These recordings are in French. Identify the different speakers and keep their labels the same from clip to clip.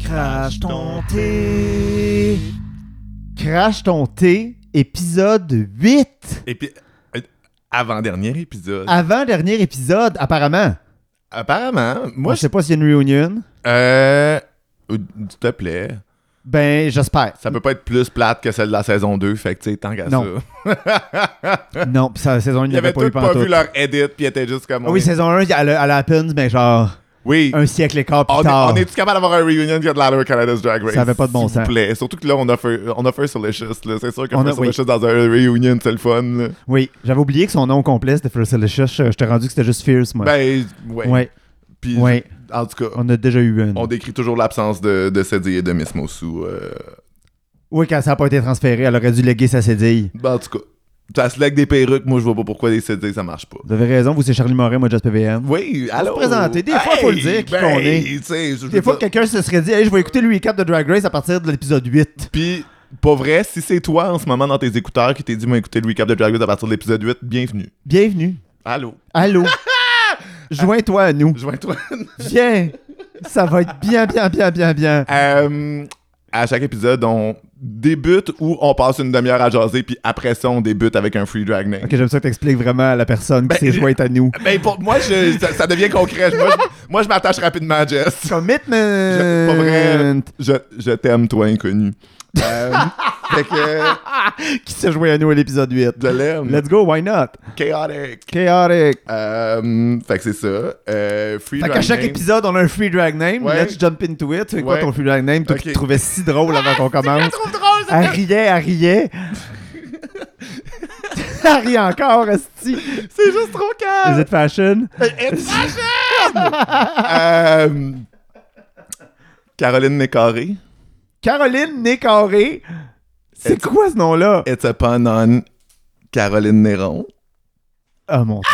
Speaker 1: Crash ton thé. Crash ton thé, épisode 8.
Speaker 2: Et puis, euh, avant-dernier épisode.
Speaker 1: Ah. Avant-dernier épisode, apparemment.
Speaker 2: Apparemment, moi,
Speaker 1: je sais pas s'il y a une réunion.
Speaker 2: je- euh, euh, s'il te plaît,
Speaker 1: Ben, j'espère.
Speaker 2: ça peut pas être plus plate que celle de la saison 2, fait que, tu sais, tant qu'à ça.
Speaker 1: Non. Non, pis ça, saison 1, il
Speaker 2: Ils
Speaker 1: n'y
Speaker 2: avaient
Speaker 1: avait pas
Speaker 2: tout
Speaker 1: eu
Speaker 2: pas vu
Speaker 1: pantoute.
Speaker 2: leur edit, puis ils étaient juste comme...
Speaker 1: Ah oui, saison 1, elle a, elle a à peine, mais genre,
Speaker 2: Oui,
Speaker 1: un siècle et quart plus
Speaker 2: on, est,
Speaker 1: tard.
Speaker 2: on est-tu capable d'avoir un reunion qui a de l'allure au Canada's Drag Race?
Speaker 1: Ça avait pas de bon
Speaker 2: s'il
Speaker 1: sens.
Speaker 2: vous plaît. Surtout que là, on a fait, on a fait Solicious, là. C'est sûr
Speaker 1: On
Speaker 2: qu'on
Speaker 1: a-
Speaker 2: fait
Speaker 1: oui.
Speaker 2: Solicious dans un reunion, c'est le fun, là.
Speaker 1: Oui, j'avais oublié que son nom complet, c'était Fierce Delicious. Je je t'ai rendu que c'était juste Fierce, moi.
Speaker 2: Ben, ouais.
Speaker 1: ouais,
Speaker 2: Puis,
Speaker 1: ouais,
Speaker 2: en tout cas,
Speaker 1: on a déjà eu une.
Speaker 2: on décrit toujours l'absence de, de Sadie et de Miss Mossou, euh,
Speaker 1: Oui, quand ça n'a pas été transféré, elle aurait dû léguer sa cédille.
Speaker 2: Ben, en tout cas, ça se lègue des perruques. Moi, je vois pas pourquoi les CD, ça marche pas.
Speaker 1: Vous avez raison, vous, c'est Charlie Morin, moi, Just PVM.
Speaker 2: Oui, allô?
Speaker 1: se présenter. Des fois, faut le dire qui qu'on est.
Speaker 2: tu sais, je veux
Speaker 1: Des fois,
Speaker 2: dire-
Speaker 1: quelqu'un se serait dit, hey, je vais écouter le recap de Drag Race à partir de l'épisode 8.
Speaker 2: Puis, pas vrai, si c'est toi en ce moment dans tes écouteurs qui t'es dit, moi, écouter le recap de Drag Race à partir de l'épisode 8, bienvenue.
Speaker 1: Bienvenue.
Speaker 2: Allô?
Speaker 1: Allô. Joins-toi à nous.
Speaker 2: Joins-toi.
Speaker 1: Viens. Ça va être bien, bien, bien, bien, bien.
Speaker 2: Euh, à chaque épisode, on débute ou on passe une demi-heure à jaser, puis après ça, on débute avec un free drag name.
Speaker 1: Ok, j'aime ça que t'expliques vraiment à la personne
Speaker 2: Ben,
Speaker 1: qui s'est
Speaker 2: je-
Speaker 1: jointe à nous.
Speaker 2: Ben, pour moi, je- ça, ça devient concret. Je- Moi, je, moi, je m'attache rapidement à Jess.
Speaker 1: Commitment.
Speaker 2: Je- pas vrai. Je, je t'aime, toi, inconnu. Euh, fait que...
Speaker 1: Qui s'est joué à nous à l'épisode 8?
Speaker 2: Je l'aime.
Speaker 1: Let's go, why not?
Speaker 2: Chaotic.
Speaker 1: Chaotic.
Speaker 2: Euh, fait que c'est ça. Euh, free
Speaker 1: Fait
Speaker 2: drag
Speaker 1: qu'à chaque
Speaker 2: name.
Speaker 1: épisode, on a un free drag name.
Speaker 2: Ouais.
Speaker 1: Let's jump into it. C'est quoi
Speaker 2: Ouais.
Speaker 1: ton free drag name? Toi qui
Speaker 2: Ok.
Speaker 1: te trouvais si drôle avant qu'on commence.
Speaker 2: Je la trouve drôle,
Speaker 1: Elle riait, elle riait. elle riait encore, Esti.
Speaker 2: c'est- c'est juste trop
Speaker 1: Is
Speaker 2: calme.
Speaker 1: it fashion?
Speaker 2: It's fashion! Euh, Caroline Mécaré.
Speaker 1: Caroline Nécaré. C'est
Speaker 2: Est-ce-
Speaker 1: quoi ce nom-là?
Speaker 2: It's a pun on Caroline Néron.
Speaker 1: Oh mon dieu.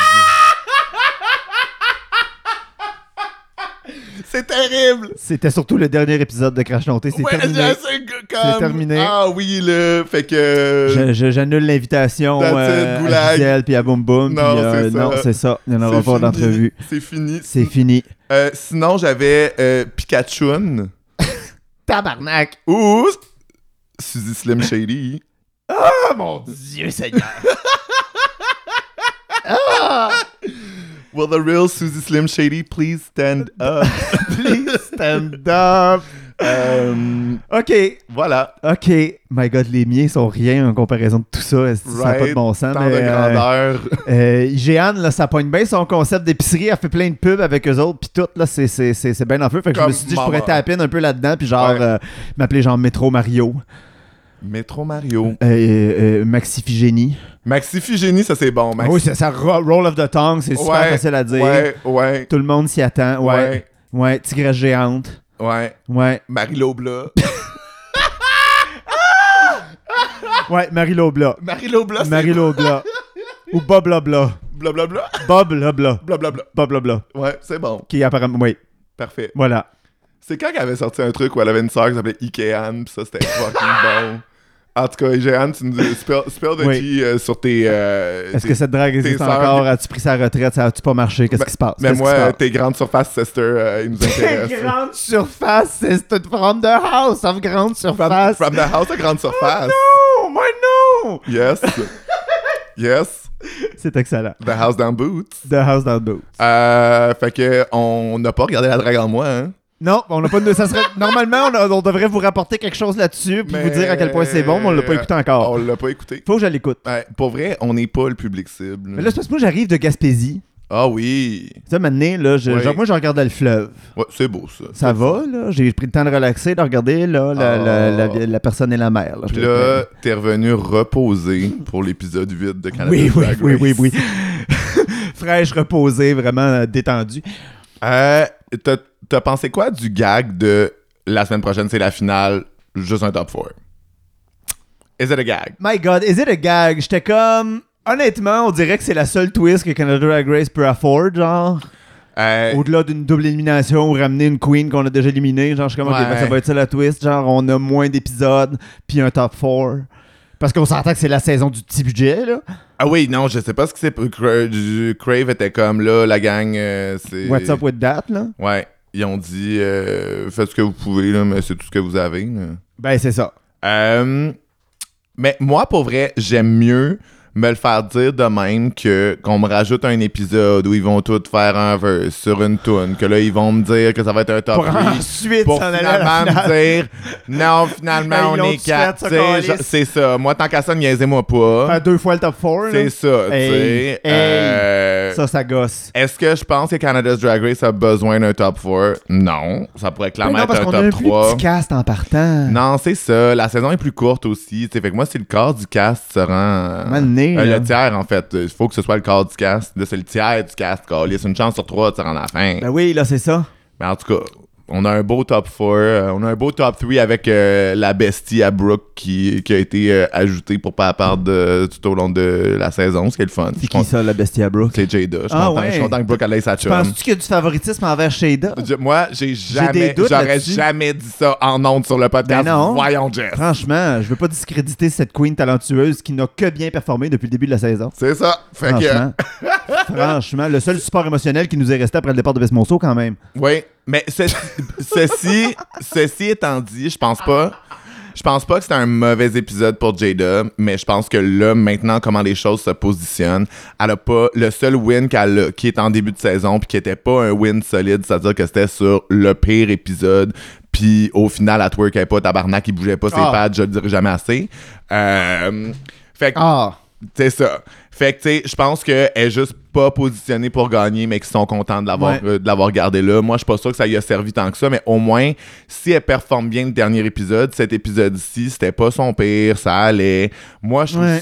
Speaker 2: C'est terrible!
Speaker 1: C'était surtout le dernier épisode de Crash Lonté. C'est
Speaker 2: Ouais,
Speaker 1: terminé.
Speaker 2: je- c'est g- comme-
Speaker 1: terminé.
Speaker 2: Ah oui, là. Fait que.
Speaker 1: Je- je- J'annule l'invitation
Speaker 2: That's it,
Speaker 1: euh, à
Speaker 2: goulag.
Speaker 1: Gisèle, puis à Boom Boom.
Speaker 2: Non,
Speaker 1: puis, euh,
Speaker 2: c'est ça.
Speaker 1: non, c'est ça. Il n'y en
Speaker 2: c'est
Speaker 1: aura pas
Speaker 2: fini.
Speaker 1: d'entrevue.
Speaker 2: C'est fini.
Speaker 1: C'est fini.
Speaker 2: Euh, sinon, j'avais euh, Pikachu.
Speaker 1: Tabarnak!
Speaker 2: Ou. Suzy Slim Shady.
Speaker 1: Oh mon dieu, Seigneur!
Speaker 2: Will the real Suzy Slim Shady please stand up?
Speaker 1: Please stand up!
Speaker 2: Euh,
Speaker 1: OK,
Speaker 2: voilà.
Speaker 1: OK. My God, les miens sont rien en comparaison de tout ça. Est-ce que Ça n'a pas de bon sens.
Speaker 2: Tant de
Speaker 1: mais, euh,
Speaker 2: grandeur.
Speaker 1: Euh, IGN, là, ça pogne bien son concept d'épicerie. Elle fait plein de pubs avec eux autres, puis tout, là, c'est, c'est, c'est, c'est bien en feu. Fait que je me
Speaker 2: Comme
Speaker 1: suis dit, je
Speaker 2: maman.
Speaker 1: pourrais taper un peu là-dedans, puis genre,
Speaker 2: Ouais.
Speaker 1: euh, m'appeler genre Métro Mario,
Speaker 2: Métro Mario.
Speaker 1: euh, euh, Maxi Figénie.
Speaker 2: Maxi Figénie, ça c'est bon,
Speaker 1: Ah
Speaker 2: Maxi.
Speaker 1: oui, c'est ça, ro- roll of the tongue, c'est super
Speaker 2: Ouais,
Speaker 1: facile à dire.
Speaker 2: Ouais, ouais.
Speaker 1: Tout le monde s'y attend, ouais.
Speaker 2: Ouais.
Speaker 1: Ouais, tigresse géante.
Speaker 2: Ouais.
Speaker 1: Ouais,
Speaker 2: Marie Lobla.
Speaker 1: ouais, Marie Lobla.
Speaker 2: Marie Lobla, Ah, c'est
Speaker 1: Marie Lobla. Ou Bob Lobla.
Speaker 2: blablabla.
Speaker 1: Bob Lobla.
Speaker 2: Blablabla.
Speaker 1: Bob Lobla.
Speaker 2: Ouais, c'est bon.
Speaker 1: Qui apparemment. Oui,
Speaker 2: Parfait.
Speaker 1: voilà.
Speaker 2: C'est quand qu'elle avait sorti un truc où elle avait une sœur qui s'appelait Ikean, pis ça c'était fucking bon. En tout cas, Ikean, tu nous dis spell, spell the
Speaker 1: Oui.
Speaker 2: G euh, sur tes. euh,
Speaker 1: Est-ce
Speaker 2: tes-
Speaker 1: que cette drague existe
Speaker 2: tes sœurs-
Speaker 1: encore? As-tu pris sa retraite? Ça a-tu pas marché? Qu'est-ce
Speaker 2: Ben-
Speaker 1: qui se passe?
Speaker 2: Mais
Speaker 1: Qu'est-ce
Speaker 2: moi,
Speaker 1: qui se passe?
Speaker 2: euh, tes grandes surfaces, sister, euh, ils nous
Speaker 1: Quelle
Speaker 2: intéressent.
Speaker 1: grande surface, c'est une forme de house, of grande
Speaker 2: From,
Speaker 1: surface.
Speaker 2: from the house à grande surface.
Speaker 1: Oh, moi non!
Speaker 2: Yes. yes.
Speaker 1: C'est excellent.
Speaker 2: The House Down Boots.
Speaker 1: The house dans le boot.
Speaker 2: Euh, fait que on n'a pas regardé la drague en moi, hein.
Speaker 1: Non, on n'a pas de. Ça serait, normalement, on, a- on devrait vous rapporter quelque chose là-dessus puis
Speaker 2: Mais-
Speaker 1: vous dire à quel point c'est bon, mais on l'a pas écouté encore.
Speaker 2: On l'a pas écouté.
Speaker 1: Faut que je l'écoute.
Speaker 2: Ouais, pour vrai, on n'est pas le public cible.
Speaker 1: Mais là, c'est parce que moi, j'arrive de Gaspésie.
Speaker 2: ah oui.
Speaker 1: Ça, maintenant, là, je-
Speaker 2: Oui.
Speaker 1: genre, moi, je regardais le fleuve.
Speaker 2: Ouais, c'est beau ça.
Speaker 1: Ça va, là. J'ai pris le temps de relaxer, de regarder, là, la, la- la- la- la personne et la mer. là.
Speaker 2: Ah. Puis là, t'es revenu reposé pour l'épisode 8 de Canada.
Speaker 1: oui, oui,
Speaker 2: Drag
Speaker 1: oui,
Speaker 2: Race.
Speaker 1: oui, oui. Fraîche, reposée, vraiment euh, détendue.
Speaker 2: Euh, t'as- T'as pensé quoi du gag de la semaine prochaine, c'est la finale, juste un top 4? Is it a gag?
Speaker 1: My God, is it a gag? J'étais comme... Honnêtement, on dirait que c'est la seule twist que Canada Drag Race peut afford, genre.
Speaker 2: Euh,
Speaker 1: Au-delà d'une double élimination ou ramener une queen qu'on a déjà éliminée, genre, je suis comme, ok,
Speaker 2: Ouais.
Speaker 1: ben, ça va être ça la twist. Genre, on a moins d'épisodes, puis un top 4. Parce qu'on s'entend que c'est la saison du petit budget, là.
Speaker 2: Ah oui, non, je sais pas ce que c'est. Cra- du- Crave était comme là, la gang, euh, c'est.
Speaker 1: What's up with that, là?
Speaker 2: Ouais. Ils ont dit euh, faites ce que vous pouvez, là, mais c'est tout ce que vous avez. là.
Speaker 1: Ben, c'est ça.
Speaker 2: Euh, mais moi, pour vrai, j'aime mieux me le faire dire de même que qu'on me rajoute un épisode où ils vont tous faire un verse sur une toune, que là, ils vont me dire que ça va être un top
Speaker 1: Pour
Speaker 2: 8.
Speaker 1: ensuite
Speaker 2: Ah, Pour
Speaker 1: s'en aller à la
Speaker 2: finalement
Speaker 1: finale.
Speaker 2: me dire non finalement
Speaker 1: Hey, ils
Speaker 2: on
Speaker 1: l'ont
Speaker 2: est
Speaker 1: tout
Speaker 2: quatre
Speaker 1: fait, ça,
Speaker 2: tu sais,
Speaker 1: câlisse.
Speaker 2: genre, c'est ça moi tant qu'à ça niaisez-moi pas
Speaker 1: Faire deux fois le top 4.
Speaker 2: c'est ça tu
Speaker 1: Hey,
Speaker 2: sais
Speaker 1: hey.
Speaker 2: Euh,
Speaker 1: Ça, ça gosse.
Speaker 2: est-ce que je pense que Canada's Drag Race a besoin d'un top 4 non ça pourrait
Speaker 1: Ben
Speaker 2: clairement
Speaker 1: non,
Speaker 2: être
Speaker 1: parce
Speaker 2: un
Speaker 1: qu'on a
Speaker 2: top
Speaker 1: un plus
Speaker 2: 3
Speaker 1: petit cast en partant.
Speaker 2: non, c'est ça. La saison est plus courte aussi. tu sais. fait que moi, si le corps du cast se rend. euh,
Speaker 1: Un moment donné,
Speaker 2: euh,
Speaker 1: là.
Speaker 2: le tiers, en fait. Il faut que ce soit le corps du cast. Là, c'est le tiers du cast, C'est une chance sur trois de se rendre à la fin.
Speaker 1: Ben oui, là, c'est ça.
Speaker 2: Mais en tout cas, on a un beau top 4. on a un beau top 3 avec euh, la bestie à Brooke qui, qui a été euh, ajoutée pour pas perdre de- tout au long de la saison, ce qui est le fun. Je
Speaker 1: C'est
Speaker 2: con-
Speaker 1: qui ça, la bestia Brooke?
Speaker 2: C'est Jada. Je suis
Speaker 1: Ah
Speaker 2: content-
Speaker 1: ouais.
Speaker 2: je suis content que Brooke allait sa chum.
Speaker 1: Penses-tu qu'il y a du favoritisme envers Shada?
Speaker 2: Je- Moi, j'ai
Speaker 1: des
Speaker 2: jamais,
Speaker 1: doutes
Speaker 2: j'aurais
Speaker 1: là-dessus.
Speaker 2: jamais dit ça en ondes sur le podcast.
Speaker 1: Ben non.
Speaker 2: Voyons, Jess.
Speaker 1: Franchement, je veux pas discréditer cette queen talentueuse qui n'a que bien performé depuis le début de la saison.
Speaker 2: C'est ça. Fait que,
Speaker 1: Franchement. Franchement, le seul support émotionnel qui nous est resté après le départ de Bess Monceau, quand même.
Speaker 2: oui. Mais ce- ceci, ceci étant dit, je pense pas. Je pense pas que c'était un mauvais épisode pour Jada, mais je pense que là, maintenant, comment les choses se positionnent, elle a pas le seul win qu'elle a, qui est en début de saison, puis qui était pas un win solide, c'est-à-dire que c'était sur le pire épisode, puis au final, elle twerkait pas, tabarnak, il bougeait pas ses
Speaker 1: Ah.
Speaker 2: pattes, je le dirai jamais assez. Euh, fait que
Speaker 1: Ah!
Speaker 2: C'est ça. Fait que, tu sais, je pense qu'elle est juste pas positionnée pour gagner, mais qu'ils sont contents de l'avoir,
Speaker 1: Ouais.
Speaker 2: euh, de l'avoir gardé là. Moi, je suis pas sûr que ça lui a servi tant que ça, mais au moins, si elle performe bien le dernier épisode, cet épisode-ci, c'était pas son pire, ça allait. Moi, je trouve
Speaker 1: Ouais.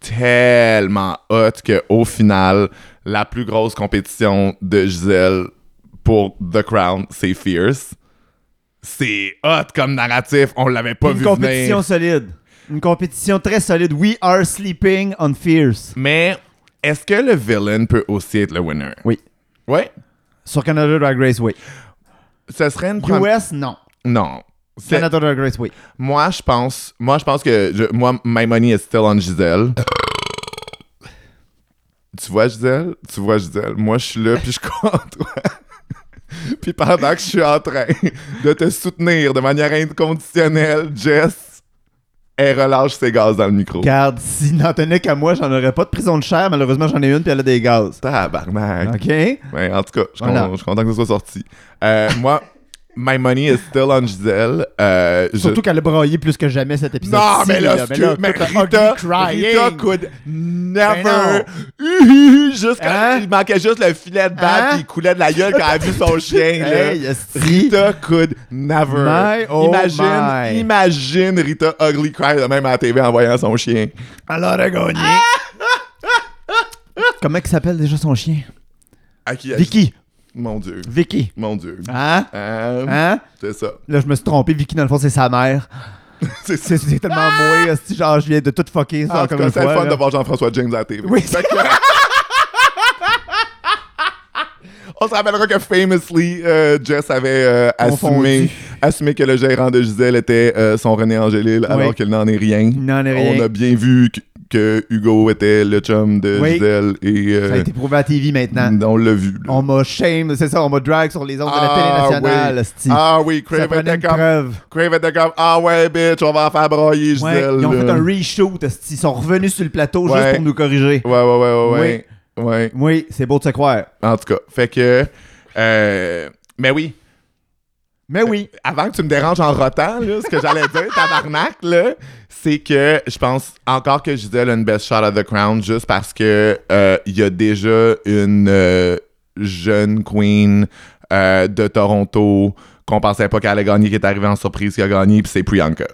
Speaker 2: ça tellement hot qu'au final, la plus grosse compétition de Gisèle pour The Crown, c'est Fierce. C'est hot comme narratif, on l'avait pas
Speaker 1: une
Speaker 2: vu
Speaker 1: compétition
Speaker 2: venir.
Speaker 1: solide. Une compétition très solide. We are sleeping on fierce.
Speaker 2: Mais est-ce que le villain peut aussi être le winner?
Speaker 1: Oui.
Speaker 2: Ouais.
Speaker 1: Sur Canada Drag Race, oui.
Speaker 2: Ce serait une prom-
Speaker 1: US, non.
Speaker 2: Non. C'est-
Speaker 1: Canada Drag Race, oui.
Speaker 2: Moi, je pense. Moi, je pense que. je- Moi, my money is still on Gisèle. tu vois, Gisèle? Tu vois, Gisèle? Moi, je suis là, puis je compte. puis pendant que je suis en train de te soutenir de manière inconditionnelle, Jess, elle relâche ses gaz dans le micro.
Speaker 1: Regarde, si n'en tenait qu'à moi, j'en aurais pas de prison de chair. Malheureusement, j'en ai une, puis elle a des gaz.
Speaker 2: Tabarnak.
Speaker 1: OK?
Speaker 2: Ouais, Ben, en tout cas, je suis
Speaker 1: Voilà.
Speaker 2: con- je suis content que ce soit sorti. Euh, moi, my money is still on Giselle. Euh, je-
Speaker 1: Surtout qu'elle a braillé plus que jamais cet épisode.
Speaker 2: non, mais là, excuse- mais Rita, Rita could never. Uhuhu, jusqu'à-
Speaker 1: Ben Hein?
Speaker 2: Il manquait juste le filet de balle
Speaker 1: Hein?
Speaker 2: qui coulait de la gueule quand elle a vu son chien. là.
Speaker 1: Hey, esti.
Speaker 2: Rita could never.
Speaker 1: My, oh
Speaker 2: imagine,
Speaker 1: my.
Speaker 2: imagine Rita ugly cry de même à la TV en voyant son chien.
Speaker 1: Elle aurait gagné. Comment il s'appelle déjà son chien?
Speaker 2: Euh, À qui- à qui-
Speaker 1: Vicky.
Speaker 2: Mon Dieu.
Speaker 1: Vicky.
Speaker 2: Mon Dieu.
Speaker 1: Hein?
Speaker 2: Euh,
Speaker 1: Hein?
Speaker 2: C'est ça.
Speaker 1: Là, je me suis trompé. Vicky, dans le fond, c'est sa mère.
Speaker 2: C'est ça.
Speaker 1: C'est c'est tellement moué. esti, Genre, je viens de tout fucker ça
Speaker 2: Ah, en tout
Speaker 1: encore
Speaker 2: cas,
Speaker 1: une
Speaker 2: c'est le
Speaker 1: fois.
Speaker 2: fun
Speaker 1: là.
Speaker 2: de voir Jean-François James à la TV.
Speaker 1: Oui.
Speaker 2: Fait que- On se rappellera que famously, euh, Jess avait euh, assumé,
Speaker 1: Confondu.
Speaker 2: assumé que le gérant de Gisèle était euh, son René Angélil, alors
Speaker 1: Oui.
Speaker 2: qu'il n'en est rien.
Speaker 1: Il n'en est rien.
Speaker 2: On a bien vu que, que Hugo était le chum de
Speaker 1: Oui.
Speaker 2: Gisèle et euh,
Speaker 1: Ça a été prouvé à la TV maintenant.
Speaker 2: on l'a vu. là.
Speaker 1: On m'a shame, c'est ça, on m'a drag sur les ondes de la
Speaker 2: Mm. Ah,
Speaker 1: télé nationale,
Speaker 2: oui.
Speaker 1: esti.
Speaker 2: Ah oui,
Speaker 1: Ça
Speaker 2: Crave
Speaker 1: prenait
Speaker 2: était
Speaker 1: une
Speaker 2: comme.
Speaker 1: preuve.
Speaker 2: Crave était comme. Ah ouais, bitch, on va en faire broyer
Speaker 1: Ouais,
Speaker 2: Gisèle.
Speaker 1: ils ont fait
Speaker 2: là.
Speaker 1: un reshoot, esti. ils sont revenus sur le plateau
Speaker 2: Ouais.
Speaker 1: juste pour nous corriger.
Speaker 2: Ouais, ouais, ouais, ouais. ouais. ouais.
Speaker 1: Oui, c'est beau de se croire.
Speaker 2: En tout cas, fait que. euh, mais oui,
Speaker 1: Mais oui,
Speaker 2: avant que tu me déranges en rotant, là, ce que j'allais dire, tabarnak, là, c'est que je pense encore que Gisèle a une best shot of the crown juste parce que euh, il y a déjà une euh, jeune queen euh, de Toronto qu'on pensait pas qu'elle allait gagner, qui est arrivée en surprise, qui a gagné, puis c'est Priyanka.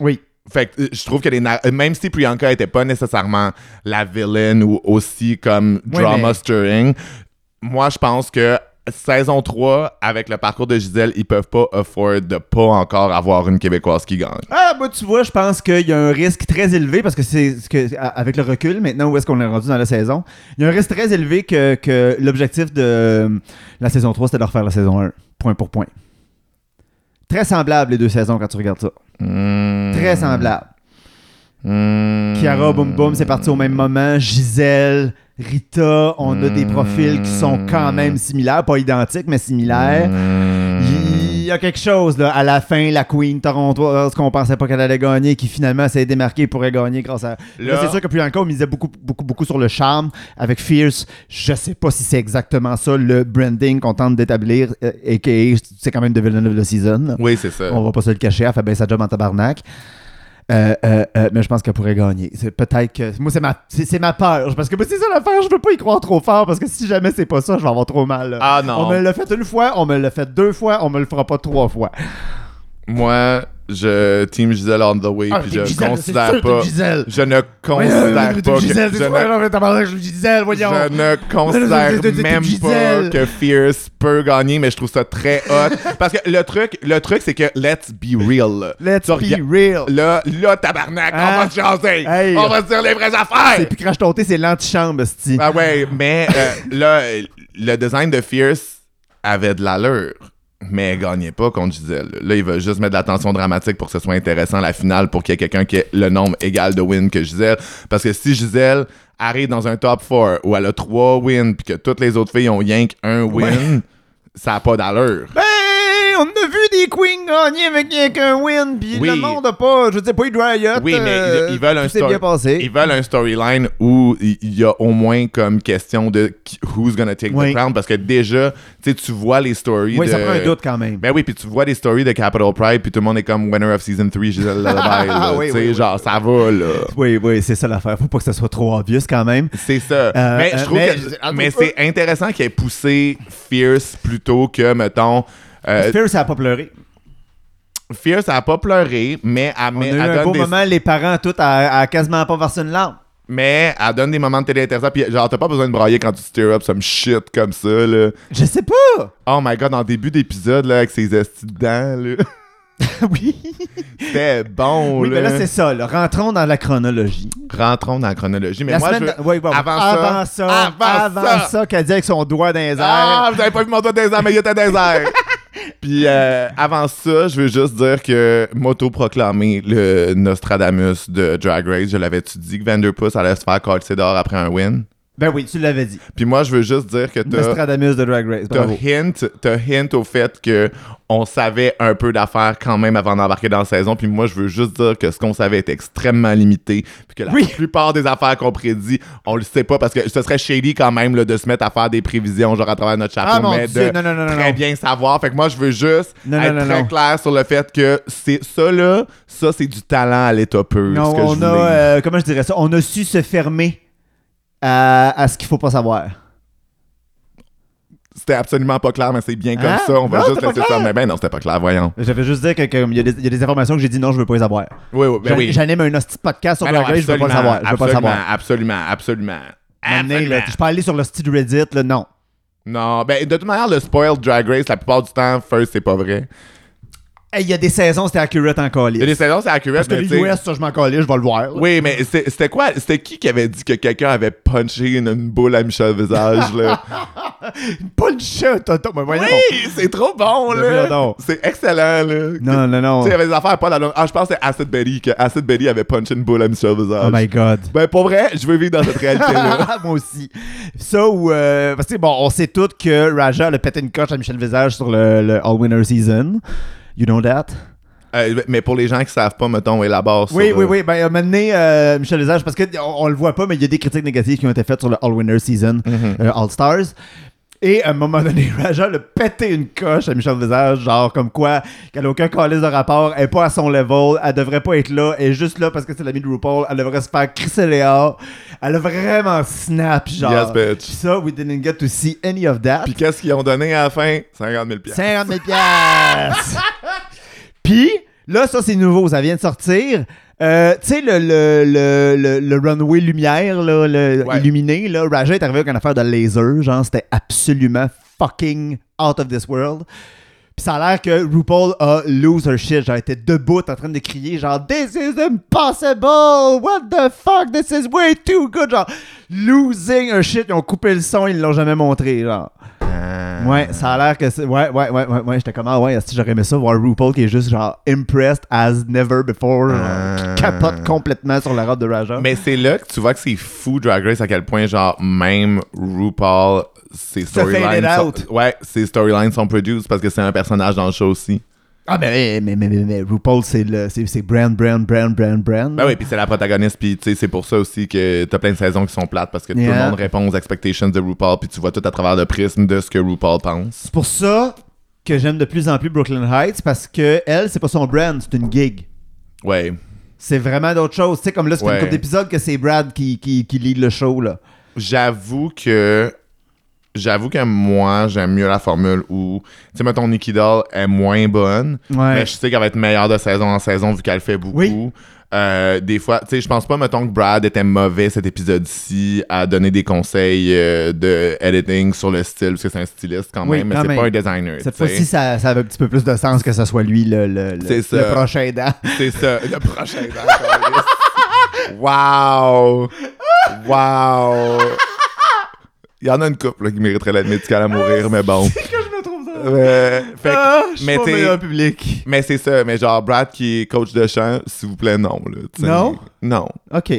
Speaker 1: oui.
Speaker 2: Fait que euh, je trouve que les nar- euh, même si Priyanka était pas nécessairement la villaine ou aussi comme
Speaker 1: Ouais,
Speaker 2: drama
Speaker 1: mais-
Speaker 2: stirring, moi je pense que saison 3 avec le parcours de Gisèle, ils peuvent pas afford de pas encore avoir une québécoise qui gagne.
Speaker 1: Ah, moi, tu vois, je pense qu'il y a un risque très élevé parce que c'est ce que, à- avec le recul, maintenant, où est-ce qu'on est rendu dans la saison, il y a un risque très élevé que, que l'objectif de euh, la saison 3, c'était de refaire la saison 1, point pour point. Très semblable, les deux saisons, quand tu regardes ça.
Speaker 2: Hmm.
Speaker 1: Très semblable. Kiara, boum boum, c'est parti au même moment. Gisèle, Rita, on a des profils qui sont quand même similaires, pas identiques, mais similaires.
Speaker 2: Hmm.
Speaker 1: Il y a quelque chose, là, à la fin, la Queen Toronto, ce qu'on pensait pas qu'elle allait gagner, qui finalement s'est démarquée pourrait gagner grâce à. Là,
Speaker 2: Là-
Speaker 1: c'est sûr que plus encore, on misait beaucoup, beaucoup, beaucoup sur le charme avec Fierce. Je sais pas si c'est exactement ça le branding qu'on tente d'établir, euh, a.k.a. c'est quand même The Villain of the Season. là.
Speaker 2: Oui, c'est ça.
Speaker 1: On va pas se le cacher, elle fait bien sa job en tabarnak. Euh, euh, euh, mais je pense qu'elle pourrait gagner. C'est peut-être que. Moi, c'est ma, c'est, c'est ma peur. Parce que moi, c'est ça l'affaire, je veux pas y croire trop fort parce que si jamais c'est pas ça, je vais avoir trop mal. là.
Speaker 2: Ah non.
Speaker 1: On me l'a fait une fois, on me l'a fait deux fois, on me le fera pas trois fois.
Speaker 2: Moi, je team Giselle on the way,
Speaker 1: Ah,
Speaker 2: puis
Speaker 1: t'es
Speaker 2: je
Speaker 1: Gisèle, c'est
Speaker 2: considère
Speaker 1: sûr,
Speaker 2: pas.
Speaker 1: t'es Gisèle.
Speaker 2: Je ne
Speaker 1: Voyons,
Speaker 2: considère
Speaker 1: t'es
Speaker 2: pas. que-
Speaker 1: Gisèle, c'est
Speaker 2: je
Speaker 1: quoi,
Speaker 2: ne-
Speaker 1: là, mais tabarnak, je suis Gisèle, voyons.
Speaker 2: Je ne
Speaker 1: t'es- t'es- t'es
Speaker 2: considère même
Speaker 1: Gisèle.
Speaker 2: pas que Fierce peut gagner, mais je trouve ça très hot. Parce que le truc, le truc, c'est que let's be real. là.
Speaker 1: Let's
Speaker 2: Tu
Speaker 1: be
Speaker 2: regardes-
Speaker 1: real.
Speaker 2: Là, là, tabarnak,
Speaker 1: Hein?
Speaker 2: on va te jaser.
Speaker 1: Hey.
Speaker 2: On va se dire les vraies
Speaker 1: C'est
Speaker 2: affaires.
Speaker 1: plus crash tonté, c'est l'antichambre, sti.
Speaker 2: Ah ouais, mais euh, là, euh, le design de Fierce avait de l'allure. Mais elle gagnait pas contre Giselle. Là, il veut juste mettre de la tension dramatique pour que ce soit intéressant la finale, pour qu'il y ait quelqu'un qui ait le nombre égal de wins que Giselle. Parce que si Giselle arrive dans un top 4 où elle a 3 wins puis que toutes les autres filles ont yank un win, ça a pas d'allure.
Speaker 1: Ben, on a vu des queens gagner avec rien qu'un win, puis
Speaker 2: Oui.
Speaker 1: le monde a pas, je sais pas, eu de riot.
Speaker 2: Oui, mais
Speaker 1: euh,
Speaker 2: ils- ils veulent un
Speaker 1: tout s'est
Speaker 2: story-
Speaker 1: bien passé.
Speaker 2: Ils veulent un storyline où il il y a au moins comme question de qui- who's gonna take
Speaker 1: Oui.
Speaker 2: the crown parce que déjà, tu sais, tu vois les stories
Speaker 1: Oui, ça
Speaker 2: de-
Speaker 1: prend un doute quand même.
Speaker 2: Ben oui, puis tu vois des stories de Capital Pride, puis tout le monde est comme winner of season 3, Giselle Lullaby. là,
Speaker 1: Ah Oui,
Speaker 2: tu sais,
Speaker 1: oui, oui.
Speaker 2: genre, ça va, là.
Speaker 1: Oui, oui, c'est ça l'affaire. Faut pas que ça soit trop obvious quand même.
Speaker 2: C'est ça.
Speaker 1: Euh,
Speaker 2: mais
Speaker 1: euh,
Speaker 2: je trouve
Speaker 1: mais-
Speaker 2: que. Mais c'est intéressant qu'elle ait poussé Fierce plutôt que, mettons. euh,
Speaker 1: Fierce, ça a pas pleuré.
Speaker 2: Fierce, elle a pas pleuré, mais elle,
Speaker 1: On a
Speaker 2: met-
Speaker 1: eu
Speaker 2: elle
Speaker 1: un
Speaker 2: donne
Speaker 1: beau
Speaker 2: des,
Speaker 1: moment, les parents, tout, à, à quasiment pas versé une larme.
Speaker 2: mais elle donne des moments de télé intéressants. Puis, genre, t'as pas besoin de brailler quand tu stir up some shit comme ça, là.
Speaker 1: Je sais pas.
Speaker 2: Oh my god, en début d'épisode, là, avec ses estis dedans, là.
Speaker 1: oui.
Speaker 2: C'était bon,
Speaker 1: Oui,
Speaker 2: là.
Speaker 1: mais là, c'est ça. là. Rentrons dans la chronologie.
Speaker 2: Rentrons dans la chronologie. Mais
Speaker 1: la
Speaker 2: moi, je
Speaker 1: semaine.
Speaker 2: veux-
Speaker 1: da- oui, oui, oui.
Speaker 2: Avant
Speaker 1: avant
Speaker 2: ça.
Speaker 1: ça.
Speaker 2: Avant
Speaker 1: Avant
Speaker 2: ça.
Speaker 1: ça, qu'elle dit avec son doigt dans les airs.
Speaker 2: Ah, vous avez pas vu mon doigt désert, mais il était désert. Puis euh, avant ça, je veux juste dire que m'auto-proclamer le Nostradamus de Drag Race, je l'avais-tu dit que Vanderpuss allait se faire casser dehors après un win?
Speaker 1: Ben oui, tu l'avais dit.
Speaker 2: Puis moi, je veux juste dire que t'as
Speaker 1: Nostradamus de Drag Race.
Speaker 2: t'as
Speaker 1: Bravo.
Speaker 2: hint, t'as hint au fait que on savait un peu d'affaires quand même avant d'embarquer dans la saison. Puis moi, je veux juste dire que ce qu'on savait était extrêmement limité. Puis que la
Speaker 1: Oui.
Speaker 2: plupart des affaires qu'on prédit, on le sait pas parce que ce serait shady quand même là, de se mettre à faire des prévisions genre à travers notre chapeau.
Speaker 1: Ah mon
Speaker 2: mais
Speaker 1: Dieu,
Speaker 2: de-
Speaker 1: non, non, non, non.
Speaker 2: très
Speaker 1: non.
Speaker 2: bien savoir. Fait que moi, je veux juste
Speaker 1: Non, non,
Speaker 2: être
Speaker 1: non,
Speaker 2: très
Speaker 1: non.
Speaker 2: clair sur le fait que c'est ça, là, ça, c'est du talent à l'état peu.
Speaker 1: Non,
Speaker 2: ce que
Speaker 1: on
Speaker 2: je
Speaker 1: a,
Speaker 2: voulais.
Speaker 1: euh, comment je dirais ça, on a su se fermer à, à ce qu'il faut pas savoir.
Speaker 2: C'était absolument pas clair, mais c'est bien comme
Speaker 1: Hein?
Speaker 2: ça. On va
Speaker 1: Non,
Speaker 2: juste
Speaker 1: c'était pas
Speaker 2: laisser ça.
Speaker 1: clair.
Speaker 2: Mais ben non, c'était pas clair, voyons.
Speaker 1: J'avais juste dire que- que il y, a des- il y a des informations que j'ai dit non, je veux pas les avoir.
Speaker 2: Oui, oui, ben
Speaker 1: J'an-
Speaker 2: oui.
Speaker 1: J'anime un hostie de podcast sur
Speaker 2: Ben
Speaker 1: Drag
Speaker 2: non,
Speaker 1: Race, je veux pas le
Speaker 2: absolument,
Speaker 1: savoir. Je veux pas le
Speaker 2: absolument,
Speaker 1: savoir.
Speaker 2: Absolument, absolument.
Speaker 1: M'amener, là,
Speaker 2: Absolument.
Speaker 1: je peux aller sur l'hostie de Reddit, là, non.
Speaker 2: Non, ben de toute manière, le spoiled Drag Race, la plupart du temps, first, c'est pas vrai.
Speaker 1: Hey, Il y a des saisons, c'était accurate en
Speaker 2: Il y a des
Speaker 1: colis.
Speaker 2: saisons, c'est accurate,
Speaker 1: Parce que
Speaker 2: mais
Speaker 1: les
Speaker 2: tu sais-
Speaker 1: US, ça, je m'en calais, je vais le voir. là.
Speaker 2: Oui, mais c'est- c'était quoi? C'était qui qui avait dit que quelqu'un avait punché une, une boule à Michel Visage, là?
Speaker 1: Pas le chat, tonton, mais voyons.
Speaker 2: Oui, c'est trop bon,
Speaker 1: Mais
Speaker 2: là.
Speaker 1: voyons donc.
Speaker 2: C'est excellent, là.
Speaker 1: Non, non, non.
Speaker 2: Tu sais, il y avait des affaires pas d'allure. Ah, je pense que c'est Acid Betty, que Acid Betty avait punché une boule à Michel Visage.
Speaker 1: Oh my god.
Speaker 2: Ben, pour vrai, je veux vivre dans cette réalité-là.
Speaker 1: Moi aussi. Ça ou. euh, parce que, bon, on sait tous que Raja a pété une coche à Michel Visage sur le, le All Winner Season. You know that?
Speaker 2: Euh, mais pour les gens qui savent pas, mettons, on élabore sur,
Speaker 1: Oui,
Speaker 2: euh,
Speaker 1: oui, oui. Ben, à un moment donné, euh, Michel Visage, parce qu'on on on le voit pas, mais il y a des critiques négatives qui ont été faites sur le All Winner Season
Speaker 2: Mm-hmm.
Speaker 1: euh, All Stars. Et à un moment donné, Raja a pété une coche à Michel Visage, genre comme quoi qu'elle n'a aucun calice de rapport, elle est pas à son level, elle devrait pas être là, elle est juste là parce que c'est l'ami de RuPaul, elle devrait se faire crisser les dehors. Elle a vraiment snap, genre.
Speaker 2: Yes, bitch.
Speaker 1: Puis ça, we didn't get to see any of that.
Speaker 2: Puis qu'est-ce qu'ils ont donné à la fin? 50 000 piastres.
Speaker 1: 50 000 piastres. Puis, là, ça, c'est nouveau. Ça vient de sortir. Euh, tu sais, le, le, le, le, le runway lumière là, le-
Speaker 2: Ouais.
Speaker 1: illuminé, là, Raja est arrivé avec une affaire de laser. Genre, c'était absolument fucking out of this world. Puis ça a l'air que RuPaul a lose her shit. Genre, elle était debout en train de crier genre « This is impossible! What the fuck? This is way too good! » Genre, losing her shit. Ils ont coupé le son, ils l'ont jamais montré, genre. Ouais, ça a l'air que c'est. Ouais, ouais, ouais, ouais, ouais. J'étais comme, ah ouais, esti, j'aurais aimé ça voir RuPaul qui est juste genre impressed as never before, genre,
Speaker 2: Ah.
Speaker 1: qui capote complètement sur la robe de Raja.
Speaker 2: Mais c'est là que tu vois que c'est fou Drag Race à quel point genre même RuPaul ses
Speaker 1: Se faded
Speaker 2: storylines
Speaker 1: out.
Speaker 2: sont, ouais ses storylines sont produites parce que c'est un personnage dans le show aussi.
Speaker 1: Ah, ben, mais, mais, mais, mais RuPaul, c'est le, c'est, c'est brand, brand, brand, brand, brand.
Speaker 2: Ben oui, puis c'est la protagoniste puis tu sais c'est pour ça aussi que t'as plein de saisons qui sont plates parce que tout le
Speaker 1: Yeah.
Speaker 2: monde répond aux expectations de RuPaul puis tu vois tout à travers le prisme de ce que RuPaul pense.
Speaker 1: C'est pour ça que j'aime de plus en plus Brooklyn Heights parce que elle, c'est pas son brand, c'est une gig.
Speaker 2: Ouais.
Speaker 1: C'est vraiment d'autres choses. Tu sais, comme là, c'est
Speaker 2: Ouais.
Speaker 1: une couple d'épisodes que c'est Brad qui, qui, qui lead le show, là.
Speaker 2: J'avoue que. J'avoue que moi, j'aime mieux la formule où, tu sais, mettons, Nikki Doll est moins bonne,
Speaker 1: Ouais.
Speaker 2: mais je sais qu'elle va être meilleure de saison en saison vu qu'elle fait beaucoup.
Speaker 1: Oui.
Speaker 2: Euh, des fois, tu sais, je pense pas, mettons, que Brad était mauvais cet épisode-ci à donner des conseils euh, de editing sur le style, parce que c'est un styliste quand même,
Speaker 1: Oui,
Speaker 2: mais
Speaker 1: quand
Speaker 2: c'est
Speaker 1: même.
Speaker 2: pas un designer.
Speaker 1: Cette
Speaker 2: tu sais.
Speaker 1: fois-ci, ça, ça avait un petit peu plus de sens que ce soit lui le, le, le-
Speaker 2: C'est
Speaker 1: le
Speaker 2: ça.
Speaker 1: prochain aidant.
Speaker 2: C'est ça, le prochain dans Wow! Wow! Il y en a une couple là, qui mériterait l'aide médicale à mourir, mais bon.
Speaker 1: que je me trouve ça.
Speaker 2: Euh, fait que- mais
Speaker 1: mais
Speaker 2: t'es-
Speaker 1: public.
Speaker 2: mais c'est ça, mais genre Brad qui est coach de chant, s'il vous plaît, non. Là, tu sais.
Speaker 1: Non?
Speaker 2: Non.
Speaker 1: OK.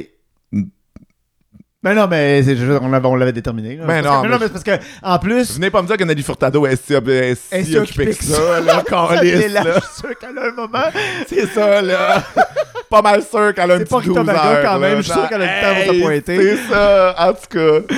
Speaker 1: Mais Ben non, mais c'est juste on l'avait, on l'avait déterminé. là.
Speaker 2: Mais
Speaker 1: Parce
Speaker 2: Ben non,
Speaker 1: que-
Speaker 2: mais-
Speaker 1: mais parce que, en plus,
Speaker 2: Venez pas me dire que Nelly Furtado est si, est si
Speaker 1: Est si
Speaker 2: occupée
Speaker 1: occupée
Speaker 2: que
Speaker 1: que
Speaker 2: ça, là,
Speaker 1: ça
Speaker 2: câlisse,
Speaker 1: délâche,
Speaker 2: là.
Speaker 1: je suis sûr qu'elle a un moment.
Speaker 2: C'est ça, là. pas mal sûr qu'elle a un
Speaker 1: C'est
Speaker 2: petit
Speaker 1: pas Rita
Speaker 2: 12
Speaker 1: Margot,
Speaker 2: heures,
Speaker 1: quand
Speaker 2: là,
Speaker 1: même, je suis sûr
Speaker 2: genre,
Speaker 1: qu'elle a du temps pour
Speaker 2: hey,
Speaker 1: te pointer.
Speaker 2: C'est ça, en tout cas.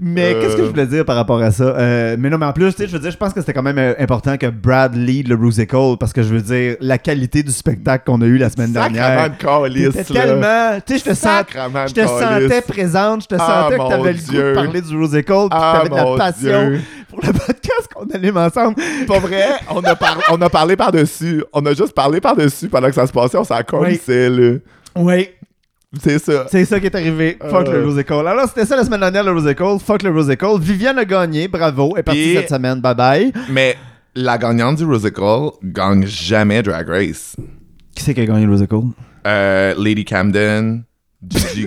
Speaker 1: Mais
Speaker 2: Euh.
Speaker 1: qu'est-ce que je voulais dire par rapport à ça? Euh, mais non, mais en plus, tu sais, je veux dire, je pense que c'était quand même euh, important que Brad lead le Rusical parce que je veux dire, la qualité du spectacle qu'on a eu la semaine dernière.
Speaker 2: Sacrement de câlisse,
Speaker 1: C'était
Speaker 2: là.
Speaker 1: tellement. Tu sais, je te sens.
Speaker 2: Sacrement de
Speaker 1: Je te
Speaker 2: câlisse.
Speaker 1: sentais présente, je te
Speaker 2: Ah,
Speaker 1: sentais
Speaker 2: mon
Speaker 1: que t'avais le goût
Speaker 2: Dieu.
Speaker 1: de parler du Rusical, puis
Speaker 2: Ah,
Speaker 1: que t'avais de la
Speaker 2: mon
Speaker 1: passion
Speaker 2: Dieu.
Speaker 1: pour le podcast qu'on anime ensemble.
Speaker 2: Pas vrai, on a, par- on a parlé par-dessus. On a juste parlé par-dessus pendant que ça se passait, on s'en connaissait, là.
Speaker 1: Oui,
Speaker 2: C'est ça.
Speaker 1: c'est ça qui est arrivé. Fuck
Speaker 2: Euh.
Speaker 1: le Rusical. Alors, c'était ça la semaine dernière, le Rusical. Fuck le Rusical. Viviane a gagné, bravo, est partie
Speaker 2: Puis-
Speaker 1: cette semaine, bye bye.
Speaker 2: Mais la gagnante du Rusical gagne jamais Drag Race.
Speaker 1: Qui c'est qui a gagné le Rusical?
Speaker 2: Euh, Lady Camden, Gigi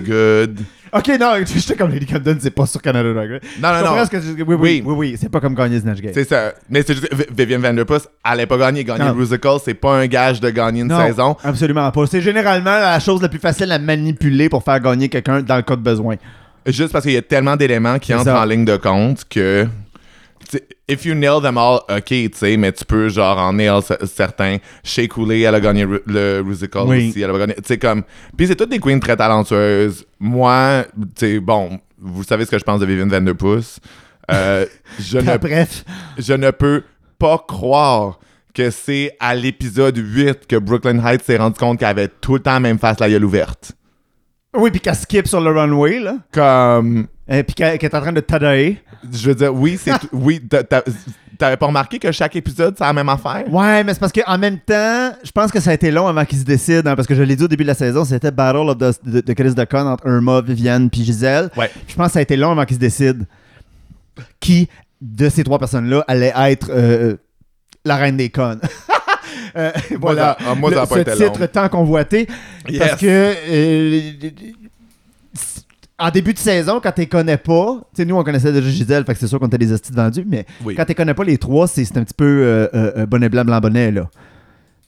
Speaker 2: Good.
Speaker 1: Ok, non, j'étais comme Lady Camden, c'est pas sur Canada Drag Race.
Speaker 2: Non, non,
Speaker 1: Je comprends
Speaker 2: non.
Speaker 1: ce que tu- oui, oui,
Speaker 2: Oui.
Speaker 1: Ah, oui, oui, c'est pas comme gagner Snatch Game.
Speaker 2: C'est ça. Mais c'est juste, Vi- Vivian Vanderpuss, elle allait pas gagner. Gagner
Speaker 1: Non.
Speaker 2: le Rusical, c'est pas un gage de gagner une
Speaker 1: Non,
Speaker 2: saison.
Speaker 1: absolument pas. C'est généralement la chose la plus facile à manipuler pour faire gagner quelqu'un dans le cas de besoin.
Speaker 2: Juste parce qu'il y a tellement d'éléments qui
Speaker 1: C'est
Speaker 2: entrent
Speaker 1: ça.
Speaker 2: en ligne de compte que. tu sais, If you nail them all, ok, tu sais, mais tu peux genre en nail ce- certains. Shea Coulee, elle a gagné Ru- le Rusical
Speaker 1: Oui.
Speaker 2: aussi, elle a gagné. Tu sais, comme. Puis c'est toutes des queens très talentueuses. Moi, tu sais, bon, vous savez ce que je pense de Vivian Vanderpuss. Euh, je, ne,
Speaker 1: Bref,
Speaker 2: je ne peux pas croire que c'est à l'épisode 8 que Brooklyn Heights s'est rendu compte qu'elle avait tout le temps la même face la gueule ouverte.
Speaker 1: oui, puis qu'elle skip sur le runway, là.
Speaker 2: Comme.
Speaker 1: Et puis qu'elle qu'elle est en train de tadaer.
Speaker 2: Je veux dire, oui, c'est. oui, t'a- t'a- t'avais pas remarqué que chaque épisode, c'est la même affaire?
Speaker 1: Ouais, mais c'est parce qu'en même temps, je pense que ça a été long avant qu'ils se décident, hein, parce que je l'ai dit au début de la saison, c'était Battle of the, de, de Chris de Con entre Irma, Viviane, puis Gisèle.
Speaker 2: Ouais.
Speaker 1: Je pense que ça a été long avant qu'ils se décident qui de ces trois personnes-là allait être euh, la reine des connes. Euh, voilà.
Speaker 2: ça- ah, moi, ça a
Speaker 1: Le-
Speaker 2: pas
Speaker 1: ce
Speaker 2: été
Speaker 1: titre
Speaker 2: long.
Speaker 1: tant convoité.
Speaker 2: Yes.
Speaker 1: Parce que euh, en début de saison, quand t'es connais pas, tu sais, nous on connaissait déjà Gisèle, fait que c'est sûr qu'on était des hosties de vendus, mais
Speaker 2: Oui.
Speaker 1: quand t'es connais pas les trois, c'est c'est un petit peu euh, euh, euh, bonnet blanc, blanc, bonnet, là.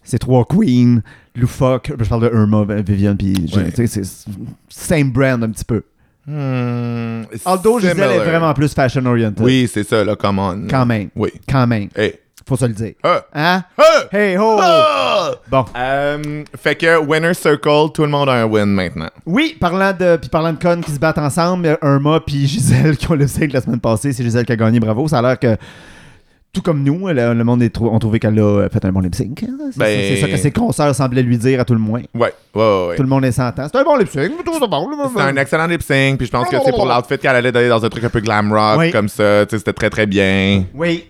Speaker 1: C'est trois queens, loufoque, je parle de Irma, Vivian, puis tu
Speaker 2: Ouais.
Speaker 1: sais, c'est same brand un petit peu.
Speaker 2: Hmm,
Speaker 1: Aldo Gisèle
Speaker 2: similar.
Speaker 1: est vraiment plus fashion oriented.
Speaker 2: Oui, c'est ça, là, come on.
Speaker 1: Quand même.
Speaker 2: Oui.
Speaker 1: Quand même.
Speaker 2: Hey.
Speaker 1: Faut se le dire.
Speaker 2: Ah.
Speaker 1: Hein?
Speaker 2: Ah.
Speaker 1: Hey ho!
Speaker 2: Ah.
Speaker 1: Bon.
Speaker 2: Euh, fait que Winner Circle, tout le monde a un win maintenant.
Speaker 1: Oui, parlant de puis parlant de connes qui se battent ensemble, euh, Irma puis Gisèle qui ont le signe la semaine passée, c'est Gisèle qui a gagné, bravo. Ça a l'air que tout comme nous, le, le monde est trou- ont trouvé qu'elle a euh, fait un bon lip sync. hein. C'est
Speaker 2: Ben-
Speaker 1: c'est ça que ses consoeurs semblaient lui dire à tout le moins.
Speaker 2: Ouais, ouais, ouais, ouais.
Speaker 1: Tout le monde est s'entend. C'est un bon lip sync, je trouve ça bon. là,
Speaker 2: C'est un excellent lip sync, puis je pense que c'est pour l'outfit qu'elle allait d'aller dans un truc un peu glam rock,
Speaker 1: Oui.
Speaker 2: comme ça, tu sais, c'était très très bien.
Speaker 1: Oui.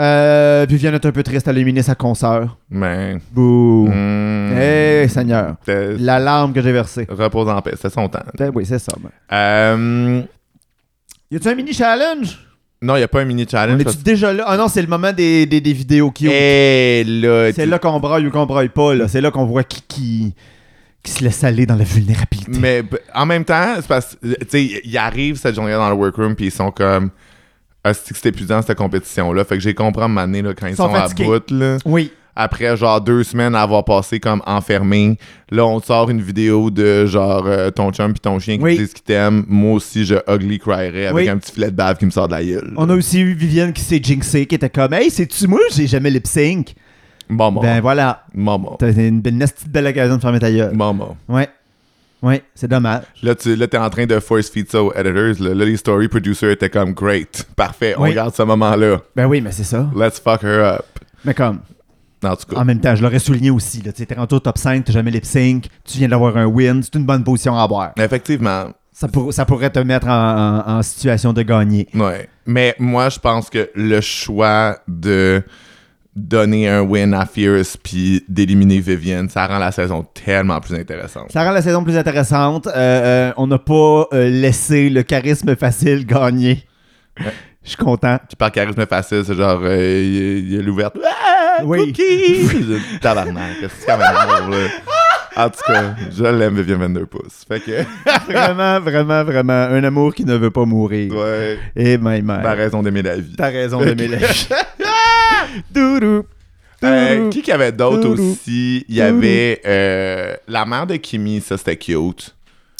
Speaker 1: Euh, Viviane est un peu triste à éliminer sa consoeur.
Speaker 2: Mais.
Speaker 1: Bouh.
Speaker 2: hmm,
Speaker 1: Hey, Seigneur.
Speaker 2: c'était-
Speaker 1: La larme que j'ai versée.
Speaker 2: Repose en paix, c'est son temps.
Speaker 1: Ben oui, c'est ça. ben.
Speaker 2: Euh,
Speaker 1: Y a-tu un mini challenge?
Speaker 2: non, il n'y a pas un mini
Speaker 1: On
Speaker 2: challenge.
Speaker 1: est-tu déjà là? Ah non, c'est le moment des, des, des vidéos qui
Speaker 2: Eh, Et là,
Speaker 1: C'est
Speaker 2: tu-
Speaker 1: là qu'on braille ou qu'on braille pas. là. C'est là qu'on voit qui, qui, qui se laisse aller dans la vulnérabilité.
Speaker 2: Mais b- en même temps, c'est parce que, tu sais, il arrive cette journée dans le workroom, puis ils sont comme. Asti que c'est épuisant cette compétition-là. Fait que j'ai compris à un moment donné, là, quand ils
Speaker 1: sont
Speaker 2: sont,
Speaker 1: fatigués.
Speaker 2: à bout. Là,
Speaker 1: Oui.
Speaker 2: après genre deux semaines à avoir passé comme enfermé, là on te sort une vidéo de genre euh, ton chum puis ton chien qui
Speaker 1: Oui.
Speaker 2: disent qu'ils t'aiment. Moi aussi je ugly crierais avec
Speaker 1: Oui.
Speaker 2: un petit filet de bave qui me sort de la gueule.
Speaker 1: On a aussi eu Viviane qui s'est jinxée, qui était comme Hey, c'est-tu moi, j'ai jamais lip sync?
Speaker 2: Bon bon.
Speaker 1: Ben voilà.
Speaker 2: Bon bon.
Speaker 1: T'as une belle, nasty belle occasion de fermer ta gueule.
Speaker 2: Bon bon.
Speaker 1: Ouais. Ouais, c'est dommage.
Speaker 2: Là tu là, t'es en train de force feed ça aux editors. Là, Là, les story producers étaient comme great, parfait. On
Speaker 1: Oui.
Speaker 2: regarde ce moment là.
Speaker 1: Ben oui, mais c'est ça.
Speaker 2: Let's fuck her up.
Speaker 1: Mais comme,
Speaker 2: En tout cas.
Speaker 1: en même temps, je l'aurais souligné aussi. là, Tu sais, t'es rendu au top 5, t'as jamais lip sync, tu viens d'avoir un win, c'est une bonne position à avoir.
Speaker 2: Effectivement.
Speaker 1: Ça, pour- ça pourrait te mettre en, en- en situation de gagner.
Speaker 2: Ouais. Mais moi, je pense que le choix de donner un win à Fierce puis d'éliminer Vivienne, ça rend la saison tellement plus intéressante.
Speaker 1: Ça rend la saison plus intéressante. Euh, euh, on n'a pas euh, laissé le charisme facile gagner.
Speaker 2: Ouais.
Speaker 1: Je suis content.
Speaker 2: Puis par charisme facile, c'est genre, euh, il y a- il y a l'ouverte. Ah,
Speaker 1: Oui.
Speaker 2: cookie! Tabarnak, qu'est-ce que c'est quand même drôle, là? En tout cas, je l'aime, Vivienne 22 pouces. Fait que,
Speaker 1: vraiment, vraiment, vraiment. Un amour qui ne veut pas mourir.
Speaker 2: ouais,
Speaker 1: Et my mère.
Speaker 2: t'as raison d'aimer la vie.
Speaker 1: T'as raison de
Speaker 2: Ok.
Speaker 1: m'élever. Doudou.
Speaker 2: Euh,
Speaker 1: Doudou.
Speaker 2: qui qu'il y avait d'autres
Speaker 1: Tourou.
Speaker 2: aussi? Il y
Speaker 1: Tourou.
Speaker 2: avait euh, la mère de Kimi, ça c'était cute.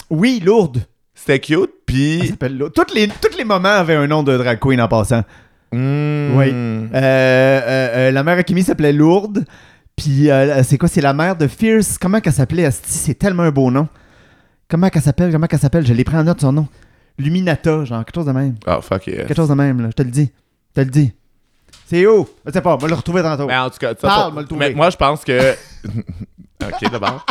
Speaker 1: Oui, lourde.
Speaker 2: C'était cute,
Speaker 1: Elle
Speaker 2: puis...
Speaker 1: s'appelle Lourde. Toutes les, tous les moments avaient un nom de drag queen en passant.
Speaker 2: Hmm.
Speaker 1: Oui. Euh, euh, euh, la mère à Kimi s'appelait Lourde. Puis euh, c'est quoi C'est la mère de Fierce. Comment qu'elle s'appelait Asti C'est tellement un beau nom. Comment qu'elle s'appelle Comment qu'elle s'appelle Je l'ai pris en note son nom. Luminata, genre quelque chose de même.
Speaker 2: Oh, fuck yeah.
Speaker 1: Quelque chose de même, là. Je te le dis. Je te le dis. C'est où Je sais pas. On va le retrouver tantôt.
Speaker 2: Mais Ben, en tout cas, tu sais,
Speaker 1: Parle,
Speaker 2: pour-
Speaker 1: moi, le trouver.
Speaker 2: mais moi, je pense que. ok, d'abord.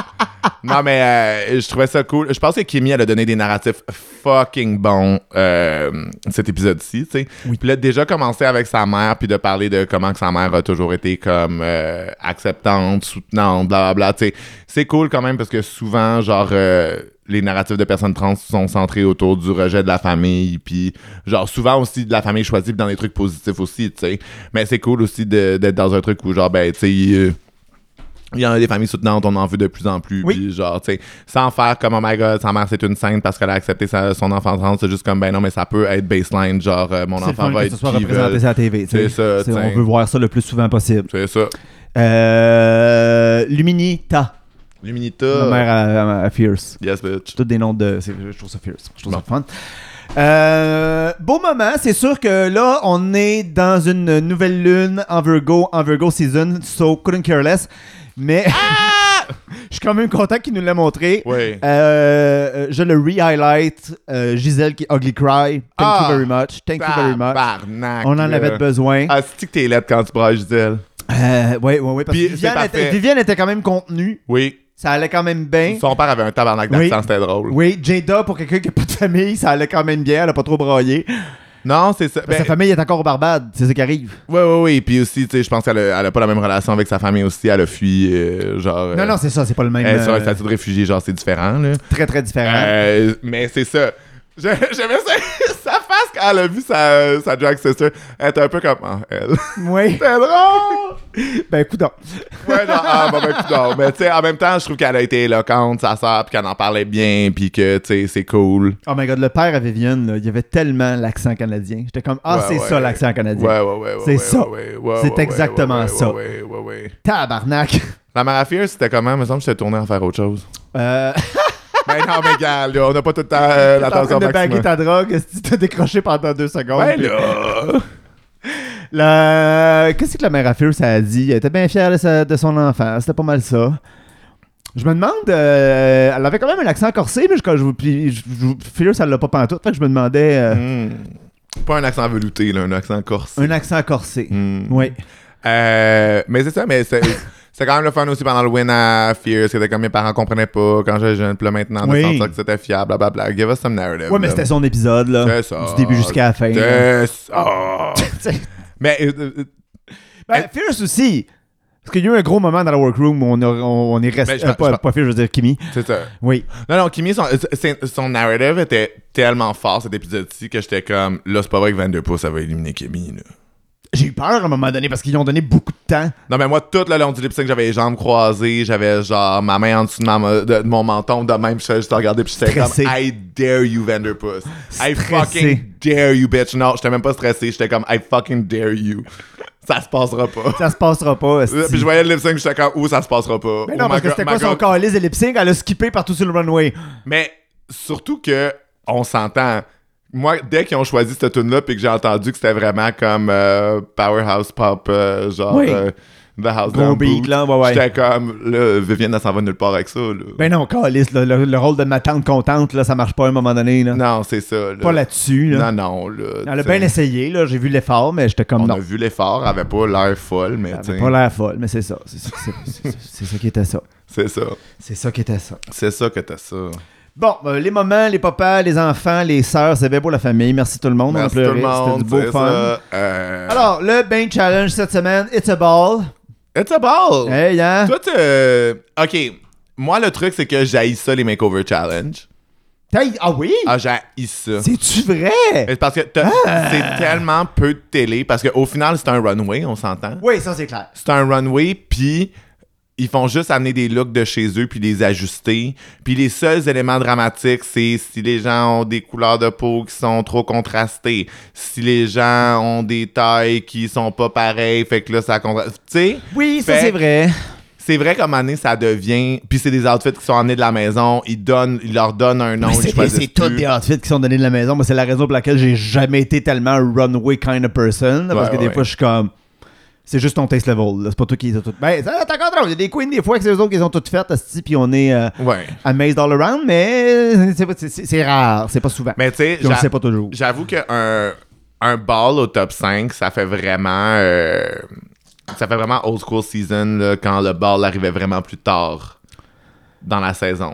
Speaker 2: non, mais euh, je trouvais ça cool. Je pense que Kimi, elle a donné des narratifs fucking bons euh, cet épisode-ci, tu sais.
Speaker 1: Oui.
Speaker 2: Puis là, déjà commencé avec sa mère, puis de parler de comment que sa mère a toujours été comme euh, acceptante, soutenante, blablabla, tu sais. C'est cool quand même parce que souvent, genre. euh, les narratifs de personnes trans sont centrés autour du rejet de la famille, puis genre souvent aussi de la famille choisie, puis dans des trucs positifs aussi, tu sais. Mais c'est cool aussi de- d'être dans un truc où genre ben tu sais euh, il y en a des familles soutenantes, on en veut de plus en plus.
Speaker 1: Oui.
Speaker 2: Puis genre, tu sais, sans faire comme, oh my god, sa mère, c'est une sainte parce qu'elle a accepté sa- son enfant trans, c'est juste comme, ben non, mais ça peut être baseline, genre, euh, mon
Speaker 1: c'est le
Speaker 2: enfant
Speaker 1: fun
Speaker 2: va
Speaker 1: que
Speaker 2: être
Speaker 1: ce soit
Speaker 2: qui
Speaker 1: représenté
Speaker 2: veut.
Speaker 1: sur la TV. tu
Speaker 2: C'est
Speaker 1: sais.
Speaker 2: ça,
Speaker 1: C'est-
Speaker 2: tiens.
Speaker 1: On veut voir ça le plus souvent possible.
Speaker 2: C'est ça.
Speaker 1: Euh, Luminita,
Speaker 2: Luminita.
Speaker 1: la mère à- à- à Fierce.
Speaker 2: Yes, bitch.
Speaker 1: Tous des noms de. c'est- Je trouve ça fierce. Je trouve ça fun. Euh, beau moment, c'est sûr que là, on est dans une nouvelle lune en Virgo, en Virgo season, so couldn't care less. Mais je suis quand même content qu'il nous l'ait montré.
Speaker 2: Ah! Ouais.
Speaker 1: Euh, je le re-highlight. euh, Gisèle qui ugly cry. Thank
Speaker 2: Ah.
Speaker 1: you very much. Thank you very much.
Speaker 2: Tabarnak,
Speaker 1: On en
Speaker 2: là.
Speaker 1: avait besoin.
Speaker 2: Ah, c'est que t'es lettre quand tu brailles, Gisèle.
Speaker 1: Euh, ouais, ouais, ouais. Parce
Speaker 2: Puis
Speaker 1: que
Speaker 2: c'est
Speaker 1: Viviane
Speaker 2: parfait.
Speaker 1: était, Viviane était quand même contenue.
Speaker 2: Oui.
Speaker 1: Ça allait quand même bien.
Speaker 2: Son père avait un tabarnak
Speaker 1: Oui.
Speaker 2: d'accent, c'était drôle.
Speaker 1: Oui, Jada, pour quelqu'un qui n'a pas de famille, ça allait quand même bien. Elle a pas trop braillé.
Speaker 2: Non, c'est ça.
Speaker 1: Ben,
Speaker 2: Ben,
Speaker 1: sa famille est encore au Barbade, c'est ce qui arrive.
Speaker 2: Oui, oui, oui. Puis aussi, tu sais, je pense qu'elle a, elle a pas la même relation avec sa famille aussi. Elle a fui, euh, genre.
Speaker 1: non, non, c'est ça, c'est pas le même.
Speaker 2: c'est sur un
Speaker 1: euh,
Speaker 2: statut de réfugié, genre, c'est différent, là.
Speaker 1: très, très différent.
Speaker 2: Euh, mais c'est ça. Je- J'aimais ça- sa face quand elle a vu sa, sa drag sister. Elle était un peu comme. Ah, elle.
Speaker 1: Oui,
Speaker 2: C'était drôle!
Speaker 1: ben, écoute donc.
Speaker 2: Ouais, genre, ah, bon, ben, coudonc. Mais tu sais, en même temps, je trouve qu'elle a été éloquente, sa sœur, puis qu'elle en parlait bien, puis que, tu sais, c'est cool.
Speaker 1: Oh my god, le père à Vivienne, là, il y avait tellement l'accent canadien. J'étais comme, ah,
Speaker 2: Ouais,
Speaker 1: c'est
Speaker 2: ouais.
Speaker 1: ça l'accent canadien.
Speaker 2: Ouais, ouais, ouais. ouais,
Speaker 1: C'est
Speaker 2: ouais,
Speaker 1: ça.
Speaker 2: ouais, ouais, ouais,
Speaker 1: C'est
Speaker 2: ouais,
Speaker 1: exactement
Speaker 2: ouais,
Speaker 1: ça.
Speaker 2: Ouais, ouais, ouais, ouais.
Speaker 1: Tabarnak.
Speaker 2: La Marafire, c'était comment? Il me semble que j'étais tourné en faire autre chose.
Speaker 1: Euh,
Speaker 2: Ben non, mais gars, là, on n'a pas tout le temps euh,
Speaker 1: t'es en train
Speaker 2: l'attention
Speaker 1: de baguer
Speaker 2: maximum.
Speaker 1: ta drogue, est-ce que tu t'es décroché pendant deux secondes.
Speaker 2: Ouais,
Speaker 1: puis-
Speaker 2: là!
Speaker 1: La- Qu'est-ce que la mère à Fierce a dit? Elle était bien fière de, sa- de son enfant. C'était pas mal ça. Je me demande, euh, elle avait quand même un accent corsé, mais je, quand je, vous- puis je, je, Fierce, elle l'a pas pantoute. Fait que je me demandais euh,
Speaker 2: Hmm. Pas un accent velouté, là, un accent corse.
Speaker 1: un accent corsé.
Speaker 2: Hmm.
Speaker 1: Oui.
Speaker 2: Euh, mais c'est ça, mais c'est. C'était quand même le fun aussi pendant le win à Fierce, c'était comme mes parents comprenaient pas quand j'étais jeune, puis là maintenant, de
Speaker 1: Oui.
Speaker 2: sentir que c'était fiable, blablabla. Give us some narrative.
Speaker 1: Ouais, mais
Speaker 2: là.
Speaker 1: c'était son épisode, là.
Speaker 2: C'est ça.
Speaker 1: Du début jusqu'à la fin. là.
Speaker 2: C'est ça. mais euh, euh,
Speaker 1: ben, Fierce aussi. Parce qu'il y a eu un gros moment dans la workroom où on, a- on- on est resté.
Speaker 2: Ben, je-
Speaker 1: euh, pas,
Speaker 2: je-
Speaker 1: pas Fierce, je veux dire Kimi.
Speaker 2: c'est ça.
Speaker 1: Oui.
Speaker 2: Non, non, Kimi, son, c'est- son narrative était tellement fort cet épisode-ci que j'étais comme, là, c'est pas vrai que 22 pouces, ça va éliminer Kimi, là.
Speaker 1: J'ai eu peur à un moment donné parce qu'ils ont donné beaucoup de temps.
Speaker 2: Non, mais moi, tout le long du lip sync, j'avais les jambes croisées, j'avais genre ma main en dessous de, ma me- de- de mon menton, de même, je, je te regardais, puis j'étais comme,
Speaker 1: Stressé.
Speaker 2: I dare you, Vanderpuss. I
Speaker 1: Stressé.
Speaker 2: fucking dare you, bitch. Non, j'étais même pas stressé, j'étais comme, I fucking dare you. Ça se passera pas.
Speaker 1: Ça se passera pas. esti.
Speaker 2: Euh, puis je voyais le lip sync, j'étais comme, ouh, ça se passera pas.
Speaker 1: Mais
Speaker 2: Oh
Speaker 1: non,
Speaker 2: my
Speaker 1: parce que
Speaker 2: God,
Speaker 1: c'était
Speaker 2: my
Speaker 1: quoi son
Speaker 2: God.
Speaker 1: calice de lip sync? Elle a skippé partout sur le runway.
Speaker 2: Mais surtout que on s'entend. Moi, dès qu'ils ont choisi cette tune là puis que j'ai entendu que c'était vraiment comme euh, Powerhouse Pop, euh, genre
Speaker 1: Oui.
Speaker 2: euh, The House
Speaker 1: Gros
Speaker 2: Down
Speaker 1: beat,
Speaker 2: Boot,
Speaker 1: là, ouais, ouais.
Speaker 2: j'étais comme, là, Vivienne, elle s'en va nulle part avec ça, là.
Speaker 1: Ben non, calice, le, le- le rôle de ma tante contente, là, ça marche pas à un moment donné. Là.
Speaker 2: non, c'est ça, là.
Speaker 1: Pas là-dessus. Là.
Speaker 2: Non, non, là.
Speaker 1: Elle a
Speaker 2: t'sais,
Speaker 1: bien essayé, là. J'ai vu l'effort, mais j'étais comme
Speaker 2: On
Speaker 1: non.
Speaker 2: a vu l'effort, elle avait pas l'air folle, mais
Speaker 1: Elle
Speaker 2: t'sais,
Speaker 1: avait pas l'air folle, mais c'est ça. C'est ça, c'est- c'est- c'est- c'est ça qui était ça.
Speaker 2: c'est ça.
Speaker 1: C'est ça qui était ça.
Speaker 2: C'est ça que t'as ça.
Speaker 1: Bon, ben, les mamans, les papas, les enfants, les sœurs, c'est bien pour la famille. Merci tout le monde.
Speaker 2: Merci
Speaker 1: on a
Speaker 2: tout
Speaker 1: pleuré.
Speaker 2: le monde.
Speaker 1: C'était du beau
Speaker 2: c'est
Speaker 1: fun.
Speaker 2: ça. Euh,
Speaker 1: Alors, le Bain Challenge cette semaine, it's a ball.
Speaker 2: it's a ball!
Speaker 1: Hey, hein?
Speaker 2: Toi, t'es- OK. Moi, le truc, c'est que j'haïs ça, les makeover challenge.
Speaker 1: T'as- Ah oui?
Speaker 2: Ah, j'haïs ça.
Speaker 1: C'est-tu vrai?
Speaker 2: Mais Parce que t'as-
Speaker 1: Ah!
Speaker 2: c'est tellement peu de télé. Parce qu'au final, c'est un runway, on s'entend.
Speaker 1: Oui, ça c'est clair.
Speaker 2: C'est un runway, puis ils font juste amener des looks de chez eux, puis les ajuster. Puis les seuls éléments dramatiques, c'est si les gens ont des couleurs de peau qui sont trop contrastées, si les gens ont des tailles qui sont pas pareilles, fait que là, ça contraste. Tu sais?
Speaker 1: Oui, ça
Speaker 2: Fait-
Speaker 1: c'est vrai.
Speaker 2: C'est vrai qu'à un moment donné, ça devient. Puis c'est des outfits qui sont emmenés de la maison. Ils, donnent, ils leur donnent un nom.
Speaker 1: Mais
Speaker 2: ils
Speaker 1: c'est
Speaker 2: choisissent
Speaker 1: c'est toutes
Speaker 2: plus.
Speaker 1: des outfits qui sont donnés de la maison. Moi, c'est la raison pour laquelle j'ai jamais été tellement un runway kind of person. là, parce
Speaker 2: Ouais,
Speaker 1: que des
Speaker 2: ouais.
Speaker 1: fois, je suis comme. C'est juste ton taste level. là. C'est pas toi qui les as toutes. Ben, ça, t'as contrôle. Il y a des queens des fois que c'est eux autres qui les ont toutes faites, asti, puis on est euh,
Speaker 2: Ouais.
Speaker 1: amazed all around, mais euh, c'est pas- c'est- c'est c'est rare. C'est pas souvent.
Speaker 2: Mais tu sais,
Speaker 1: Puis on le
Speaker 2: j'a-
Speaker 1: sait pas toujours.
Speaker 2: j'avoue qu'un un ball au top 5, ça fait vraiment. euh, ça fait vraiment old school season là, quand le ball arrivait vraiment plus tard dans la saison.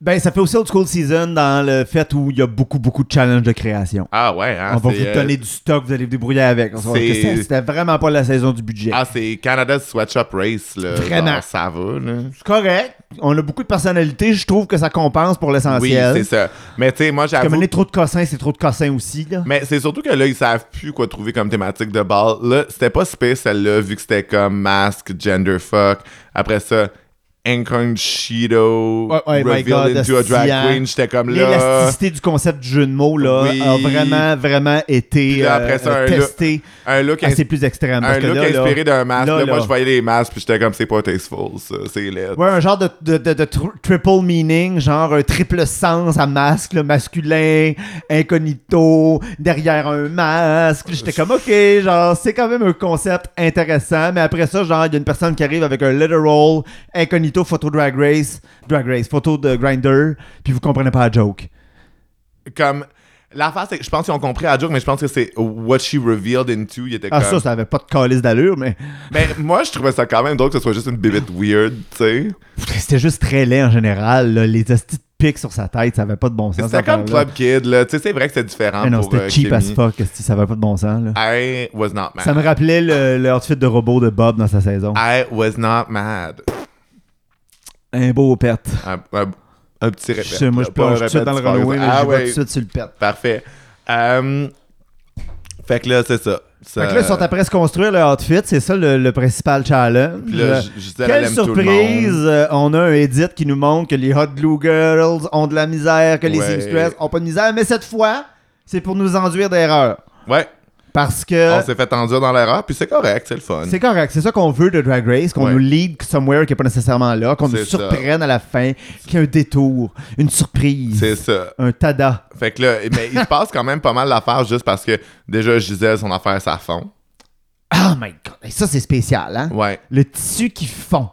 Speaker 1: Ben, ça fait aussi old school season dans le fait où il y a beaucoup, beaucoup de challenges de création.
Speaker 2: Ah ouais, hein,
Speaker 1: on va
Speaker 2: c'est,
Speaker 1: vous
Speaker 2: euh,
Speaker 1: donner du stock, vous allez vous débrouiller avec. On se voit que
Speaker 2: c'est-
Speaker 1: c'était- C'était vraiment pas la saison du budget.
Speaker 2: Ah, c'est Canada's Sweatshop Race. Là,
Speaker 1: Vraiment.
Speaker 2: Genre, ça va, là.
Speaker 1: C'est correct. On a beaucoup de personnalités. Je trouve que ça compense pour
Speaker 2: Oui,
Speaker 1: l'essentiel.
Speaker 2: c'est ça. Mais tu sais, moi,
Speaker 1: Parce que
Speaker 2: j'avoue.
Speaker 1: mener trop de cossins, c'est trop de cossins aussi. Là.
Speaker 2: Mais c'est surtout que là, ils savent plus quoi trouver comme thématique de ball. Là, c'était pas super celle-là, vu que c'était comme masque, gender fuck. Après ça, Incognito,
Speaker 1: Ouais, ouais, my
Speaker 2: revealed
Speaker 1: God,
Speaker 2: into a
Speaker 1: esti,
Speaker 2: drag
Speaker 1: hein.
Speaker 2: queen. J'étais comme là.
Speaker 1: L'élasticité du concept du jeu de mots là,
Speaker 2: Oui.
Speaker 1: a vraiment, vraiment été
Speaker 2: Puis là, après ça,
Speaker 1: euh,
Speaker 2: un
Speaker 1: testé
Speaker 2: Un look,
Speaker 1: à
Speaker 2: ins-
Speaker 1: ses plus extrêmes.
Speaker 2: un
Speaker 1: Ah, parce que
Speaker 2: look
Speaker 1: là, là,
Speaker 2: inspiré d'un masque.
Speaker 1: là,
Speaker 2: Là, moi,
Speaker 1: là.
Speaker 2: je voyais les masques, puis j'étais comme, c'est pas tasteful, ça. C'est laid.
Speaker 1: Ouais, un genre de, de- de- de tr- triple meaning, genre un triple sens à masque, là, masculin, incognito, derrière un masque. J'étais comme, ok, genre, c'est quand même un concept intéressant, mais après ça, genre, il y a une personne qui arrive avec un literal, incognito, photo drag race, drag race, photo de grinder, puis vous comprenez pas la joke.
Speaker 2: Comme. L'affaire, c'est que je pense qu'ils ont compris la joke, mais je pense que c'est What She Revealed Into. Il était
Speaker 1: Ah,
Speaker 2: comme.
Speaker 1: ça, ça avait pas de calice d'allure, mais
Speaker 2: Mais moi, je trouvais ça quand même drôle que ce soit juste une bibite weird, tu sais.
Speaker 1: c'était juste très laid en général, là. Les hosties de pics sur sa tête, ça avait pas de bon sens.
Speaker 2: C'était
Speaker 1: cette
Speaker 2: comme
Speaker 1: affaire-là.
Speaker 2: Club Kid, là. Tu sais, c'est vrai que c'est différent.
Speaker 1: Mais non,
Speaker 2: pour,
Speaker 1: c'était
Speaker 2: euh,
Speaker 1: cheap as
Speaker 2: Kimmy.
Speaker 1: fuck, hostie, ça avait pas de bon sens, là.
Speaker 2: I was not mad.
Speaker 1: Ça me rappelait le, le outfit de robot de Bob dans sa saison.
Speaker 2: I was not mad.
Speaker 1: Un beau pet.
Speaker 2: Un, un- un petit
Speaker 1: Je
Speaker 2: répète.
Speaker 1: sais, moi,
Speaker 2: là,
Speaker 1: je
Speaker 2: pas un
Speaker 1: plonge tout de suite
Speaker 2: répète,
Speaker 1: dans le
Speaker 2: pas un
Speaker 1: runway, mais
Speaker 2: répète. Ah
Speaker 1: je vais tout
Speaker 2: ouais,
Speaker 1: de suite sur le pet.
Speaker 2: parfait. Um, fait que là, c'est ça. ça
Speaker 1: Fait que là, ils sont après se construire leur outfit. C'est ça le, le principal challenge.
Speaker 2: Puis là, J- Gisèle, elle
Speaker 1: Quelle
Speaker 2: aime tout le monde.
Speaker 1: surprise! euh, On a un edit qui nous montre que les Hot Glue Girls ont de la misère, que les
Speaker 2: Ouais.
Speaker 1: Seamstresses ont pas de misère. Mais cette fois, c'est pour nous enduire d'erreur.
Speaker 2: Ouais,
Speaker 1: Parce
Speaker 2: on
Speaker 1: que
Speaker 2: s'est fait enduire dans l'erreur, puis c'est correct, c'est le Ah, fun.
Speaker 1: Euh, c'est correct. C'est ça qu'on veut de Drag Race, qu'on
Speaker 2: Ouais.
Speaker 1: nous lead somewhere qui est pas nécessairement là, qu'on nous
Speaker 2: C'est ça.
Speaker 1: surprenne à la fin, qu'il y ait un détour, une surprise,
Speaker 2: C'est ça.
Speaker 1: un tada.
Speaker 2: Fait que là, mais il se passe quand même pas mal d'affaires juste parce que déjà, Gisèle, son affaire, ça fond.
Speaker 1: Oh my god, Et ça c'est spécial, hein?
Speaker 2: Ouais,
Speaker 1: Le tissu qui fond.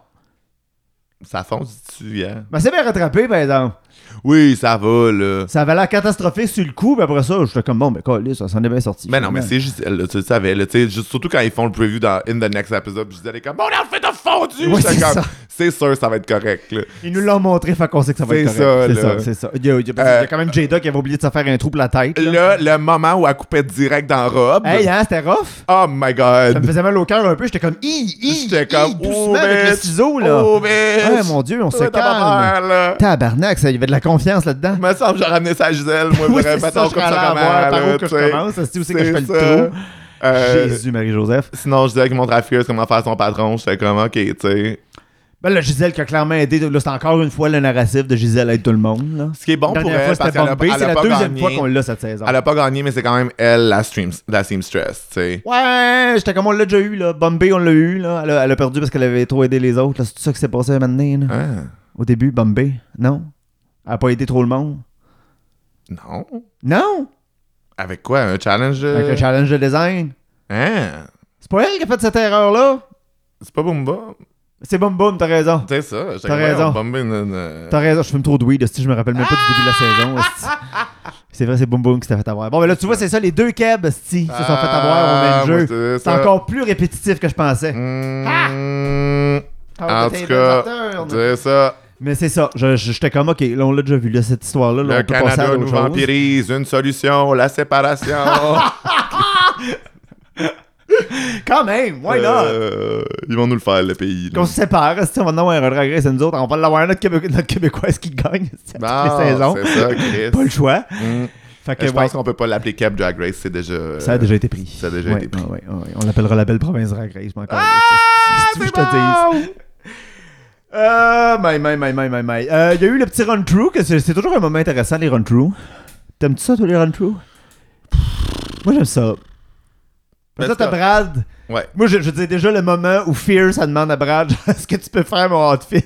Speaker 2: ça fond, dis-tu, hier?
Speaker 1: Mais c'est bien rattrapé, par exemple.
Speaker 2: Oui, ça va, là.
Speaker 1: Ça avait l'air catastrophique sur le coup, mais après ça, j'étais comme bon, mais calé, ça s'en est bien sorti.
Speaker 2: Mais Ben non, mais
Speaker 1: finalement.
Speaker 2: c'est Gisèle, là, tu le savais. Là, tu sais, juste- surtout quand ils font le preview dans In the Next Episode, Gisèle est comme Mon outfit a fondu!
Speaker 1: Oui,
Speaker 2: J'étais
Speaker 1: c'est
Speaker 2: comme,
Speaker 1: ça.
Speaker 2: C'est sûr, ça va être correct. Là.
Speaker 1: Ils nous l'ont montré, fait qu'on sait que ça va
Speaker 2: C'est
Speaker 1: être
Speaker 2: ça,
Speaker 1: correct. C'est
Speaker 2: là.
Speaker 1: ça, c'est ça. Il y, a, il y a- parce qu'il y a quand même Jada qui avait oublié de se faire un trou pour la tête. là.
Speaker 2: Là, le moment où elle coupait direct dans la robe,
Speaker 1: Hey, hein, c'était rough.
Speaker 2: oh my
Speaker 1: Ça me
Speaker 2: god!
Speaker 1: faisait mal au cœur un peu, j'étais comme i, i,
Speaker 2: J'étais comme,
Speaker 1: doucement
Speaker 2: oh,
Speaker 1: avec le
Speaker 2: bitch.
Speaker 1: ciseau là.
Speaker 2: Oh, bitch! Oh,
Speaker 1: Ouais, mon dieu, on se
Speaker 2: Ouais, t'as pas
Speaker 1: calme.
Speaker 2: peur, là.
Speaker 1: Tabarnak, ça, il y avait de la confiance là-dedans.
Speaker 2: Il me semble que j'ai ramené ça à Gisèle. Moi,
Speaker 1: Oui,
Speaker 2: j'aurais
Speaker 1: c'est ça,
Speaker 2: pas tant
Speaker 1: je
Speaker 2: comme
Speaker 1: serais
Speaker 2: ça
Speaker 1: allé à
Speaker 2: comment,
Speaker 1: voir par
Speaker 2: là,
Speaker 1: où que je
Speaker 2: tu sais.
Speaker 1: commence, c'est où c'est que je
Speaker 2: C'est
Speaker 1: fais le
Speaker 2: ça.
Speaker 1: trou.
Speaker 2: Euh,
Speaker 1: Jésus, Marie-Joseph.
Speaker 2: Sinon, je disais qu'il montre à Fierce comment faire son patron. J'étais comme, OK, tu sais.
Speaker 1: Ben là, Gisèle qui a clairement aidé. Là, c'est encore une fois le narratif de Gisèle aide tout le monde. Là.
Speaker 2: Ce qui est bon
Speaker 1: Dernière
Speaker 2: pour elle,
Speaker 1: fois,
Speaker 2: parce
Speaker 1: c'était
Speaker 2: qu'elle a,
Speaker 1: Bombay.
Speaker 2: elle
Speaker 1: C'est
Speaker 2: a
Speaker 1: la
Speaker 2: pas
Speaker 1: deuxième
Speaker 2: gagné.
Speaker 1: fois qu'on l'a cette saison.
Speaker 2: Elle a pas gagné, mais c'est quand même elle, la, stream, la seamstress, tu sais.
Speaker 1: Ouais, j'étais comme on l'a déjà eu, là. Bombay, on l'a eu, là. Elle a, elle a perdu parce qu'elle avait trop aidé les autres. là. C'est tout ça qui s'est passé maintenant, là.
Speaker 2: Ah,
Speaker 1: Au début, Bombay. Non. Elle a pas aidé trop le monde.
Speaker 2: non.
Speaker 1: Non!
Speaker 2: Avec quoi? Un challenge? euh,
Speaker 1: Avec le challenge de design.
Speaker 2: Hein?
Speaker 1: C'est pas elle qui a fait cette erreur-là.
Speaker 2: C'est pas Boomba?
Speaker 1: C'est Boom Boom, t'as raison.
Speaker 2: Tu sais ça? j'étais
Speaker 1: T'as
Speaker 2: comme,
Speaker 1: raison.
Speaker 2: voyons, Boomba, une- euh, une-
Speaker 1: T'as raison, je fume trop de weed, hostie, je me rappelle même pas du début de la saison. hostie. C'est vrai, c'est Boom Boom qui s'est fait avoir. Bon, ben là, tu vois, c'est ça, les deux kebs, hostie, se sont fait avoir
Speaker 2: Ah,
Speaker 1: au même jeu.
Speaker 2: moi,
Speaker 1: C'est encore plus répétitif que je pensais.
Speaker 2: Mm,
Speaker 1: Ah,
Speaker 2: En
Speaker 1: t'es
Speaker 2: tout
Speaker 1: des
Speaker 2: cas,
Speaker 1: acteurs, là.
Speaker 2: c'est ça.
Speaker 1: Mais c'est ça, je- je- j'étais comme, ok, là, on l'a déjà vu, là, cette histoire-là, là,
Speaker 2: Le
Speaker 1: on peut passer à
Speaker 2: Canada
Speaker 1: autre
Speaker 2: nous
Speaker 1: chose.
Speaker 2: vampirise. Une solution, la séparation.
Speaker 1: Quand même, why not?
Speaker 2: Euh, ils vont nous le faire, le pays. là.
Speaker 1: Qu'on se sépare, si on va en avoir un regret, c'est nous autres, on va l'avoir notre, Québé- notre Québécoise qui gagne hostie, à toutes les
Speaker 2: Bon,
Speaker 1: saisons.
Speaker 2: Bah, c'est ça, Chris.
Speaker 1: Pas le choix.
Speaker 2: Mm.
Speaker 1: Fait que,
Speaker 2: Je
Speaker 1: ouais,
Speaker 2: pense qu'on peut pas l'appeler Cap Drag Race, c'est déjà.
Speaker 1: ça a déjà été pris.
Speaker 2: ça a déjà
Speaker 1: Ouais,
Speaker 2: été pris. Ah!
Speaker 1: ouais, ouais, ouais. On l'appellera la belle province de la Grèce,
Speaker 2: euh,
Speaker 1: mais encore. Qu'est-ce que tu veux que je te dise? Ah, Euh, my, my, my, my, my, my. Euh, Il y a eu le petit run-through, que c'est c'est toujours un moment intéressant, les run-through. T'aimes-tu ça, toi, les run-through? Moi, j'aime ça.
Speaker 2: Ben,
Speaker 1: Parce que
Speaker 2: c'est
Speaker 1: t'as Brad.
Speaker 2: Ouais.
Speaker 1: Moi, je, je dis déjà le moment où Fear, ça demande à Brad est-ce que tu peux faire mon outfit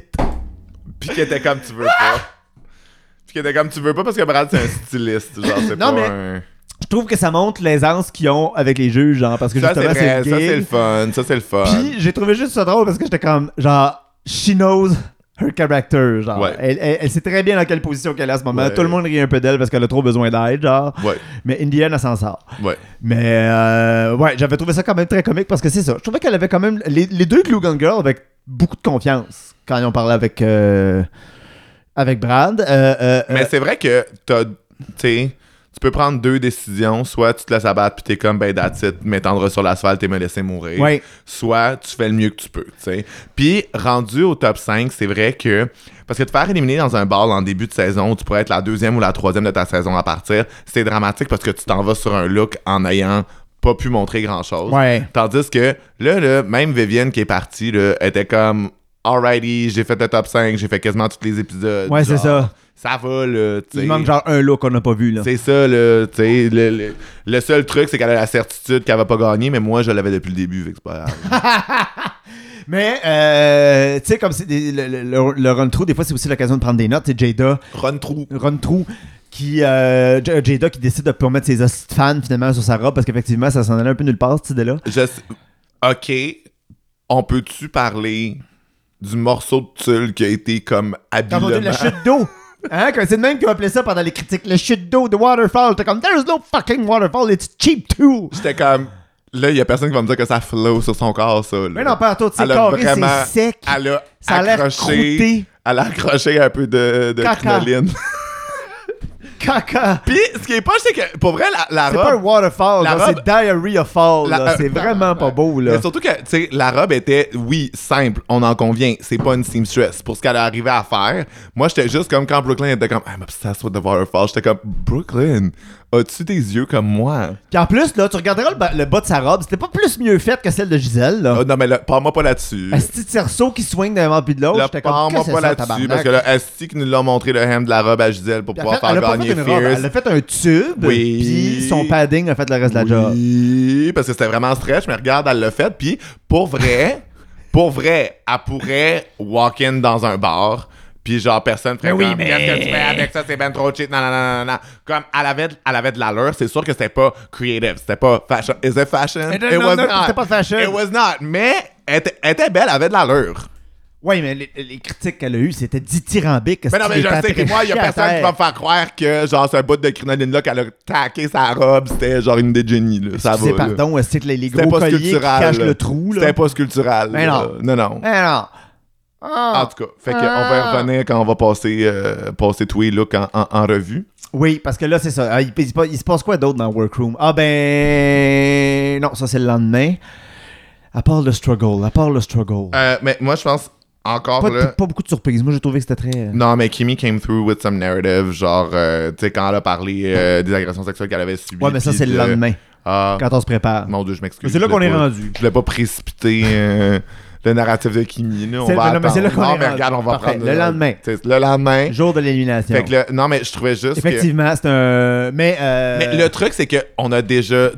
Speaker 2: Puis qu'elle était comme tu veux pas. Puis qu'elle était comme tu veux pas parce que Brad c'est un styliste. Genre, c'est
Speaker 1: Non,
Speaker 2: pas
Speaker 1: mais-
Speaker 2: un.
Speaker 1: Je trouve que ça montre l'aisance qu'ils ont avec les juges, genre, parce que
Speaker 2: Ça, c'est
Speaker 1: justement,
Speaker 2: vrai.
Speaker 1: c'est
Speaker 2: Ça, c'est le
Speaker 1: gay.
Speaker 2: fun. Ça, c'est le fun.
Speaker 1: Puis j'ai trouvé juste ça drôle parce que j'étais comme, genre, she knows her character. Genre,
Speaker 2: Ouais.
Speaker 1: elle, elle- elle sait très bien dans quelle position qu'elle est à ce moment.
Speaker 2: Ouais.
Speaker 1: Tout le monde rit un peu d'elle parce qu'elle a trop besoin d'aide, genre.
Speaker 2: Ouais,
Speaker 1: Mais Indiana elle s'en sort.
Speaker 2: ouais.
Speaker 1: Mais euh, ouais, j'avais trouvé ça quand même très comique parce que c'est ça. Je trouvais qu'elle avait quand même. Les, les deux Glue Gun Girls avec beaucoup de confiance quand ils ont parlé avec, euh, avec Brad. Euh, euh,
Speaker 2: Mais
Speaker 1: euh,
Speaker 2: c'est vrai que t'as. Tu sais, tu peux prendre deux décisions. Soit tu te laisses abattre, puis t'es comme, ben, that's it, m'étendre sur l'asphalte et me laisser mourir.
Speaker 1: ouais.
Speaker 2: soit tu fais le mieux que tu peux, tu sais. Puis rendu au top 5, c'est vrai que parce que te faire éliminer dans un ball en début de saison, où tu pourrais être la deuxième ou la troisième de ta saison à partir, c'est dramatique parce que tu t'en vas sur un look en ayant pas pu montrer grand-chose.
Speaker 1: Ouais.
Speaker 2: Tandis que là, là, même Vivienne qui est partie, là, était comme Alrighty, j'ai fait le top 5, j'ai fait quasiment tous les épisodes.
Speaker 1: Ouais, c'est
Speaker 2: Genre,
Speaker 1: ça.
Speaker 2: Ça va, là, tu sais.
Speaker 1: Il manque genre un look qu'on n'a pas vu là.
Speaker 2: C'est ça, là, tu sais. Le, le- le seul truc, c'est qu'elle a la certitude qu'elle va pas gagner, mais moi, je l'avais depuis le début, fait que c'est pas grave.
Speaker 1: Mais euh, tu sais, comme c'est des- le, le- le- le run through, des fois c'est aussi l'occasion de prendre des notes. C'est Jada,
Speaker 2: Run trou.
Speaker 1: run through. Qui, euh, J- Jada qui décide de pas mettre ses hosties de fans finalement sur sa robe parce qu'effectivement ça s'en allait un peu nulle part cette idée-là.
Speaker 2: Je sais- OK, on peut-tu parler du morceau de tulle qui a été comme
Speaker 1: Quand on dit
Speaker 2: habilement...
Speaker 1: la chute d'eau. Hein, quand c'est le même qui ont appelé ça pendant les critiques, la chute d'eau de Waterfall. T'es comme, there's no fucking Waterfall, it's cheap too.
Speaker 2: J'étais comme... Là, il y a personne qui va me dire que ça flow sur son corps, ça. là.
Speaker 1: Mais non, pas tout, c'est
Speaker 2: Elle a
Speaker 1: carré,
Speaker 2: vraiment-
Speaker 1: c'est sec.
Speaker 2: Elle a
Speaker 1: Ça a l'air
Speaker 2: accroché...
Speaker 1: croûté.
Speaker 2: elle a accroché un peu de, de
Speaker 1: Caca.
Speaker 2: crinoline.
Speaker 1: Caca.
Speaker 2: Puis, ce qui est pas, c'est que, pour vrai, la, la
Speaker 1: C'est
Speaker 2: robe...
Speaker 1: pas un Waterfall,
Speaker 2: la
Speaker 1: là,
Speaker 2: robe-
Speaker 1: c'est Diary of Fall.
Speaker 2: La-
Speaker 1: là.
Speaker 2: euh,
Speaker 1: c'est vraiment pas
Speaker 2: ouais.
Speaker 1: beau, là.
Speaker 2: Mais surtout que, tu sais, la robe était, oui, simple, on en convient. C'est pas une seamstress pour ce qu'elle est arrivée à faire. Moi, j'étais juste comme quand Brooklyn était comme, I'm obsessed with the waterfall. J'étais comme, Brooklyn, as-tu des yeux comme moi?
Speaker 1: Puis en plus, là, tu regarderas le, ba- le bas de sa robe, c'était pas plus mieux fait que celle de Gisèle, là.
Speaker 2: Ah, non, mais là, parle-moi pas là-dessus.
Speaker 1: Un petit cerceau qui soigne d'un vent puis de l'autre.
Speaker 2: Là,
Speaker 1: Ah, J'étais comme,
Speaker 2: parle-moi
Speaker 1: qu'est-ce
Speaker 2: pas
Speaker 1: que c'est ça,
Speaker 2: là-dessus.
Speaker 1: tabarnak?
Speaker 2: Parce que là, Asti qui nous l'a montré le hem de la robe à Gisèle pour
Speaker 1: Puis
Speaker 2: pouvoir
Speaker 1: elle, fait- elle
Speaker 2: faire
Speaker 1: a pas
Speaker 2: gagner
Speaker 1: fait une robe,
Speaker 2: Fierce.
Speaker 1: elle a fait un tube,
Speaker 2: Oui.
Speaker 1: puis son padding a fait le reste de la job.
Speaker 2: Oui, parce que c'était vraiment stretch, mais regarde, elle l'a fait. Puis pour vrai, pour vrai, elle pourrait walk-in dans un bar. Puis genre, personne ferait
Speaker 1: Mais oui,
Speaker 2: comme,
Speaker 1: mais-
Speaker 2: qu'est-ce que tu fais avec ça, c'est ben trop cheap, non, non, non, non, non. Comme, elle avait, de- elle avait de l'allure, c'est sûr que c'était pas creative, c'était pas fashion. Is it fashion?
Speaker 1: Mais non, non, non,
Speaker 2: ah,
Speaker 1: c'était pas fashion.
Speaker 2: It was not, mais elle était, elle était belle, elle avait de l'allure.
Speaker 1: Oui, mais les, les critiques qu'elle a eues, c'était dithyrambique.
Speaker 2: Mais non, mais je sais que moi, il y a personne qui va me faire croire que, genre, ce bout de crinoline-là qu'elle a taqué sa robe, c'était genre une idée de génie, là. Ça va,
Speaker 1: C'est
Speaker 2: là.
Speaker 1: pardon, c'est que les, les
Speaker 2: C'était
Speaker 1: gros
Speaker 2: pas
Speaker 1: colliers qui
Speaker 2: sculptural.
Speaker 1: cachent
Speaker 2: là.
Speaker 1: le trou. Là.
Speaker 2: C'était pas sculptural.
Speaker 1: Mais
Speaker 2: là. Non, non.
Speaker 1: Mais non.
Speaker 2: En
Speaker 1: Ah.
Speaker 2: tout cas, fait que on va y revenir quand on va passer, euh, passer tous les looks en, en- en revue.
Speaker 1: Oui, parce que là, c'est ça. Ah, il, il se passe- il se passe quoi d'autre dans Workroom? Ah ben... Non, ça c'est le lendemain. À part le struggle, à part le struggle.
Speaker 2: Euh, mais moi, je pense encore
Speaker 1: pas,
Speaker 2: là.
Speaker 1: pas beaucoup de surprises. Moi, j'ai trouvé que c'était très... euh,
Speaker 2: Non, mais Kimmy came through with some narrative, genre, euh, tu sais, quand elle a parlé euh, des agressions sexuelles qu'elle avait subies.
Speaker 1: Ouais, mais ça,
Speaker 2: puis
Speaker 1: c'est
Speaker 2: de-
Speaker 1: le lendemain.
Speaker 2: Ah,
Speaker 1: quand on se prépare.
Speaker 2: mon Dieu, je m'excuse.
Speaker 1: C'est là
Speaker 2: je
Speaker 1: qu'on
Speaker 2: l'ai
Speaker 1: est
Speaker 2: pas-
Speaker 1: rendu.
Speaker 2: Je voulais pas précipiter euh, le narratif de Kimi. Là, on
Speaker 1: C'est-
Speaker 2: va
Speaker 1: non, mais
Speaker 2: attendre.
Speaker 1: c'est là qu'on
Speaker 2: Non,
Speaker 1: est
Speaker 2: mais
Speaker 1: rendu.
Speaker 2: regarde, on va
Speaker 1: Parfait.
Speaker 2: prendre
Speaker 1: Le lendemain.
Speaker 2: C'est Le lendemain.
Speaker 1: Jour de l'élimination.
Speaker 2: Fait que le- non, mais je trouvais juste que...
Speaker 1: Effectivement, c'est un. Mais. euh,
Speaker 2: Mais le truc, c'est qu'on a déjà.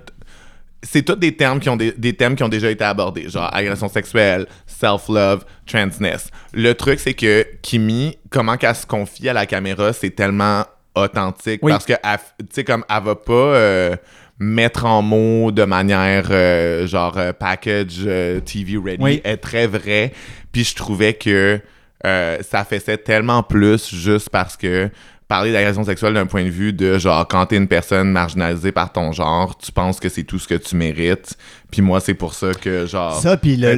Speaker 2: C'est tous des termes qui ont des, des thèmes qui ont déjà été abordés, genre agression sexuelle, self-love, transness. Le truc, c'est que Kimi, comment qu'elle se confie à la caméra, c'est tellement authentique
Speaker 1: Oui.
Speaker 2: parce que, elle f- tu sais, comme elle va pas euh, mettre en mots de manière euh, genre euh, package euh, TV ready,
Speaker 1: Oui.
Speaker 2: elle est très vraie. Puis je trouvais que euh, ça faisait tellement plus juste parce que parler d'agression sexuelle d'un point de vue de genre quand t'es une personne marginalisée par ton genre, tu penses que c'est tout ce que tu mérites. Puis moi, c'est pour ça que genre.
Speaker 1: Ça, puis le.
Speaker 2: c'est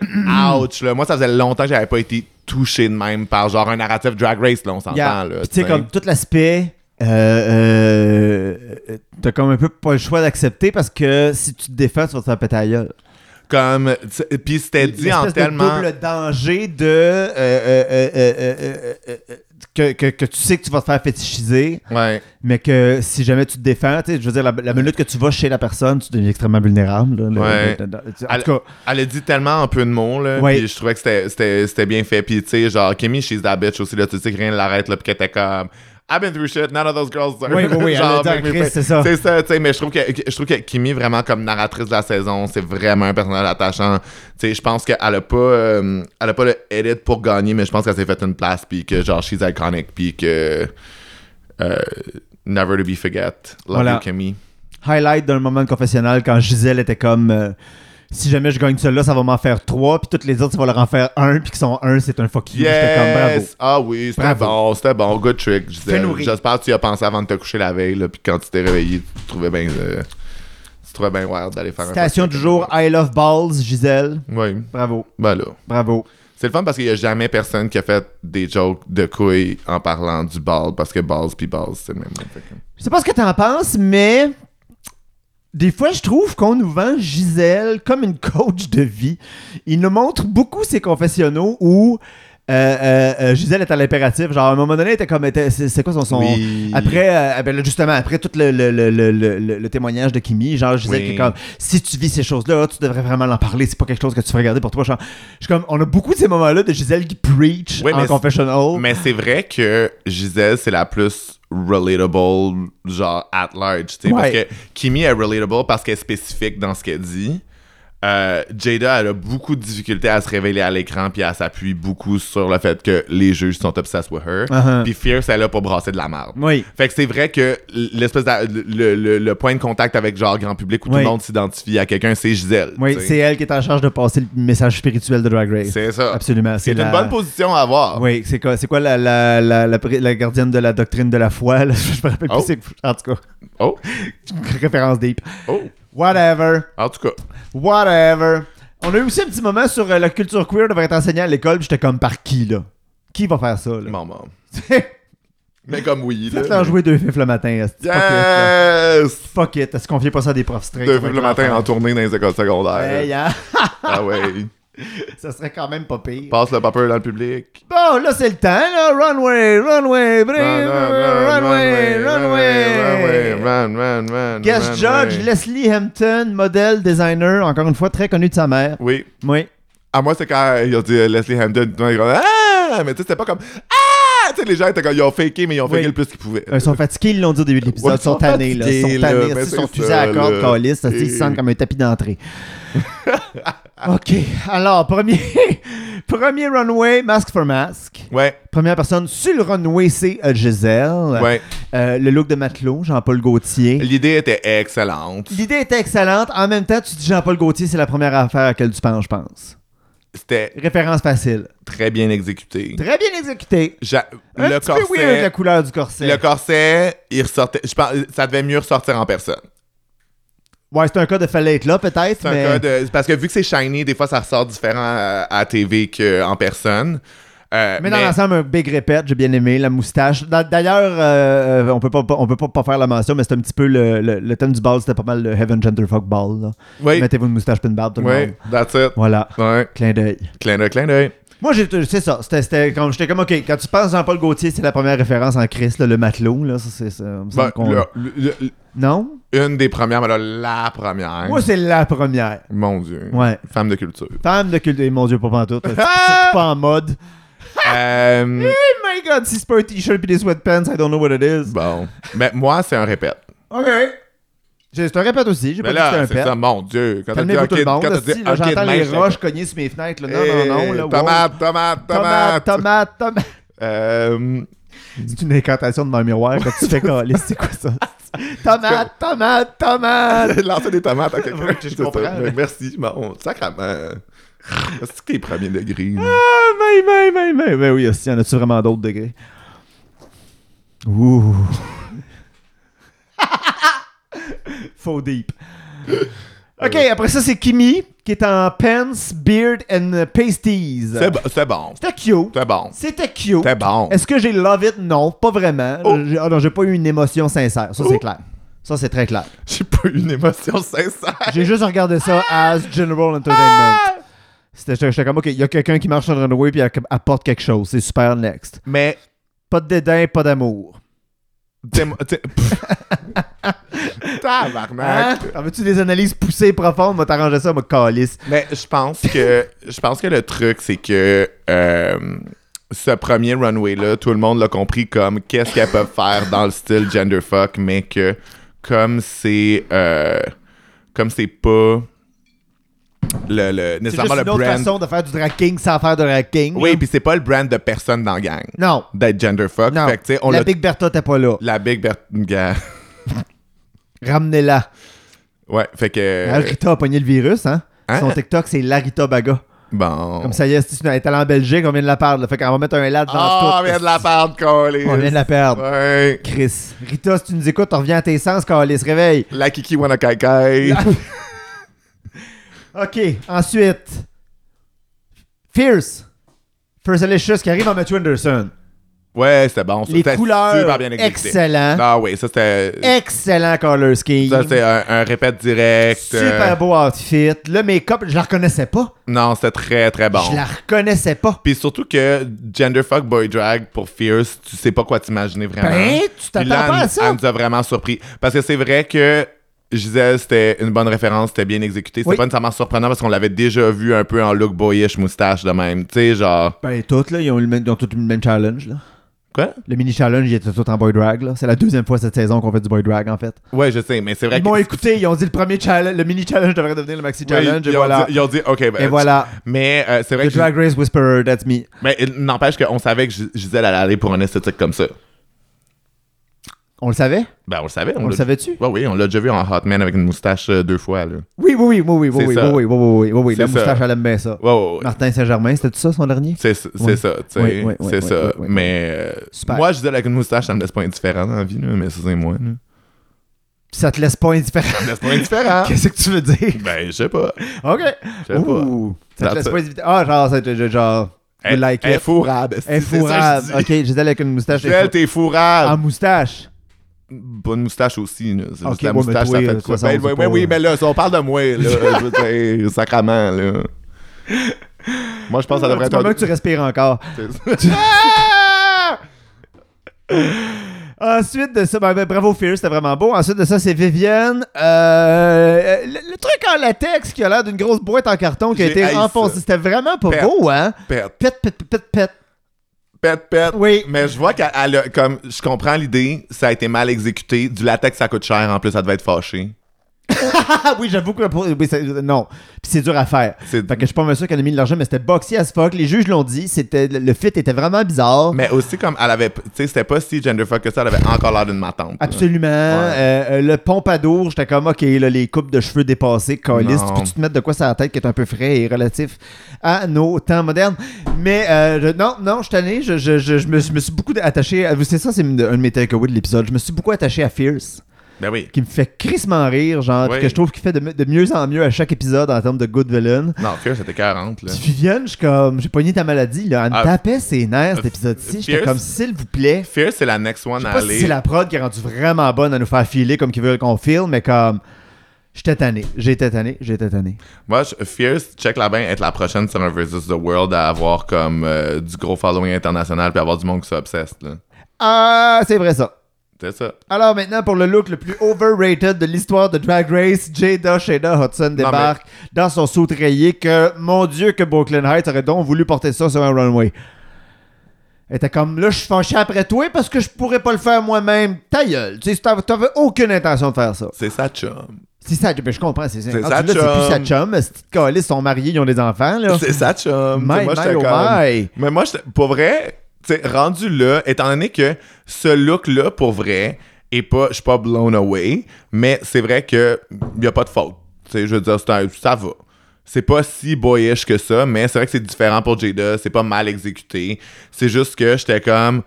Speaker 1: le-
Speaker 2: arrivé. Ouch, là. Moi, ça faisait longtemps que j'avais pas été touché de même par genre un narratif drag race, là, on s'entend,
Speaker 1: Yeah.
Speaker 2: là.
Speaker 1: Puis tu sais, comme tout l'aspect, euh, euh, euh, t'as comme un peu pas le choix d'accepter parce que si tu te défends, tu vas te faire péter la gueule.
Speaker 2: Comme. tu- Puis c'était dit en
Speaker 1: L'espèce de
Speaker 2: tellement.
Speaker 1: double danger de. euh, euh, euh, euh, euh, euh, euh, euh, que, que, que tu sais que tu vas te faire fétichiser,
Speaker 2: Ouais.
Speaker 1: mais que si jamais tu te défends, tu sais, je veux dire, la, la minute que tu vas chez la personne, tu deviens extrêmement vulnérable. là, le-
Speaker 2: Ouais.
Speaker 1: le- le- le- en
Speaker 2: Elle-
Speaker 1: tout cas,
Speaker 2: Elle a dit tellement en peu de mots, là.
Speaker 1: Ouais.
Speaker 2: Puis je trouvais que c'était- c'était c'était bien fait. Puis tu sais, genre, Kimmy, she's that bitch aussi, là. Tu sais que rien ne l'arrête, là. Puis qu'elle était comme. I've been through shit, none of those girls are.
Speaker 1: Oui, oui, oui, elle a dit en
Speaker 2: make me
Speaker 1: crise,
Speaker 2: fa-
Speaker 1: c'est ça.
Speaker 2: C'est ça, tu sais. Mais je trouve, que, que- je trouve que Kimmy, vraiment, comme narratrice de la saison, c'est vraiment un personnage attachant. Tu sais, je pense qu'elle a pas. euh, elle a pas le edit pour gagner, mais je pense qu'elle s'est fait une place. Puis que, genre, she's iconic. Puis que. euh, never to be forget. Love
Speaker 1: Voilà.
Speaker 2: you, Kimmy.
Speaker 1: highlight d'un moment de confessionnal quand Gisèle était comme. euh, si jamais je gagne celui-là, ça va m'en faire trois, puis toutes les autres, ça va leur en faire un, puis qui sont un, c'est un fuck you. J'étais comme bravo.
Speaker 2: Yes! Ah oui, c'était
Speaker 1: Bravo.
Speaker 2: bon, c'était bon. Good trick, Gisèle.
Speaker 1: Fais nourrir.
Speaker 2: J'espère que tu y as pensé avant de te coucher la veille, là, puis quand tu t'es réveillé, tu trouvais bien, euh, tu trouvais bien wild d'aller faire un
Speaker 1: Citation du
Speaker 2: podcast.
Speaker 1: jour, I love balls, Gisèle.
Speaker 2: Oui,
Speaker 1: Bravo,
Speaker 2: ben là.
Speaker 1: bravo.
Speaker 2: C'est le fun parce qu'il n'y a jamais personne qui a fait des jokes de couilles en parlant du ball, parce que balls puis balls, c'est le même. mot. Fait que-
Speaker 1: Je sais pas ce que t'en penses, mais des fois, je trouve qu'on nous vend Gisèle comme une coach de vie. Il nous montre beaucoup ses confessionnaux où euh, euh, euh, Gisèle est à l'impératif. Genre, à un moment donné, elle était comme. était- c'est c'est quoi son. son
Speaker 2: Oui.
Speaker 1: Après, euh, ben là, justement, après tout le, le- le- le- le- le- le témoignage de Kimi, genre, Gisèle
Speaker 2: Oui.
Speaker 1: qui est comme si tu vis ces choses-là, tu devrais vraiment l'en parler. C'est pas quelque chose que tu ferais garder pour toi. Genre, je suis comme, on a beaucoup de ces moments-là de Gisèle qui preach
Speaker 2: Oui,
Speaker 1: en
Speaker 2: mais-
Speaker 1: confessional.
Speaker 2: Mais c'est vrai que Gisèle, c'est la plus relatable, genre at large. tu sais, Parce
Speaker 1: Ouais.
Speaker 2: que Kimi est relatable parce qu'elle est spécifique dans ce qu'elle dit. Euh, Jada, elle a beaucoup de difficultés à se révéler à l'écran, puis elle s'appuie beaucoup sur le fait que les juges sont obsessed with her.
Speaker 1: Uh-huh.
Speaker 2: Puis Fierce, elle a pour brasser de la merde.
Speaker 1: Oui.
Speaker 2: Fait que c'est vrai que l'espèce de, le, le- le point de contact avec genre grand public où tout
Speaker 1: Oui.
Speaker 2: le monde s'identifie à quelqu'un, c'est Gisèle.
Speaker 1: Oui,
Speaker 2: tu sais.
Speaker 1: c'est elle qui est en charge de passer le message spirituel de Drag Race.
Speaker 2: c'est ça.
Speaker 1: Absolument.
Speaker 2: C'est une
Speaker 1: la-
Speaker 2: bonne position à avoir.
Speaker 1: Oui, c'est quoi, c'est quoi la, la, la, la, pri- la gardienne de la doctrine de la foi? là? Je me rappelle
Speaker 2: Oh.
Speaker 1: plus c'est... En tout cas,
Speaker 2: Oh,
Speaker 1: référence deep.
Speaker 2: oh.
Speaker 1: Whatever.
Speaker 2: En tout cas.
Speaker 1: Whatever. On a eu aussi un petit moment sur euh, la culture queer devrait être enseignée à l'école, puis j'étais comme par qui, là? Qui va faire ça, là?
Speaker 2: Maman. Mais comme oui. là.
Speaker 1: Faites-leur jouer deux fifs le matin. esti. Fuck it, là.
Speaker 2: Yes!
Speaker 1: Fuck it. Est-ce qu'on vient pas ça à des profs straight? Ça va
Speaker 2: Deux fois
Speaker 1: être
Speaker 2: le matin en
Speaker 1: l'enfer.
Speaker 2: tournée dans les écoles secondaires.
Speaker 1: Hey, hein?
Speaker 2: Ah ouais.
Speaker 1: Ça serait quand même pas pire.
Speaker 2: Passe le papier dans le public.
Speaker 1: Bon, là, c'est le temps, là. Runway, runway, brave, runway, runway.
Speaker 2: Run, run, run.
Speaker 1: Guest
Speaker 2: run,
Speaker 1: judge,
Speaker 2: run.
Speaker 1: Leslie Hampton, modèle, designer, encore une fois, très connue de sa mère.
Speaker 2: Oui.
Speaker 1: Oui.
Speaker 2: À moi, c'est quand euh, ils ont dit euh, Leslie Hampton. tout le monde est comme, Ah! Mais tu sais, c'était pas comme Ah! Tu sais, les gens étaient comme ils ont faké, mais ils ont faké
Speaker 1: Oui oui.
Speaker 2: le plus qu'ils pouvaient.
Speaker 1: Euh, Ils sont fatigués, ils l'ont dit au début de l'épisode.
Speaker 2: Ouais,
Speaker 1: ils sont tannés, là. Ils sont
Speaker 2: fatigués, là,
Speaker 1: tannés.
Speaker 2: ben
Speaker 1: Ils
Speaker 2: c'est
Speaker 1: sont usés
Speaker 2: ça,
Speaker 1: à cordes,
Speaker 2: là.
Speaker 1: calice. Ça, Ils
Speaker 2: Et-
Speaker 1: se sentent comme un tapis d'entrée. OK. Alors, premier, premier runway, masque for masque.
Speaker 2: Ouais,
Speaker 1: Première personne sur le runway, c'est euh, Gisèle.
Speaker 2: ouais.
Speaker 1: Euh, le look de Matelot, Jean-Paul Gaultier.
Speaker 2: L'idée était excellente.
Speaker 1: L'idée était excellente. En même temps, tu dis Jean-Paul Gaultier, c'est la première affaire à laquelle tu penses, je pense.
Speaker 2: C'était
Speaker 1: Référence facile.
Speaker 2: très bien exécuté.
Speaker 1: Très bien exécuté.
Speaker 2: J'a-
Speaker 1: Un
Speaker 2: Le
Speaker 1: petit peu weird la
Speaker 2: corset.
Speaker 1: couleur du corset.
Speaker 2: Le corset, il ressortait. Je pense, ça devait mieux ressortir en personne.
Speaker 1: Ouais, c'est un cas de fallait être là, peut-être,
Speaker 2: C'est un
Speaker 1: mais...
Speaker 2: cas de- c'est Parce que vu que c'est shiny, des fois, ça ressort différent à, à TV qu'en personne. Euh,
Speaker 1: Mais dans l'ensemble, un big répète, j'ai bien aimé, la moustache. D'a- D'ailleurs, euh, euh, on peut pas, pas- on peut pas, pas faire la mention, mais c'est un petit peu le, le- le thème du ball, c'était pas mal le Heaven Genderfuck Ball. là.
Speaker 2: Oui,
Speaker 1: Mettez-vous une moustache puis une barbe, tout le
Speaker 2: oui,
Speaker 1: monde.
Speaker 2: that's it.
Speaker 1: Voilà,
Speaker 2: Ouais,
Speaker 1: clin d'œil.
Speaker 2: clin d'œil, clin d'œil.
Speaker 1: Moi, j'ai- c'est ça. C'était, c'était comme, j'étais comme, OK, quand tu penses Jean-Paul Gaultier, c'est la première référence en Christ, là, le matelot. Là, ça, c'est, ça, il me semble
Speaker 2: Ben,
Speaker 1: qu'on-
Speaker 2: le- le- le-
Speaker 1: Non?
Speaker 2: une des premières, mais là, la première.
Speaker 1: Moi, c'est la première.
Speaker 2: Mon Dieu.
Speaker 1: Ouais.
Speaker 2: Femme de culture.
Speaker 1: Femme de culte. Eh, Mon Dieu, pas pantoute. C'est c'est pas en mode.
Speaker 2: Euh,
Speaker 1: Oh my God, si c'est pas un t-shirt pis des sweatpants, I don't know what it is.
Speaker 2: bon. Ben, moi, c'est un répète.
Speaker 1: OK. Je te répète aussi, j'ai
Speaker 2: Mais
Speaker 1: pas dit
Speaker 2: là,
Speaker 1: que c'était
Speaker 2: c'est
Speaker 1: un
Speaker 2: ça,
Speaker 1: pet.
Speaker 2: mon Dieu. Quand t'as dit,
Speaker 1: Calmez-vous
Speaker 2: OK,
Speaker 1: tout le monde.
Speaker 2: quand t'as
Speaker 1: hostie,
Speaker 2: dit,
Speaker 1: là,
Speaker 2: OK,
Speaker 1: J'entends
Speaker 2: demain,
Speaker 1: les
Speaker 2: je
Speaker 1: roches cogner sur mes fenêtres. Là. Non, non, non.
Speaker 2: Eh,
Speaker 1: Là, wow.
Speaker 2: Tomate, tomate,
Speaker 1: tomate,
Speaker 2: tomate.
Speaker 1: tomate, tomate.
Speaker 2: Euh,
Speaker 1: C'est une incantation de mon miroir quand tu fais caler. C'est quoi ça? tomate, tomate, tomate.
Speaker 2: Lancer des tomates à quelqu'un.
Speaker 1: Oui, je
Speaker 2: C'est
Speaker 1: comprends.
Speaker 2: ça. Mais Merci, bon, sacrement. C'est que t'es premier degré. là?
Speaker 1: Ah, mais, mais, mais, mais. Ben oui, aussi, y en a-tu vraiment d'autres degrés? Ouh. Faux deep. Ok, après ça, c'est Kimi, qui est en pants, beard and pasties.
Speaker 2: C'est bon, c'est bon.
Speaker 1: C'était cute.
Speaker 2: C'est bon.
Speaker 1: C'était cute.
Speaker 2: C'est bon.
Speaker 1: Est-ce que j'ai love it? Non, pas vraiment.
Speaker 2: Oh.
Speaker 1: J'ai- ah non, j'ai pas eu une émotion sincère. Ça,
Speaker 2: Oh.
Speaker 1: c'est clair. Ça, c'est très clair.
Speaker 2: J'ai pas eu une émotion sincère.
Speaker 1: J'ai juste regardé ça
Speaker 2: Ah.
Speaker 1: as General Entertainment. C'était J'étais j'étais comme, OK, il y a quelqu'un qui marche sur le runway puis elle apporte quelque chose. C'est super, next.
Speaker 2: Mais,
Speaker 1: Pas de dédain, pas d'amour.
Speaker 2: t'es. t'es- pff.
Speaker 1: Hein?
Speaker 2: Tabarnak.
Speaker 1: T'en veux-tu des analyses poussées profondes? Moi, t'arranger ça, moi, calice.
Speaker 2: Mais je pense que je pense que le truc, c'est que euh, ce premier runway-là, tout le monde l'a compris comme qu'est-ce qu'elles peuvent faire dans le style genderfuck, mais que comme c'est euh, comme c'est pas le, le-
Speaker 1: C'est juste
Speaker 2: nécessairement
Speaker 1: une
Speaker 2: le
Speaker 1: autre
Speaker 2: brand.
Speaker 1: façon de faire du drag king sans faire de drag king.
Speaker 2: Oui,
Speaker 1: là.
Speaker 2: puis c'est pas le brand de personne dans la gang
Speaker 1: Non,
Speaker 2: d'être genderfuck.
Speaker 1: non.
Speaker 2: Fait que, tu sais, on
Speaker 1: la
Speaker 2: l'a-
Speaker 1: Big Bertha, t'es pas là.
Speaker 2: la big Bert- gang.
Speaker 1: Ramenez-la.
Speaker 2: Ouais, fait que
Speaker 1: Larita a pogné le virus, hein?
Speaker 2: Euh, Hein?
Speaker 1: Son TikTok, c'est Larita Baga.
Speaker 2: bon.
Speaker 1: Comme ça, y est, c'est- elle est allée en Belgique, on vient de la perdre. là. Fait qu'on va mettre un lat dans
Speaker 2: Ah,
Speaker 1: tout.
Speaker 2: on vient de la perdre, Colin.
Speaker 1: On vient de la perdre.
Speaker 2: Ouais.
Speaker 1: Chris. Rita, si tu nous écoutes, on revient à tes sens, Calis, réveille.
Speaker 2: La Kiki Wanakaikai.
Speaker 1: OK, ensuite. Fierce. Fierce Alicious qui arrive en Matthew Anderson.
Speaker 2: Ouais, c'était bon. ça.
Speaker 1: Les
Speaker 2: C'était
Speaker 1: couleurs,
Speaker 2: super bien exécuté.
Speaker 1: excellent.
Speaker 2: Ah oui, ça c'était.
Speaker 1: Excellent color scheme.
Speaker 2: Ça c'était un, un répète direct. euh,
Speaker 1: Super beau outfit. Le make-up, je la reconnaissais pas.
Speaker 2: Non, c'était très très bon.
Speaker 1: Je la reconnaissais pas.
Speaker 2: Puis surtout que genderfuck boy drag pour Fierce, tu sais pas quoi t'imaginer vraiment.
Speaker 1: Ben, tu t'attends
Speaker 2: Puis là,
Speaker 1: pas à
Speaker 2: elle-
Speaker 1: ça.
Speaker 2: Elle nous a vraiment surpris. Parce que c'est vrai que Gisèle, c'était une bonne référence, c'était bien exécuté. C'était
Speaker 1: Oui.
Speaker 2: pas nécessairement surprenant parce qu'on l'avait déjà vu un peu en look boyish, moustache de même. Tu sais, genre.
Speaker 1: Ben, toutes, là, ils ont, eu le même- ils ont toutes eu le même challenge, là.
Speaker 2: Quoi?
Speaker 1: Le mini-challenge, ils étaient tous en boy drag, là. C'est la deuxième fois cette saison qu'on fait du boy drag, en fait.
Speaker 2: Ouais, je sais, mais c'est vrai
Speaker 1: Ils
Speaker 2: que.
Speaker 1: m'ont écouté, ils ont dit le premier challenge, le mini-challenge devrait devenir le
Speaker 2: Ouais,
Speaker 1: maxi-challenge,
Speaker 2: ils,
Speaker 1: et
Speaker 2: ont
Speaker 1: voilà.
Speaker 2: dit, ils ont dit, OK, ben.
Speaker 1: Et voilà.
Speaker 2: Mais euh, c'est vrai
Speaker 1: The
Speaker 2: que.
Speaker 1: Drag Race Whisperer, that's me.
Speaker 2: Mais il- n'empêche qu'on savait que Gis- Gisèle allait aller pour un esthétique comme ça.
Speaker 1: On le savait?
Speaker 2: Ben, on le savait.
Speaker 1: On le
Speaker 2: l'a-
Speaker 1: savait-tu?
Speaker 2: Ouais, oui, on l'a déjà vu en Hotman avec une moustache euh, deux fois. Là.
Speaker 1: Oui, oui, oui, oui, oui,
Speaker 2: C'est
Speaker 1: oui, oui,
Speaker 2: ça.
Speaker 1: oui, oui, oui, oui, oui, La
Speaker 2: C'est
Speaker 1: moustache,
Speaker 2: ça.
Speaker 1: elle aime bien ça.
Speaker 2: Ouais, ouais, ouais.
Speaker 1: Martin Saint-Germain, c'était tout ça son dernier?
Speaker 2: C'est ça, c'est
Speaker 1: Oui.
Speaker 2: ça, tu sais.
Speaker 1: Oui, oui, oui,
Speaker 2: c'est
Speaker 1: oui,
Speaker 2: ça.
Speaker 1: oui, oui.
Speaker 2: Mais euh,
Speaker 1: Super.
Speaker 2: moi, Gisèle avec une moustache, ça me laisse pas indifférent dans la vie, là, mais ça, c'est moi. Là.
Speaker 1: Ça te laisse pas indifférent.
Speaker 2: Ça me laisse pas indifférent.
Speaker 1: Qu'est-ce que tu veux dire?
Speaker 2: ben, je sais pas.
Speaker 1: OK.
Speaker 2: Je sais pas.
Speaker 1: Ouh. Ça te
Speaker 2: That's
Speaker 1: laisse
Speaker 2: it.
Speaker 1: pas indifférent. Ah, genre, ça te, genre, you
Speaker 2: Elle-
Speaker 1: like
Speaker 2: elle est
Speaker 1: it.
Speaker 2: fourrable. c'est-
Speaker 1: Elle
Speaker 2: c'est ça que
Speaker 1: fourrable.
Speaker 2: je dis.
Speaker 1: OK, Gisèle avec une moustache. elle est
Speaker 2: Gisèle,
Speaker 1: fourrable.
Speaker 2: t'es
Speaker 1: En
Speaker 2: fourrable.
Speaker 1: moustache.
Speaker 2: Bonne moustache aussi. Là. C'est
Speaker 1: Ok,
Speaker 2: juste la
Speaker 1: ouais, mais
Speaker 2: moustache,
Speaker 1: toi,
Speaker 2: ça fait
Speaker 1: de
Speaker 2: de quoi?
Speaker 1: toute façon,
Speaker 2: Ben,
Speaker 1: c'est
Speaker 2: oui,
Speaker 1: pas-
Speaker 2: oui, mais là, si on parle de moi, là, je veux dire, sacrament, là. Moi, je pense que ça devrait
Speaker 1: Du
Speaker 2: être...
Speaker 1: moment que tu respires encore.
Speaker 2: un-
Speaker 1: Ah! Ensuite de ça, ben, ben, bravo Fear, c'était vraiment beau. Ensuite de ça, c'est Vivienne. Euh, le, le truc en latex qui a l'air d'une grosse boîte en carton qui a
Speaker 2: J'ai haï
Speaker 1: été
Speaker 2: ça.
Speaker 1: enfoncée. C'était vraiment pas
Speaker 2: Pet.
Speaker 1: beau, hein?
Speaker 2: Pète.
Speaker 1: Pète, pète, pète, pète, pète.
Speaker 2: pète, pète.
Speaker 1: Oui.
Speaker 2: Mais je vois qu'elle elle a, comme, je comprends l'idée, ça a été mal exécuté. Du latex, ça coûte cher, en plus, ça devait être fâché.
Speaker 1: Ah oui, j'avoue que. pour- oui, c'est- non. Puis c'est dur à faire.
Speaker 2: C'est-
Speaker 1: Fait que je suis pas même sûr qu'elle a mis de l'argent, mais c'était boxy as fuck. Les juges l'ont dit. C'était, le fit était vraiment bizarre.
Speaker 2: Mais aussi, comme, elle avait, tu sais, c'était pas si genderfuck que ça, elle avait encore l'air d'une matante. là.
Speaker 1: Absolument. Euh, euh, le pompadour, j'étais comme, OK, là, les coupes de cheveux dépassées, calice,
Speaker 2: Non.
Speaker 1: peux-tu te mettre de quoi sur la tête qui est un peu frais et relatif à nos temps modernes? Mais euh, je- non, non, je t'année, je, je, je, je me, je me suis beaucoup attaché à... C'est ça, c'est une de- un de mes takeaways de l'épisode. Je me suis beaucoup attaché à Fierce,
Speaker 2: Ben oui.
Speaker 1: qui me fait crissement rire, genre,
Speaker 2: Oui.
Speaker 1: que je trouve qu'il fait de, de mieux en mieux à chaque épisode en termes de good villain.
Speaker 2: Non, Fierce, c'était 40, là.
Speaker 1: Puis Viviane, je suis comme, j'ai pogné ta maladie, là. Elle me
Speaker 2: Ah.
Speaker 1: tapait ses nerfs, cet épisode-ci. J'étais
Speaker 2: Fierce?
Speaker 1: comme, s'il vous plaît.
Speaker 2: Fierce, c'est la next one
Speaker 1: Je
Speaker 2: à
Speaker 1: sais pas
Speaker 2: aller.
Speaker 1: si c'est la prod qui est rendue vraiment bonne à nous faire filer comme qu'ils veulent qu'on file, mais comme. J'étais tanné. J'étais tanné. J'étais tanné.
Speaker 2: Moi, je- Fierce, check la bain, être la prochaine sur un Versus the World à avoir comme euh, du gros following international puis avoir du monde qui s'obsesse, là.
Speaker 1: Ah, c'est vrai ça.
Speaker 2: C'est ça.
Speaker 1: Alors maintenant, pour le look le plus overrated de l'histoire de Drag Race, Jada Shada Hudson débarque dans son sous rayé que, mon Dieu, que Brooklyn Heights aurait donc voulu porter ça sur un runway. Elle était comme, là, je suis fâché après toi parce que je pourrais pas le faire moi-même. Ta gueule. Tu sais, t'avais t'avais aucune intention de faire ça.
Speaker 2: C'est ça, chum.
Speaker 1: C'est ça, ben, je comprends. C'est
Speaker 2: C'est
Speaker 1: rendu
Speaker 2: sa
Speaker 1: là, c'est plus sa
Speaker 2: chum.
Speaker 1: chum. Ces petites calices sont mariées, ils ont des enfants, là.
Speaker 2: C'est ça, chum. Tu
Speaker 1: My,
Speaker 2: sais, moi,
Speaker 1: my,
Speaker 2: j'étais
Speaker 1: oh
Speaker 2: comme-
Speaker 1: my.
Speaker 2: Mais moi, j'étais- pour vrai, tu sais, rendu là, étant donné que ce look-là, pour vrai, est pas, je suis pas blown away, mais c'est vrai que y a pas de faute. Tu sais, je veux dire, c'est un- ça va. C'est pas si boyish que ça, mais c'est vrai que c'est différent pour Jada, c'est pas mal exécuté. C'est juste que j'étais comme,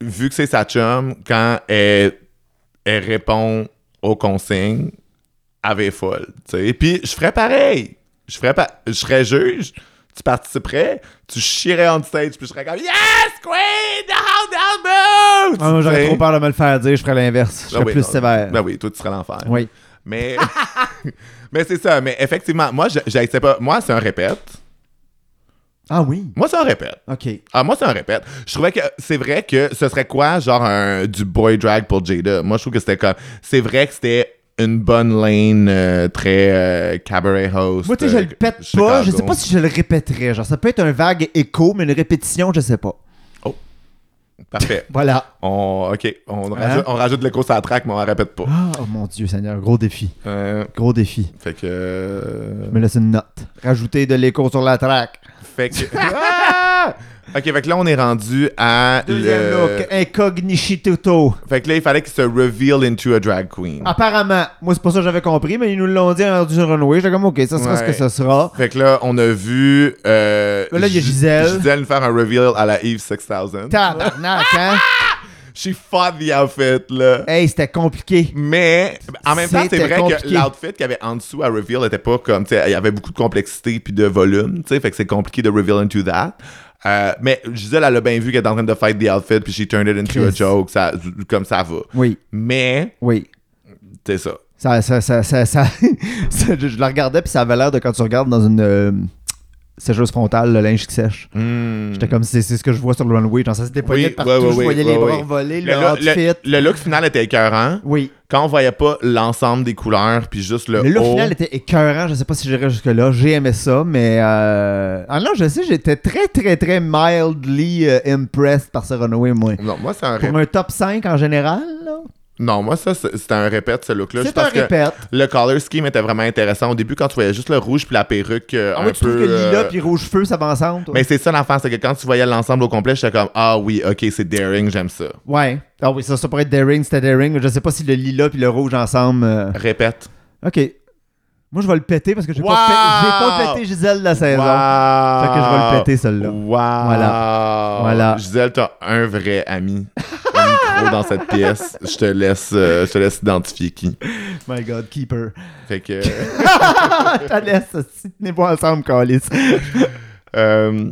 Speaker 2: vu que c'est sa chum, quand elle, elle répond aux consignes, elle est folle, tu sais. Puis je ferais pareil. Je ferais, pa- je serais juge, tu participerais, tu chierais on stage, puis je serais comme « Yes, queen, down, down,
Speaker 1: Ah, moi, J'aurais trop peur de me le faire dire, je ferais l'inverse. Je serais plus sévère.
Speaker 2: Ben oui, toi, tu serais l'enfer.
Speaker 1: Oui.
Speaker 2: Mais, mais c'est ça. Mais effectivement, moi, je- j'accepte pas. Moi, c'est un répète.
Speaker 1: Ah oui.
Speaker 2: Moi, c'est un répète.
Speaker 1: OK.
Speaker 2: Ah, moi, c'est un répète. Je trouvais que c'est vrai que ce serait quoi, genre, un, du boy drag pour Jada? Moi, je trouve que c'était comme. C'est vrai que c'était une bonne lane euh, très euh, cabaret host.
Speaker 1: Moi, tu sais, je
Speaker 2: euh,
Speaker 1: le pète
Speaker 2: Chicago.
Speaker 1: pas. Je sais pas si je le répéterais. Genre, ça peut être un vague écho, mais une répétition, je sais pas.
Speaker 2: Parfait.
Speaker 1: Voilà.
Speaker 2: On, ok, on
Speaker 1: Hein?
Speaker 2: rajoute, on rajoute l'écho sur la track, mais on la répète pas.
Speaker 1: Ah, oh mon Dieu, Seigneur. Gros défi.
Speaker 2: Euh,
Speaker 1: Gros défi.
Speaker 2: fait que. euh,
Speaker 1: Je me laisse une note. Rajouter de l'écho sur la track.
Speaker 2: Fait que. Ah! Ok, fait que là, on est rendu à.
Speaker 1: Deuxième
Speaker 2: le-
Speaker 1: look. Incognito.
Speaker 2: Fait que là, il fallait qu'il se reveal into a drag queen.
Speaker 1: Apparemment, moi, c'est pas ça que j'avais compris, mais ils nous l'ont dit en du runway. J'étais comme, OK, ça sera ce que
Speaker 2: Ouais.
Speaker 1: ça sera.
Speaker 2: Fait que là, on a vu. Euh,
Speaker 1: Là, il y a
Speaker 2: Gi-
Speaker 1: Gisèle.
Speaker 2: Gisèle nous faire un reveal à la Eve 6000.
Speaker 1: Tabarnak, hein?
Speaker 2: She fought the outfit, là.
Speaker 1: Hey, c'était compliqué.
Speaker 2: Mais en même temps, c'est
Speaker 1: C'était
Speaker 2: vrai que
Speaker 1: compliqué.
Speaker 2: l'outfit qu'il y avait en dessous à reveal était pas comme. tu sais, Il y avait beaucoup de complexité puis de volume, tu sais. Fait que c'est compliqué de reveal into that. Euh, mais Gisèle, elle a bien vu qu'elle était en train de fight the outfit puis she turned it into a
Speaker 1: Chris.
Speaker 2: joke, ça, comme ça va.
Speaker 1: Oui,
Speaker 2: Mais,
Speaker 1: oui.
Speaker 2: c'est ça.
Speaker 1: Ça, ça, ça, ça, ça- ça- je, je la regardais, puis ça avait l'air de quand tu regardes dans une euh, sécheuse frontale, le linge qui sèche.
Speaker 2: Hmm.
Speaker 1: J'étais comme, c'est c'est ce que je vois sur le runway. Genre, ça se dépoignait
Speaker 2: Oui,
Speaker 1: de partout.
Speaker 2: ouais, ouais,
Speaker 1: je
Speaker 2: ouais,
Speaker 1: voyais les
Speaker 2: ouais,
Speaker 1: bras
Speaker 2: ouais.
Speaker 1: voler,
Speaker 2: Le,
Speaker 1: le,
Speaker 2: lo-
Speaker 1: outfit.
Speaker 2: le- le look final était écœurant.
Speaker 1: Oui.
Speaker 2: Quand on voyait pas l'ensemble des couleurs puis juste le,
Speaker 1: Le look
Speaker 2: haut.
Speaker 1: final était écœurant. Je sais pas si j'irais jusque-là. J'ai aimé ça, mais. Euh... Ah non, je sais, j'étais très, très, très mildly euh, impressed par ce runway, moi.
Speaker 2: Non, moi, c'est un
Speaker 1: Pour
Speaker 2: répète.
Speaker 1: un top 5 en général, là,
Speaker 2: Non, moi, ça, c'est c'est un répète, ce look-là.
Speaker 1: c'est
Speaker 2: juste
Speaker 1: un
Speaker 2: parce que
Speaker 1: répète.
Speaker 2: Le color scheme était vraiment intéressant. Au début, quand tu voyais juste le rouge puis la perruque euh,
Speaker 1: Ah
Speaker 2: un
Speaker 1: oui, tu
Speaker 2: peu...
Speaker 1: trouves que
Speaker 2: euh,
Speaker 1: lila puis rouge feu, ça va ensemble, toi?
Speaker 2: Mais c'est ça l'enfant, c'est que quand tu voyais l'ensemble au complet, j'étais comme « Ah oui, OK, c'est daring, j'aime ça.
Speaker 1: Ouais. Ah oui, ça, ça pourrait être daring, c'était daring. Je sais pas si le lila puis le rouge ensemble. euh, »
Speaker 2: Répète.
Speaker 1: Ok. Moi, je vais le péter parce que j'ai
Speaker 2: Wow!
Speaker 1: pas, pété- j'ai pas pété Gisèle de la saison. Fait que je vais le péter, celle-là.
Speaker 2: Wow!
Speaker 1: Voilà.
Speaker 2: Gisèle, t'as un vrai ami. Un micro dans cette pièce. Je te laisse, euh, je te laisse identifier qui.
Speaker 1: My God, Keeper.
Speaker 2: Fait que...
Speaker 1: T'as laisse, si tenez-vous ensemble, Calis.
Speaker 2: euh,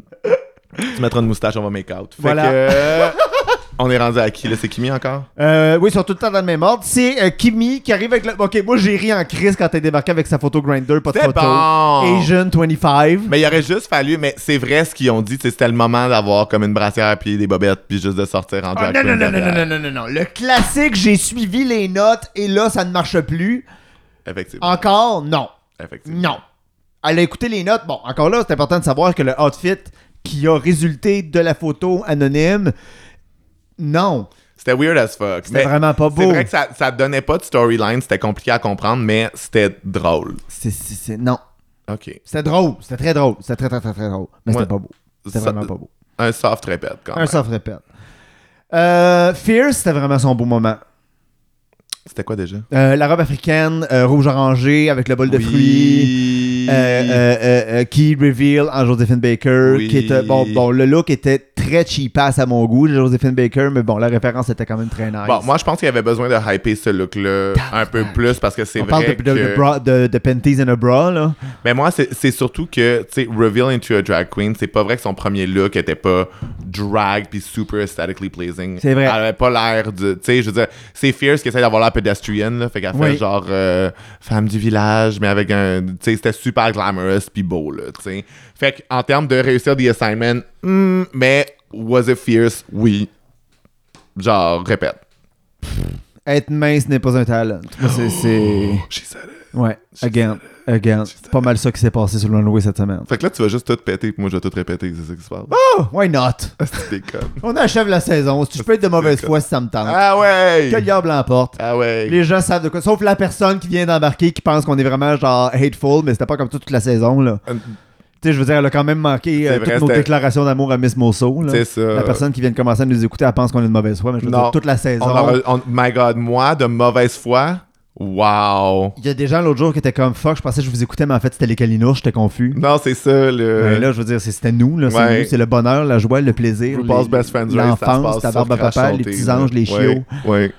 Speaker 2: tu mettras une moustache, on va make-out. Fait
Speaker 1: Voilà.
Speaker 2: que... euh, On est rendu à qui, là? C'est Kimi encore?
Speaker 1: Euh, oui, ils sont tout le temps dans le même ordre. C'est euh, Kimi qui arrive avec le. Ok, moi j'ai ri en crise quand t'es débarqué avec sa photo grinder, pas de
Speaker 2: C'est
Speaker 1: photo.
Speaker 2: bon!
Speaker 1: Asian 25.
Speaker 2: Mais il aurait juste fallu, mais c'est vrai ce qu'ils ont dit, tu sais, c'était le moment d'avoir comme une brassière puis des bobettes puis juste de sortir en
Speaker 1: Ah,
Speaker 2: drag.
Speaker 1: non, non, non,
Speaker 2: queen
Speaker 1: non, non,
Speaker 2: derrière.
Speaker 1: non, non, non, non. Le classique, j'ai suivi les notes et là, ça ne marche plus.
Speaker 2: Effectivement.
Speaker 1: Encore, non.
Speaker 2: Effectivement.
Speaker 1: Ah, Non. Elle a écouté les notes. Bon, encore là, c'est important de savoir que le outfit qui a résulté de la photo anonyme, non.
Speaker 2: C'était weird as fuck.
Speaker 1: C'était
Speaker 2: mais
Speaker 1: vraiment pas
Speaker 2: C'est
Speaker 1: beau.
Speaker 2: vrai que ça, ça donnait pas de storyline, c'était compliqué à comprendre, mais c'était drôle.
Speaker 1: C'est, c'est- c'est- non.
Speaker 2: OK.
Speaker 1: C'était drôle. C'était très drôle. C'était très, très, très, très drôle. Mais
Speaker 2: Ouais.
Speaker 1: c'était pas beau. C'était
Speaker 2: Ça- Ah
Speaker 1: vraiment pas beau.
Speaker 2: Un soft répète quand
Speaker 1: Un
Speaker 2: même.
Speaker 1: soft répète. Euh, Fierce, c'était vraiment son beau moment.
Speaker 2: C'était quoi déjà?
Speaker 1: Euh, la robe africaine, euh, rouge-orangé, avec le bol de fruits.
Speaker 2: Oui.
Speaker 1: Euh, euh, euh, euh, qui reveal en Josephine Baker
Speaker 2: Oui.
Speaker 1: qui était bon bon le look était très cheapass à mon goût de Josephine Baker mais bon la référence était quand même très nice
Speaker 2: Bon, moi je pense qu'il y avait besoin de hyper ce look-là un peu plus parce que c'est
Speaker 1: on
Speaker 2: vrai.
Speaker 1: parle de, de,
Speaker 2: que-
Speaker 1: de bra- de- de panties and a bra là
Speaker 2: Mais moi, c'est c'est surtout que, tu sais, Reveal into a Drag Queen, c'est pas vrai que son premier look était pas drag puis super aesthetically pleasing.
Speaker 1: C'est vrai.
Speaker 2: Elle avait pas l'air de. Tu sais, je veux dire, c'est Fierce qui essaie d'avoir l'air pedestrian, là. Fait qu'elle
Speaker 1: Oui.
Speaker 2: fait genre euh, femme du village, mais avec un. Tu sais, c'était super glamorous puis beau, là. Tu sais. Fait qu'en termes de réussir the assignment, hmm, mais was it Fierce? Oui. Genre, répète.
Speaker 1: Être mince n'est pas un talent. Moi, c'est- C'est.
Speaker 2: She said it.
Speaker 1: Ouais. Again. Again. C'est pas mal ça qui s'est passé sur le Runway cette semaine.
Speaker 2: Fait que là, tu vas juste tout péter, puis moi, je vais tout répéter, c'est ça qui se passe.
Speaker 1: Oh, why not?
Speaker 2: Ah, c'est des connes.
Speaker 1: On achève la saison. Si tu peux être de mauvaise foi si ça me tente.
Speaker 2: Ah ouais!
Speaker 1: Que le diable l'emporte.
Speaker 2: Ah ouais!
Speaker 1: Les gens savent de quoi. Sauf la personne qui vient d'embarquer qui pense qu'on est vraiment genre hateful, mais c'était pas comme ça toute la saison, là.
Speaker 2: Euh,
Speaker 1: Tu sais, je veux dire, elle a quand même manqué euh,
Speaker 2: C'est vrai,
Speaker 1: toutes nos
Speaker 2: c'était-
Speaker 1: déclarations d'amour à Miss Mosso. là.
Speaker 2: C'est ça.
Speaker 1: La personne qui vient de commencer à nous écouter, elle pense qu'on est de mauvaise foi, mais je veux
Speaker 2: Non.
Speaker 1: dire, toute la saison.
Speaker 2: On aura- on- my God, moi, de mauvaise foi? Wow!
Speaker 1: Il y a des gens l'autre jour qui étaient comme fuck, je pensais que je vous écoutais, mais en fait c'était les Calinours, j'étais confus.
Speaker 2: Non, c'est ça, le...
Speaker 1: Mais Ben là, je veux dire, c'est- c'était nous, là, c'est
Speaker 2: Euh. Ouais.
Speaker 1: nous, c'est le bonheur, la joie, le plaisir,
Speaker 2: Who Pass
Speaker 1: les-
Speaker 2: Best Friends Race, ça se
Speaker 1: l'enfance,
Speaker 2: passe
Speaker 1: la
Speaker 2: sur
Speaker 1: barbe à
Speaker 2: Crash
Speaker 1: papa, les
Speaker 2: Santé,
Speaker 1: petits
Speaker 2: là.
Speaker 1: anges, les
Speaker 2: Ouais,
Speaker 1: chiots.
Speaker 2: Ouais.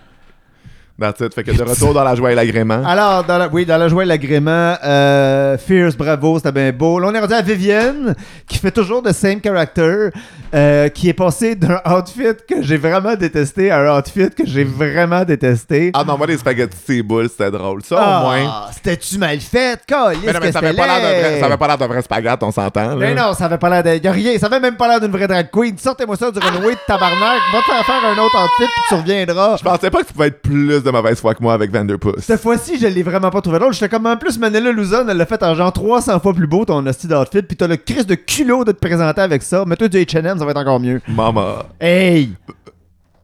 Speaker 2: That's it. Fait que de retour dans la joie et l'agrément.
Speaker 1: Alors, dans la, oui, dans la joie et l'agrément, euh, Fierce, bravo, c'était bien beau. Là, on est rendu à Vivienne, qui fait toujours the same character, euh, qui est passée d'un outfit que j'ai vraiment détesté à un outfit que j'ai vraiment détesté.
Speaker 2: Ah non, moi, les spaghettis, c'est boule, c'était drôle. Ça, au moins...
Speaker 1: Ah, C'était-tu mal fait, Colin?
Speaker 2: Mais non, mais ça avait pas l'air d'un vrai- ça avait pas l'air d'un vrai spaghette, on s'entend, là.
Speaker 1: Mais Ben non, ça avait pas l'air de. y a rien, ça avait même pas l'air d'une vraie drag queen. Sortez-moi ça du runway de tabarnak. Va te faire faire un autre outfit puis tu reviendras.
Speaker 2: Je pensais pas que tu pouvais être plus de mauvaise foi que moi avec Vanderpuss.
Speaker 1: Cette fois-ci, je l'ai vraiment pas trouvé drôle. J'étais comme en plus, Manela Luzon, elle l'a fait en genre 300 fois plus beau ton hostie d'outfit puis t'as le crise de culot de te présenter avec ça. Mets-toi du H&M, ça va être encore mieux.
Speaker 2: Maman.
Speaker 1: Hey!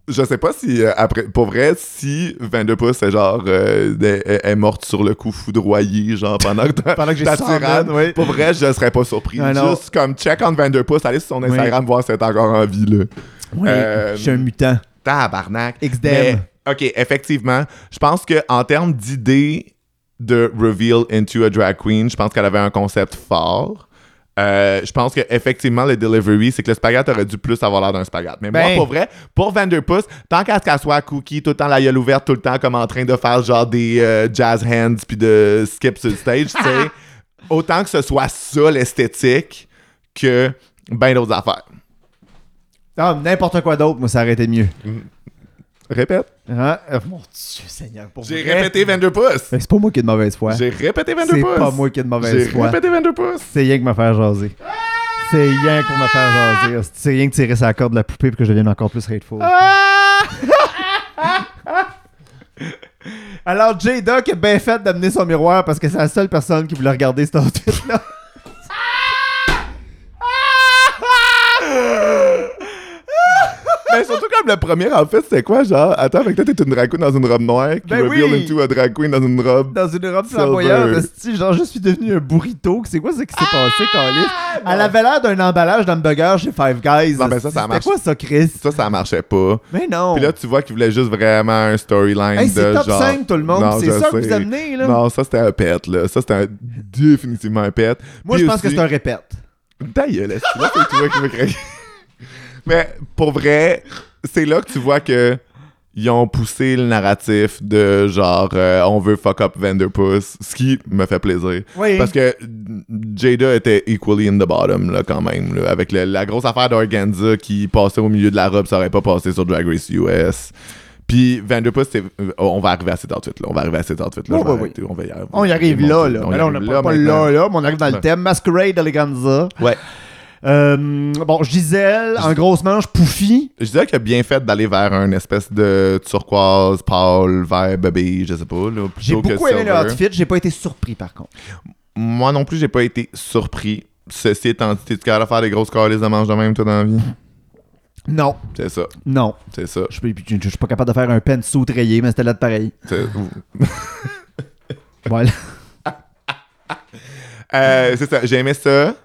Speaker 2: Je sais pas si, euh, après, pour vrai, si 22 pouces, c'est genre, euh, est- est, est morte sur le coup foudroyé, genre, pendant que ta,
Speaker 1: Pendant que j'ai
Speaker 2: ta
Speaker 1: ça en
Speaker 2: tirade,
Speaker 1: tête, oui.
Speaker 2: pour vrai, je serais pas surpris.
Speaker 1: Ah non.
Speaker 2: Juste comme check on 22 pouces, allez sur son Instagram voir si elle est encore en vie, là.
Speaker 1: Oui,
Speaker 2: Euh,
Speaker 1: je suis un mutant.
Speaker 2: Tabarnak.
Speaker 1: Xdem.
Speaker 2: Mais, OK, effectivement, je pense que en termes d'idée de reveal into a drag queen, je pense qu'elle avait un concept fort. Euh, je pense que effectivement le delivery, c'est que le spaghette aurait dû plus avoir l'air d'un spaghette. Mais
Speaker 1: Ben.
Speaker 2: moi, pour vrai, pour 22 pouces, tant qu'à ce qu'elle soit cookie, tout le temps la gueule ouverte, tout le temps comme en train de faire genre des euh, jazz hands puis de skip sur le stage, tu sais, autant que ce soit ça l'esthétique que ben d'autres affaires.
Speaker 1: Ah, n'importe quoi d'autre, moi, ça aurait été mieux.
Speaker 2: Répète.
Speaker 1: Hein? Euh, mon Dieu Seigneur, pour
Speaker 2: J'ai
Speaker 1: vrai.
Speaker 2: répété 22 pouces.
Speaker 1: Fait que C'est pas moi qui ai de mauvaise foi.
Speaker 2: J'ai répété 22
Speaker 1: C'est
Speaker 2: pouces.
Speaker 1: pas moi qui ai de mauvaise
Speaker 2: J'ai
Speaker 1: foi.
Speaker 2: répété 22 pouces.
Speaker 1: C'est rien que me faire jaser. C'est rien pour me faire jaser. hostie. C'est rien que tirer sa corde de la poupée pour que je devienne encore plus hateful. Alors, J-Doc est bien fait d'amener son miroir parce que c'est la seule personne qui voulait regarder cet outfit-là.
Speaker 2: Mais Ben, surtout comme le premier, en fait, c'était quoi, genre, attends, avec toi, t'es une drag queen dans une robe noire qui
Speaker 1: Ben
Speaker 2: reveal
Speaker 1: oui.
Speaker 2: into a drag queen dans une robe.
Speaker 1: Dans une robe
Speaker 2: Silver.
Speaker 1: flamboyante, hostie, genre, je suis devenu un burrito. C'est quoi ça qui s'est passé, Calis? Elle avait l'air d'un emballage d'hamburger chez Five Guys.
Speaker 2: Non, ben
Speaker 1: hostie.
Speaker 2: ça, ça
Speaker 1: C'était
Speaker 2: marche.
Speaker 1: quoi ça, Chris?
Speaker 2: Ça, ça marchait pas.
Speaker 1: Mais non.
Speaker 2: Puis là, tu vois qu'il voulait juste vraiment un storyline
Speaker 1: Hey,
Speaker 2: de
Speaker 1: c'est top
Speaker 2: genre...
Speaker 1: 5, tout le monde.
Speaker 2: Non,
Speaker 1: C'est
Speaker 2: je
Speaker 1: ça que
Speaker 2: sais.
Speaker 1: vous amenez, là.
Speaker 2: Non, ça, c'était un pet, là. Ça, c'était un- définitivement un pet.
Speaker 1: Moi,
Speaker 2: Puis
Speaker 1: je pense que
Speaker 2: aussi-
Speaker 1: c'est un répète.
Speaker 2: Ta gueule, est-ce que là, c'est toi qui me craques. Mais pour vrai, c'est là que tu vois que ils ont poussé le narratif de genre euh, on veut fuck up Vanderpuss, ce qui me fait plaisir.
Speaker 1: Oui.
Speaker 2: Parce que Jada était equally in the bottom là, quand même, là, avec le- la grosse affaire d'Organza qui passait au milieu de la robe, ça aurait pas passé sur Drag Race US. Puis Vanderpuss, c'est- on va arriver à cet outfit là, on va arriver à cet outfit là,
Speaker 1: Oui, oui, oui.
Speaker 2: on va y arriver.
Speaker 1: On y arrive là, là.
Speaker 2: y
Speaker 1: Mais là, on
Speaker 2: arrive
Speaker 1: n'a pas, pas
Speaker 2: maintenant.
Speaker 1: là, là, mais on arrive dans le
Speaker 2: Ouais.
Speaker 1: thème. Masquerade Eleganza.
Speaker 2: Ouais.
Speaker 1: Euh, bon, Gisèle, en grosse manche, Poufy.
Speaker 2: Je dirais qu'il a bien fait d'aller vers une espèce de turquoise, pâle, vert, bébé, je sais pas, là,
Speaker 1: J'ai
Speaker 2: plutôt que
Speaker 1: beaucoup aimé le
Speaker 2: silver.
Speaker 1: outfit, j'ai pas été surpris par contre.
Speaker 2: Moi non plus, j'ai pas été surpris. Ceci étant dit, t'es-tu capable de faire des grosses calices de manche de même, toi, dans la vie?
Speaker 1: Non,
Speaker 2: C'est ça,
Speaker 1: non.
Speaker 2: c'est ça.
Speaker 1: Je suis je- je suis pas capable de faire un pen sous rayé, mais c'était là de pareil.
Speaker 2: c'est-
Speaker 1: Voilà.
Speaker 2: Euh, c'est ça, j'ai aimé ça.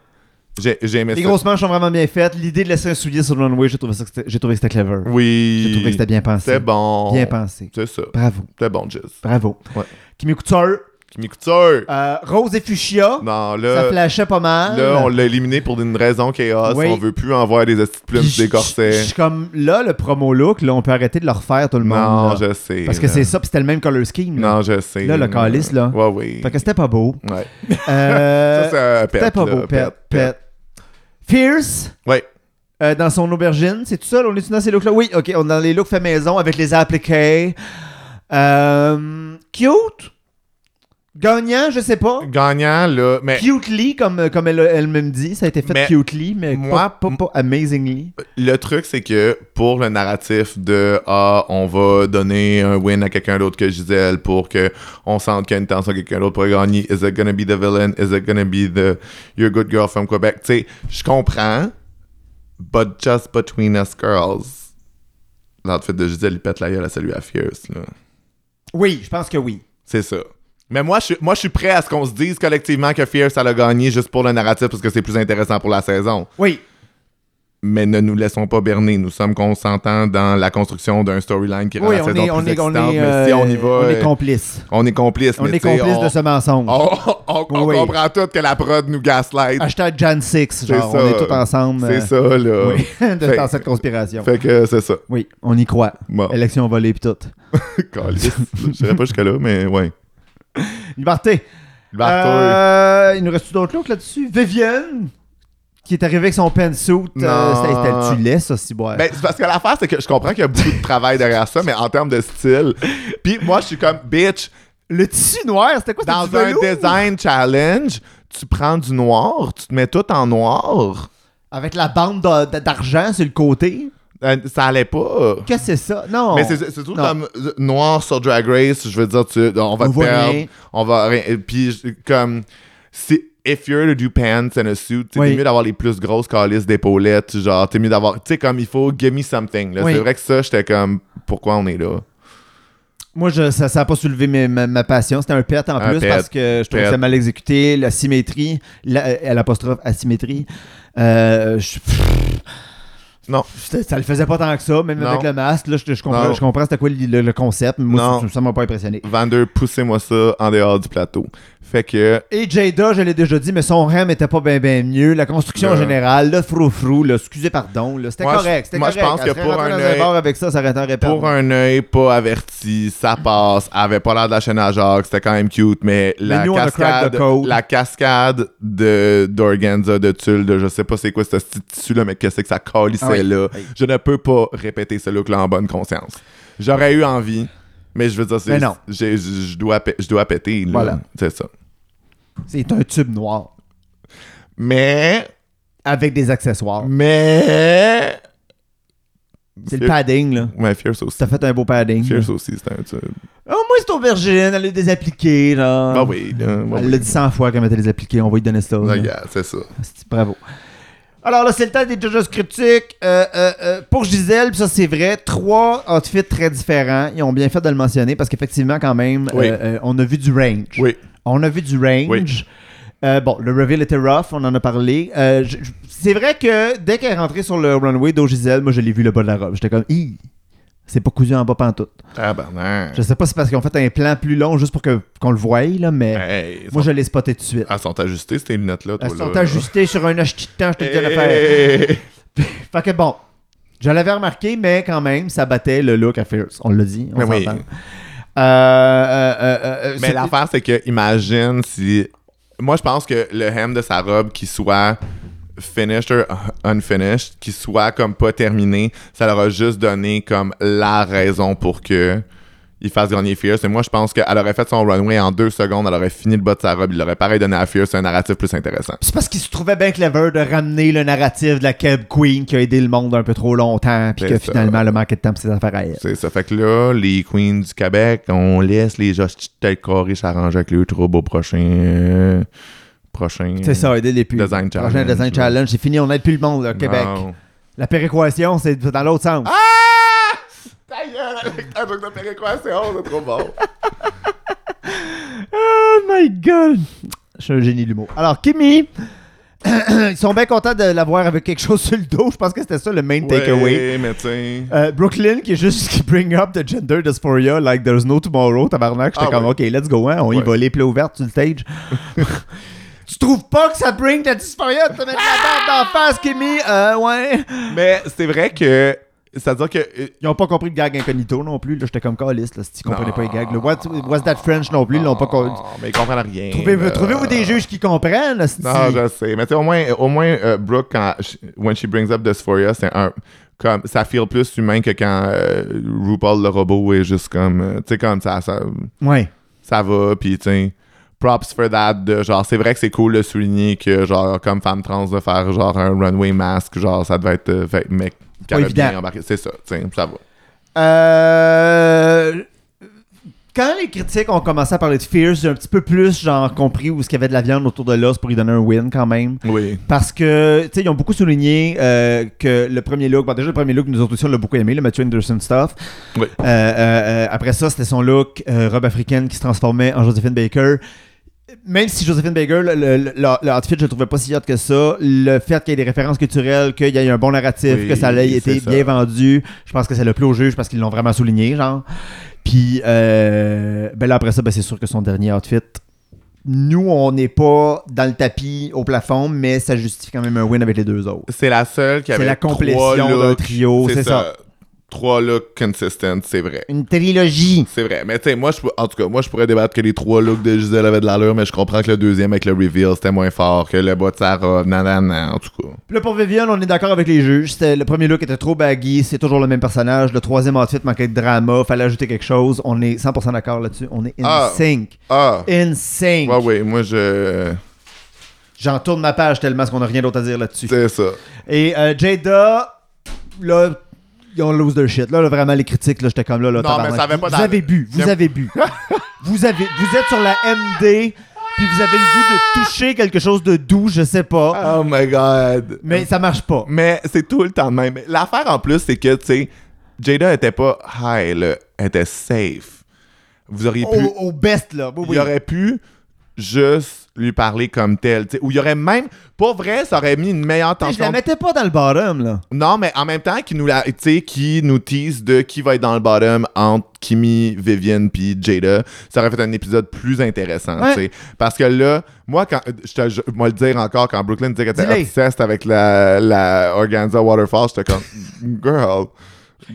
Speaker 2: J'ai j'ai aimé
Speaker 1: Les
Speaker 2: ça.
Speaker 1: grosses manches sont vraiment bien faites. L'idée de laisser un soulier sur le runway, j'ai trouvé, ça que c'était- j'ai trouvé que c'était clever.
Speaker 2: Oui.
Speaker 1: J'ai trouvé que c'était bien pensé.
Speaker 2: C'était bon.
Speaker 1: Bien pensé.
Speaker 2: C'est ça,
Speaker 1: Bravo,
Speaker 2: c'était bon, Jess.
Speaker 1: bravo.
Speaker 2: Ouais.
Speaker 1: Kimi Couture,
Speaker 2: Kimi Couture!
Speaker 1: euh, Rose et Fuchsia,
Speaker 2: Non,
Speaker 1: ça
Speaker 2: là,
Speaker 1: flashait pas mal.
Speaker 2: là on l'a éliminé pour une raison chaos.
Speaker 1: Oui.
Speaker 2: On veut plus envoyer des petites plumes,
Speaker 1: Puis
Speaker 2: des
Speaker 1: je- Je je
Speaker 2: corsets.
Speaker 1: suis comme là, le promo look, là, on peut arrêter de le refaire tout le monde.
Speaker 2: Non,
Speaker 1: là.
Speaker 2: je sais.
Speaker 1: Parce que
Speaker 2: là.
Speaker 1: c'est ça, puis c'était le même color scheme. là.
Speaker 2: Non, je sais.
Speaker 1: Là, le calice, là.
Speaker 2: Ouais, oui.
Speaker 1: Fait que c'était pas beau.
Speaker 2: Ouais.
Speaker 1: Euh,
Speaker 2: ça, c'est un pet.
Speaker 1: c'était pas
Speaker 2: là,
Speaker 1: beau, pet, pet.
Speaker 2: pet.
Speaker 1: Fierce,
Speaker 2: Ouais.
Speaker 1: euh, dans son aubergine. C'est tout seul? On est dans ces looks-là? Oui, ok, on est dans les looks fait maison avec les appliqués. Euh, cute? Gagnant, je sais pas.
Speaker 2: Gagnant, là, mais
Speaker 1: Cutely, comme, comme elle, elle me dit, ça a été fait
Speaker 2: Mais
Speaker 1: cutely, mais
Speaker 2: moi,
Speaker 1: pas, pas, pas amazingly.
Speaker 2: le truc, c'est que pour le narratif de Ah, on va donner un win à quelqu'un d'autre que Gisèle pour que on sente qu'il y a une tension que quelqu'un d'autre pourrait gagner. Is it gonna be the villain? Is it gonna be the You're a good girl from Quebec? Tu sais, je comprends, but just between us girls. L'outfit de Gisèle, il pète la gueule à celui à Fierce, là.
Speaker 1: Oui, je pense que oui.
Speaker 2: C'est ça. Mais moi, je suis, moi, je suis prêt à ce qu'on se dise collectivement que Fierce, elle a gagné juste pour le narratif parce que c'est plus intéressant pour la saison.
Speaker 1: Oui.
Speaker 2: Mais ne nous laissons pas berner. Nous sommes consentants dans la construction d'un storyline qui rend
Speaker 1: Oui,
Speaker 2: la
Speaker 1: on
Speaker 2: saison
Speaker 1: est, on
Speaker 2: plus
Speaker 1: est, on
Speaker 2: excitante.
Speaker 1: est,
Speaker 2: mais si
Speaker 1: euh,
Speaker 2: on y va,
Speaker 1: on est
Speaker 2: euh,
Speaker 1: complice.
Speaker 2: on est complice.
Speaker 1: On
Speaker 2: mais
Speaker 1: est
Speaker 2: tu sais,
Speaker 1: complice
Speaker 2: on-
Speaker 1: de ce mensonge.
Speaker 2: On, on- on
Speaker 1: Oui. Ah,
Speaker 2: comprend tout que la prod nous gaslight.
Speaker 1: Hashtag Jan6, genre,
Speaker 2: C'est
Speaker 1: on est
Speaker 2: ça.
Speaker 1: tous ensemble.
Speaker 2: C'est
Speaker 1: euh,
Speaker 2: ça, là.
Speaker 1: oui, de-
Speaker 2: Fait-
Speaker 1: dans cette conspiration.
Speaker 2: Fait Ah. que c'est ça.
Speaker 1: Oui, on y croit.
Speaker 2: Bon,
Speaker 1: Élection volée puis tout.
Speaker 2: Calisse. Je serais pas jusque-là, mais ouais.
Speaker 1: Liberté.
Speaker 2: Bartol.
Speaker 1: Euh, il nous reste d'autres looks là-dessus. Vivienne, qui est arrivée avec son pantsuit. euh,
Speaker 2: Non.
Speaker 1: c'était- c'était- tu l'es, ça, si boire.
Speaker 2: Ben, c'est parce que l'affaire, c'est que je comprends qu'il y a beaucoup de travail derrière ça, mais en termes de style. Puis moi, je suis comme, bitch,
Speaker 1: le tissu noir, c'était quoi? c'était
Speaker 2: dans
Speaker 1: du
Speaker 2: un
Speaker 1: velours?
Speaker 2: design challenge, tu prends du noir, tu te mets tout en noir.
Speaker 1: Avec la bande d'a- d'a- d'argent sur le côté.
Speaker 2: Euh, Ça allait pas.
Speaker 1: Qu'est-ce que c'est ça? Non.
Speaker 2: Mais c'est c'est tout
Speaker 1: Non.
Speaker 2: comme euh, noir sur Drag Race, je veux dire, tu, on va
Speaker 1: On
Speaker 2: te
Speaker 1: voit
Speaker 2: perdre,
Speaker 1: rien.
Speaker 2: on va rien. et Puis je- comme, si, if you're to do pants and a suit, t'sais,
Speaker 1: Oui.
Speaker 2: t'es mieux d'avoir les plus grosses calices d'épaulettes, genre, t'es mieux d'avoir, tu sais, comme il faut, give me something. là.
Speaker 1: Oui.
Speaker 2: C'est vrai que ça, j'étais comme, pourquoi on est là?
Speaker 1: Moi, je, ça n'a pas soulevé mes- ma, ma passion. C'était un pet en
Speaker 2: Un
Speaker 1: plus
Speaker 2: pet.
Speaker 1: parce que je trouvais
Speaker 2: Pet.
Speaker 1: ça mal exécuté. La symétrie, la- à l'apostrophe asymétrie. Euh, je- pff.
Speaker 2: Non.
Speaker 1: Ça, ça le faisait pas tant que ça, même
Speaker 2: Non.
Speaker 1: avec le masque. Là, je, je comprends,
Speaker 2: Non.
Speaker 1: je comprends c'était quoi le, le- le concept, mais moi,
Speaker 2: Non.
Speaker 1: ça- ça m'a pas impressionné.
Speaker 2: Vander, poussez-moi ça en dehors du plateau. Fait que
Speaker 1: Et Jada, je l'ai déjà dit, mais son RAM était pas bien bien mieux. La construction
Speaker 2: Le-
Speaker 1: en générale, le frou-frou, là, excusez pardon, là, c'était
Speaker 2: Moi,
Speaker 1: correct. C'était
Speaker 2: moi, je
Speaker 1: correct.
Speaker 2: pense
Speaker 1: Elle
Speaker 2: que
Speaker 1: serait
Speaker 2: pour
Speaker 1: rentrée
Speaker 2: un
Speaker 1: dans
Speaker 2: œil-
Speaker 1: bar avec ça, ça aurait été un répète.
Speaker 2: pour un œil pas averti, ça passe. Avait pas l'air de la chaîne à Jacques, c'était quand même cute, mais la
Speaker 1: nous, on a cracked the
Speaker 2: cascade,
Speaker 1: code.
Speaker 2: la cascade de d'organza, de tulle, de je sais pas c'est quoi ce petit tissu là, mais qu'est-ce que ça calissait
Speaker 1: Ah oui.
Speaker 2: là.
Speaker 1: Oui.
Speaker 2: Je ne peux pas répéter ce look là en bonne conscience. J'aurais eu envie, mais je veux dire,
Speaker 1: Mais
Speaker 2: c'est-
Speaker 1: non.
Speaker 2: j'ai- je je dois, pé- je dois péter. là.
Speaker 1: Voilà.
Speaker 2: C'est ça.
Speaker 1: C'est un tube noir
Speaker 2: Mais,
Speaker 1: avec des accessoires.
Speaker 2: mais,
Speaker 1: C'est le padding, là.
Speaker 2: mais Fierce aussi.
Speaker 1: Ça fait un beau padding.
Speaker 2: Fierce aussi, c'est un tube.
Speaker 1: Oh, moi, c'est aubergine, elle est désappliquée, là.
Speaker 2: Ah oui, là, ouais,
Speaker 1: Elle
Speaker 2: oui. Ah,
Speaker 1: l'a dit 100 fois qu'elle mettait les appliqués, on va lui donner ça. là.
Speaker 2: Regarde, c'est ça.
Speaker 1: C'est- Bravo. Alors là, c'est le temps des judges critiques. Euh, euh, euh, pour Gisèle, puis ça c'est vrai, trois outfits très différents. Ils ont bien fait de le mentionner parce qu'effectivement, quand même,
Speaker 2: Oui.
Speaker 1: euh, euh, on a vu du range.
Speaker 2: Oui.
Speaker 1: On a vu du range.
Speaker 2: Oui.
Speaker 1: Euh, bon, le reveal était rough, on en a parlé. Euh, je- je- c'est vrai que dès qu'elle est rentrée sur le runway d'eau Gisèle, moi je l'ai vu le bas de la robe. J'étais comme, Hi, c'est pas cousu en bas pantoute.
Speaker 2: Tabarnak.
Speaker 1: Je sais pas si c'est parce qu'ils ont fait un plan plus long juste pour que- qu'on le voie, là, mais
Speaker 2: Hey,
Speaker 1: moi
Speaker 2: sont-
Speaker 1: je l'ai spoté tout de suite.
Speaker 2: Elles sont ajustées, ces lunettes-là, Ah, toi,
Speaker 1: Elles sont
Speaker 2: là. Eh.
Speaker 1: ajustées sur un hostie de temps, je te le dis de le faire.
Speaker 2: Hey!
Speaker 1: Fait que bon, je l'avais remarqué, mais quand même, ça battait le look à Fierce. On l'a dit, on
Speaker 2: Mais oui.
Speaker 1: s'entend. Euh, euh, euh, euh,
Speaker 2: Mais
Speaker 1: c'est-
Speaker 2: l'affaire, c'est que, imagine si... Moi, je pense que le hem de sa robe qui soit finished or unfinished, qui soit comme pas terminé, ça leur a juste donné comme la raison pour que il fasse gagner Fierce. Et moi, je pense qu'elle aurait fait son runway en deux secondes, elle aurait fini le bas de sa robe, il aurait pareil donné à Fierce un narratif plus intéressant.
Speaker 1: C'est parce qu'il se trouvait bien clever de ramener le narratif de la Cab Queen qui a aidé le monde un peu trop longtemps, puis
Speaker 2: C'est
Speaker 1: que
Speaker 2: ça.
Speaker 1: finalement, le manque de temps pour ses affaires à elle.
Speaker 2: C'est ça. Fait que là, les queens du Québec, on laisse les hosties de tête carrée s'arranger avec le trouble au prochain. euh, prochain.
Speaker 1: C'est ça, aider les plus.
Speaker 2: Design
Speaker 1: Prochain
Speaker 2: challenge,
Speaker 1: Design
Speaker 2: là.
Speaker 1: challenge, c'est fini, on aide plus le monde, là, au Québec. La péréquation, c'est dans l'autre sens.
Speaker 2: Ah! Ta gueule, avec ta joke de péréquation, c'est trop bon.
Speaker 1: Oh my god! Je suis un génie de l'humour. Alors, Kimi, ils sont bien contents de l'avoir avec quelque chose sur le dos. Je pense que c'était ça le main takeaway.
Speaker 2: Ouais, mais tiens.
Speaker 1: Euh, Brooklyn qui est juste qui bring up the gender dysphoria like there's no tomorrow tabarnak j'étais
Speaker 2: Ah
Speaker 1: comme
Speaker 2: ouais.
Speaker 1: ok let's go hein on y
Speaker 2: Ouais.
Speaker 1: va les plaies ouvertes sur le stage tu trouves pas que ça bring la dysphoria de te mettre la barbe d'en face Kimmy euh ouais
Speaker 2: Mais c'est vrai que C'est-à-dire que. euh,
Speaker 1: Ils ont pas compris le gag incognito non plus. Là, j'étais comme caliste, là, si tu comprenais pas les gags. Le what, what's that French non plus, ils l'ont pas compris.
Speaker 2: oh, mais ils comprennent rien.
Speaker 1: Trouvez-vous
Speaker 2: là.
Speaker 1: trouvez-vous des juges qui comprennent, là, si
Speaker 2: euh, Non, je sais. Mais tu sais, au moins, au moins euh, Brooke, quand, when she brings up dysphoria, c'est un. Comme, ça feel plus humain que quand euh, RuPaul, le robot, est juste comme. euh, tu sais, comme ça, ça,
Speaker 1: Ouais.
Speaker 2: ça va, puis tu sais. Props for that. de genre, c'est vrai que c'est cool de souligner que, genre, comme femme trans, de faire genre un runway mask, genre, ça devait être. euh, fait- mec, qu'elle a
Speaker 1: évident.
Speaker 2: bien embarqué. C'est ça, tu sais, ça va.
Speaker 1: Euh, Quand les critiques ont commencé à parler de Fierce, j'ai un petit peu plus genre compris où ce qu'il y avait de la viande autour de l'os pour lui donner un win quand même.
Speaker 2: Oui.
Speaker 1: Parce que, tu sais, ils ont beaucoup souligné euh, que le premier look, bon, déjà le premier look, nous autres aussi, on l'a beaucoup aimé, le Matthew Anderson stuff.
Speaker 2: Oui.
Speaker 1: Euh, euh, euh, après ça, c'était son look, euh, robe africaine qui se transformait en Josephine Baker. Même si Josephine Baker, le, le- le- le outfit, je le trouvais pas si hot que ça, le fait qu'il y ait des références culturelles, qu'il y ait un bon narratif,
Speaker 2: Oui,
Speaker 1: que ça ait
Speaker 2: c'est
Speaker 1: été
Speaker 2: ça.
Speaker 1: bien vendu, je pense que ça l'a plu au juge parce qu'ils l'ont vraiment souligné, genre. Puis, euh, ben là, après ça, ben, c'est sûr que son dernier outfit, nous, on n'est pas dans le tapis au plafond, mais ça justifie quand même un win avec les deux autres.
Speaker 2: C'est la seule qui
Speaker 1: C'est
Speaker 2: avait
Speaker 1: la
Speaker 2: trois
Speaker 1: complétion d'un
Speaker 2: looks.
Speaker 1: trio, c'est ça.
Speaker 2: Trois looks consistent, c'est vrai.
Speaker 1: Une trilogie.
Speaker 2: C'est vrai. Mais tu sais, moi, je, pour- en tout cas, moi, je pourrais débattre que les trois looks de Gisèle avaient de l'allure, mais je comprends que le deuxième avec le reveal, c'était moins fort, que le bas de Sarah, nanana, en tout cas.
Speaker 1: Puis Là, pour Vivian, on est d'accord avec les juges. C'était- Le premier look était trop baggy, c'est toujours le même personnage. Le troisième outfit manquait de drama, fallait ajouter quelque chose. On est 100% d'accord là-dessus. On est in
Speaker 2: Ah.
Speaker 1: sync.
Speaker 2: Ah!
Speaker 1: In sync.
Speaker 2: Ouais, oui, moi, je.
Speaker 1: J'en tourne ma page tellement qu'on n'a rien d'autre à dire là-dessus.
Speaker 2: C'est ça.
Speaker 1: Et euh, Jada, là, ils ont lose their shit. Là, là, vraiment, les critiques, là, j'étais comme là. là
Speaker 2: Non, mais
Speaker 1: tabarnak.
Speaker 2: ça avait pas
Speaker 1: vous,
Speaker 2: d'allure.
Speaker 1: avez bu, vous
Speaker 2: J'aime-
Speaker 1: avez bu. vous, avez, vous êtes sur la MD, puis vous avez le goût de toucher quelque chose de doux, je sais pas.
Speaker 2: Oh my god.
Speaker 1: Mais ça marche pas.
Speaker 2: Mais c'est tout le temps de même. L'affaire en plus, c'est que, tu sais, Jada était pas high, là. Elle était safe. Vous auriez pu.
Speaker 1: Au, au best, là. Oh, Oui, oui.
Speaker 2: il aurait pu juste lui parler comme tel. tu sais. Ou il aurait même, pour vrai, ça aurait mis une meilleure
Speaker 1: Tu sais, Je la
Speaker 2: tension.
Speaker 1: mettais pas dans le bottom, là.
Speaker 2: Non, mais en même temps, qui nous, la, tu sais, qui nous tease de qui va être dans le bottom entre Kimi, Vivian puis Jada, ça aurait fait un épisode plus intéressant.
Speaker 1: Ouais.
Speaker 2: tu sais. Parce que là, moi, quand, je te je- moi le dire encore, quand Brooklyn disait qu'elle était
Speaker 1: Dis-le.
Speaker 2: obsessed avec la, la Organza Waterfall, j'étais comme, girl,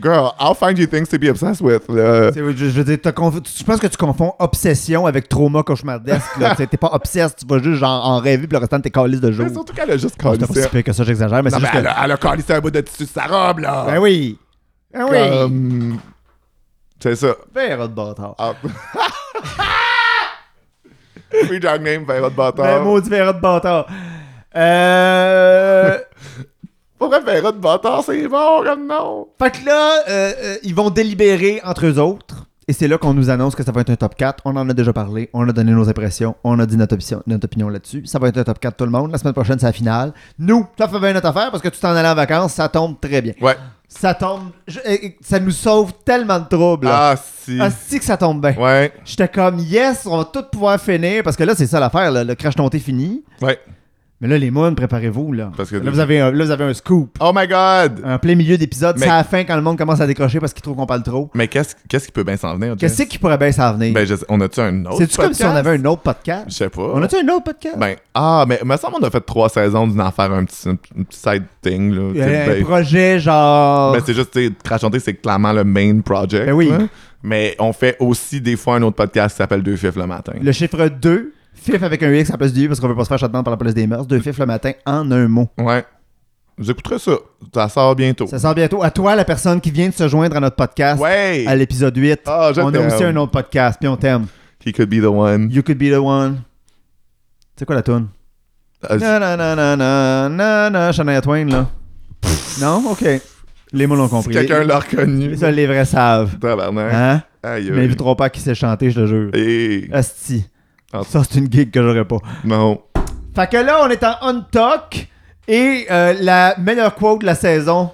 Speaker 2: girl, I'll find you things to be obsessed with. là.
Speaker 1: Tu sais, Je, je veux dire, t'as conf- tu- je pense que tu confonds obsession avec trauma cauchemardesque. là. Tu sais, T'es pas obsesse, tu vas juste genre en rêver, puis le restant de tes calices de jour.
Speaker 2: Mais Surtout qu'elle a juste
Speaker 1: C'était pas
Speaker 2: calissé.
Speaker 1: si pire que ça, j'exagère, mais
Speaker 2: Non,
Speaker 1: c'est
Speaker 2: mais
Speaker 1: juste
Speaker 2: elle,
Speaker 1: que-
Speaker 2: a- elle a calissé un bout de tissu de sa robe, là.
Speaker 1: Ben oui. Ben oui.
Speaker 2: Comme- C'est ça.
Speaker 1: Verra de bâtard.
Speaker 2: Ah. Free drag name, vers de bâtard.
Speaker 1: Ben, maudit verra de bâtard. Euh...
Speaker 2: Pour vrai, Vera de bâtard, c'est bon comme nom.
Speaker 1: fait que là, euh, euh, ils vont délibérer entre eux autres. Et c'est là qu'on nous annonce que ça va être un top 4. On en a déjà parlé. On a donné nos impressions. On a dit notre opinion, notre opinion là-dessus. Ça va être un top 4 tout le monde. La semaine prochaine, c'est la finale. Nous, ça fait bien notre affaire parce que tu t'en allais en vacances. Ça tombe très bien.
Speaker 2: Ouais.
Speaker 1: Ça tombe. je- eh, eh, ça nous sauve tellement de troubles. Ah,
Speaker 2: Ah, si.
Speaker 1: si que ça tombe bien.
Speaker 2: Ouais,
Speaker 1: J'étais comme, yes, on va tout pouvoir finir. Parce que là, c'est ça l'affaire. là. Le crash tonté fini.
Speaker 2: ouais.
Speaker 1: Mais là, les moines, préparez-vous. Là.
Speaker 2: Parce que-
Speaker 1: là, vous avez un, là, vous avez un scoop.
Speaker 2: Oh my god.
Speaker 1: En plein milieu d'épisode,
Speaker 2: Mais-
Speaker 1: c'est à la fin quand le monde commence à décrocher parce qu'il trouve qu'on parle trop.
Speaker 2: Mais qu'est-ce qu'est-ce qui peut bien s'en venir, Jess?
Speaker 1: Qu'est-ce qui pourrait bien s'en venir?
Speaker 2: Ben, je sais- on a-tu un autre
Speaker 1: C'est-tu comme si on
Speaker 2: podcast?
Speaker 1: avait un autre podcast?
Speaker 2: Je sais pas.
Speaker 1: On a-tu un autre podcast?
Speaker 2: Ben, ah, mais me semble qu'on a fait trois saisons d'une affaire, un petit, un petit side thing, là. tu
Speaker 1: Euh,
Speaker 2: sais,
Speaker 1: un
Speaker 2: ben,
Speaker 1: projet genre.
Speaker 2: Mais c'est juste, tu sais, Crash Chanté, c'est clairement le main project.
Speaker 1: Ben oui.
Speaker 2: là. Mais on fait aussi des fois un autre podcast qui s'appelle Deux Fifs le matin.
Speaker 1: Le chiffre 2, fif avec un X en place du U parce qu'on veut pas se faire chatement par la police des mœurs. Deux fifs le matin en un mot.
Speaker 2: Ouais. J'écouterai ça. Ça sort bientôt.
Speaker 1: Ça sort bientôt. À toi, la personne qui vient de se joindre à notre podcast.
Speaker 2: Ouais.
Speaker 1: À l'épisode 8,
Speaker 2: Ah, je
Speaker 1: on a
Speaker 2: t'aime.
Speaker 1: aussi un autre podcast, puis on t'aime.
Speaker 2: He could be the one.
Speaker 1: You could be the one. C'est quoi la tune?
Speaker 2: Euh,
Speaker 1: Na na na na na na na Shania Twain là. non, ok. Les mots l'ont
Speaker 2: si
Speaker 1: compris.
Speaker 2: quelqu'un
Speaker 1: Les-
Speaker 2: l'a reconnu.
Speaker 1: les, seuls les vrais savent.
Speaker 2: Tabarnak.
Speaker 1: Hein?
Speaker 2: Aïe.
Speaker 1: Ils
Speaker 2: aïe.
Speaker 1: m'inviteront pas à qui sait chanter, je te jure.
Speaker 2: Hey.
Speaker 1: Asti.
Speaker 2: Ah.
Speaker 1: Ça c'est une gig que j'aurais pas.
Speaker 2: Non.
Speaker 1: Fait que là on est en on talk et euh, la meilleure quote de la saison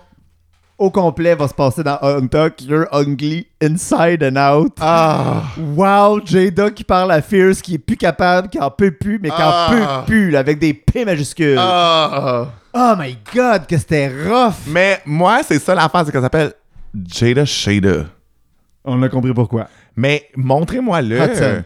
Speaker 1: au complet va se passer dans on talk. You're ugly inside and out.
Speaker 2: Ah.
Speaker 1: Wow, Jada qui parle à Fierce qui est plus capable, qui en peut plus, mais qui en
Speaker 2: Ah.
Speaker 1: peut plus là, avec des P majuscules.
Speaker 2: Ah.
Speaker 1: Oh my god, que c'était rough!
Speaker 2: Mais moi, c'est ça l'affaire, c'est qu'elle s'appelle Jada Shada.
Speaker 1: On a compris pourquoi.
Speaker 2: Mais montrez-moi-le.
Speaker 1: Hudson.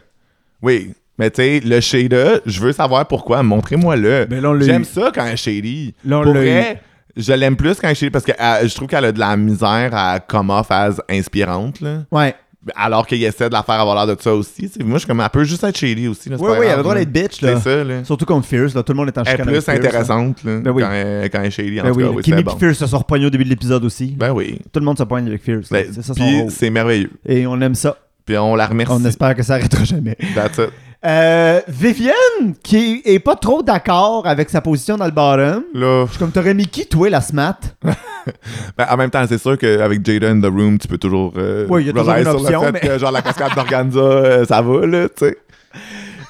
Speaker 2: Oui. Mais tu sais, le Shada, je veux savoir pourquoi. Montrez-moi-le.
Speaker 1: Mais Ben, là, on l'a
Speaker 2: J'aime
Speaker 1: eu.
Speaker 2: ça quand elle est shady.
Speaker 1: Là, on
Speaker 2: Pour
Speaker 1: l'a
Speaker 2: vrai, Je l'aime plus quand je parce que euh, je trouve qu'elle a de la misère à come off as inspirante, là.
Speaker 1: Ouais.
Speaker 2: Alors qu'il essaie de la faire avoir l'air de ça aussi. tu sais. Moi, je suis comme, elle peut juste être shady aussi, là. c'est
Speaker 1: Oui,
Speaker 2: pas
Speaker 1: oui, elle a
Speaker 2: grave,
Speaker 1: le droit
Speaker 2: là.
Speaker 1: d'être bitch, là.
Speaker 2: C'est ça, là.
Speaker 1: Surtout contre Fierce, là. Tout le monde est en
Speaker 2: Elle est
Speaker 1: chicane avec
Speaker 2: plus
Speaker 1: Fierce, là.
Speaker 2: intéressante, là,
Speaker 1: Ben oui.
Speaker 2: quand, elle, quand elle est shady, en
Speaker 1: Ben
Speaker 2: tout
Speaker 1: oui,
Speaker 2: cas, oui,
Speaker 1: Kimmy
Speaker 2: c'est
Speaker 1: et
Speaker 2: bon.
Speaker 1: Fierce se sont repognés au début de l'épisode aussi.
Speaker 2: Ben oui.
Speaker 1: Tout le monde se pogne avec Fierce. là.
Speaker 2: Ben,
Speaker 1: C'est ça son
Speaker 2: Puis
Speaker 1: rôle.
Speaker 2: c'est merveilleux.
Speaker 1: Et on aime ça.
Speaker 2: Puis on la remercie.
Speaker 1: On espère que ça arrêtera jamais.
Speaker 2: That's it.
Speaker 1: Euh, Vivienne, qui est pas trop d'accord avec sa position dans le bottom.
Speaker 2: Là,
Speaker 1: Je suis comme, t'aurais mis qui, toi, la smat?
Speaker 2: ben, en même temps, c'est sûr qu'avec Jada in the room, tu peux toujours euh,
Speaker 1: Oui, il y a toujours
Speaker 2: rely
Speaker 1: une
Speaker 2: sur
Speaker 1: option,
Speaker 2: le fait
Speaker 1: mais-
Speaker 2: que genre la cascade d'organza, euh, ça va, là, tu sais.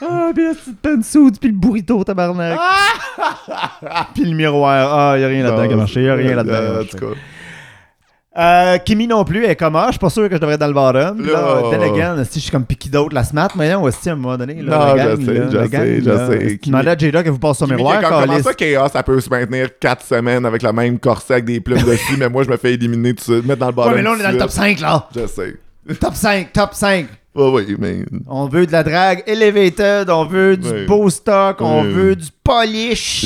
Speaker 1: Ah, pis la petite pansoute, pis le burrito, tabarnak. pis le miroir. Ah, y a rien là-dedans qui a marché. Y a rien là-dedans. qui a
Speaker 2: Euh, En
Speaker 1: marché.
Speaker 2: tout cas.
Speaker 1: Euh, Kimi non plus, elle est comme, ah, je suis pas sûr que je devrais être dans le bottom. Puis Là,
Speaker 2: Là.
Speaker 1: then again, si je suis comme piqué d'autres la smat, mais non, aussi, à un moment donné, là,
Speaker 2: Non,
Speaker 1: la
Speaker 2: je
Speaker 1: gang,
Speaker 2: sais,
Speaker 1: là,
Speaker 2: je
Speaker 1: la
Speaker 2: sais,
Speaker 1: gang,
Speaker 2: je
Speaker 1: là,
Speaker 2: sais.
Speaker 1: Demandez à Jada que vous passe son
Speaker 2: Kimi,
Speaker 1: miroir,
Speaker 2: qui est comme, comment
Speaker 1: câlisse.
Speaker 2: ça, Chaos, ça peut se maintenir 4 semaines avec le même corset avec des plumes dessus, mais moi, je me fais éliminer tout de suite, mettre dans le bottom
Speaker 1: Ouais, mais là, on est dans le
Speaker 2: tout de
Speaker 1: top 5, là.
Speaker 2: suite. Je sais.
Speaker 1: Top 5, top 5.
Speaker 2: Oui, oui, mais.
Speaker 1: On veut de la drague elevated, on veut du
Speaker 2: Oui.
Speaker 1: beau stock, on
Speaker 2: Oui.
Speaker 1: veut du polish.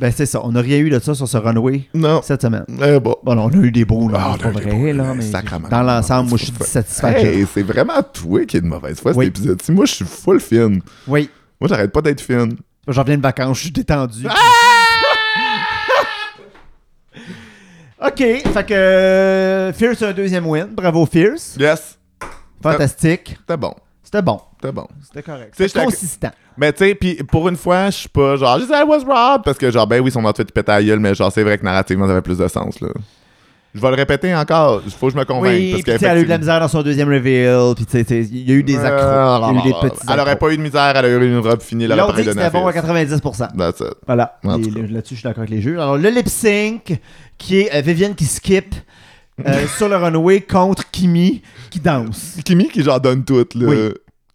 Speaker 1: Ben, c'est ça. On n'a rien eu de ça sur ce runway
Speaker 2: Non.
Speaker 1: cette semaine.
Speaker 2: Mais bon.
Speaker 1: Bon, là, on a eu des beaux, là.
Speaker 2: Ah,
Speaker 1: c'est
Speaker 2: on a
Speaker 1: pas
Speaker 2: eu des
Speaker 1: vrai,
Speaker 2: beaux,
Speaker 1: là.
Speaker 2: là,
Speaker 1: Mais
Speaker 2: sacrément.
Speaker 1: dans l'ensemble, moi, je suis dissatisfait.
Speaker 2: Hey, c'est vraiment toi qui es de mauvaise foi
Speaker 1: Oui.
Speaker 2: cet épisode-ci. Moi, je suis full fine.
Speaker 1: Oui.
Speaker 2: Moi, j'arrête pas d'être fine.
Speaker 1: J'en reviens de vacances, je suis détendu.
Speaker 2: Ah!
Speaker 1: OK, fait que euh, Fierce a un deuxième win. Bravo Fierce.
Speaker 2: Yes,
Speaker 1: Fantastique.
Speaker 2: t'es bon.
Speaker 1: C'était bon.
Speaker 2: T'es bon.
Speaker 1: C'était correct.
Speaker 2: Tu sais,
Speaker 1: C'était
Speaker 2: j'étais-
Speaker 1: consistant.
Speaker 2: Mais tu sais, puis pour une fois, je suis pas genre, je dis, I was robbed, parce que genre, ben oui, son outfit pète à la gueule, mais genre, c'est vrai que narrativement, ça avait plus de sens, là. Je vais le répéter encore, il faut que je me convainque.
Speaker 1: Oui,
Speaker 2: parce
Speaker 1: puis tu sais, elle a eu de la misère dans son deuxième reveal. Puis tu sais, tu sais, il y a eu des
Speaker 2: Ah,
Speaker 1: accros. Il y a eu des petits
Speaker 2: Elle aurait
Speaker 1: accros.
Speaker 2: pas eu de misère, elle aurait eu une robe finie, elle
Speaker 1: Ils
Speaker 2: aurait
Speaker 1: ont
Speaker 2: pas
Speaker 1: dit que
Speaker 2: donné
Speaker 1: c'était bon à
Speaker 2: fesse.
Speaker 1: 90%.
Speaker 2: That's it.
Speaker 1: Voilà.
Speaker 2: En
Speaker 1: Et
Speaker 2: tout cas.
Speaker 1: le- Là-dessus, je suis d'accord avec les juges. Alors, le lip sync, qui est euh, Vivienne qui skip euh, sur le runway contre Kimi qui danse.
Speaker 2: Kimi qui genre donne tout, là.
Speaker 1: Oui,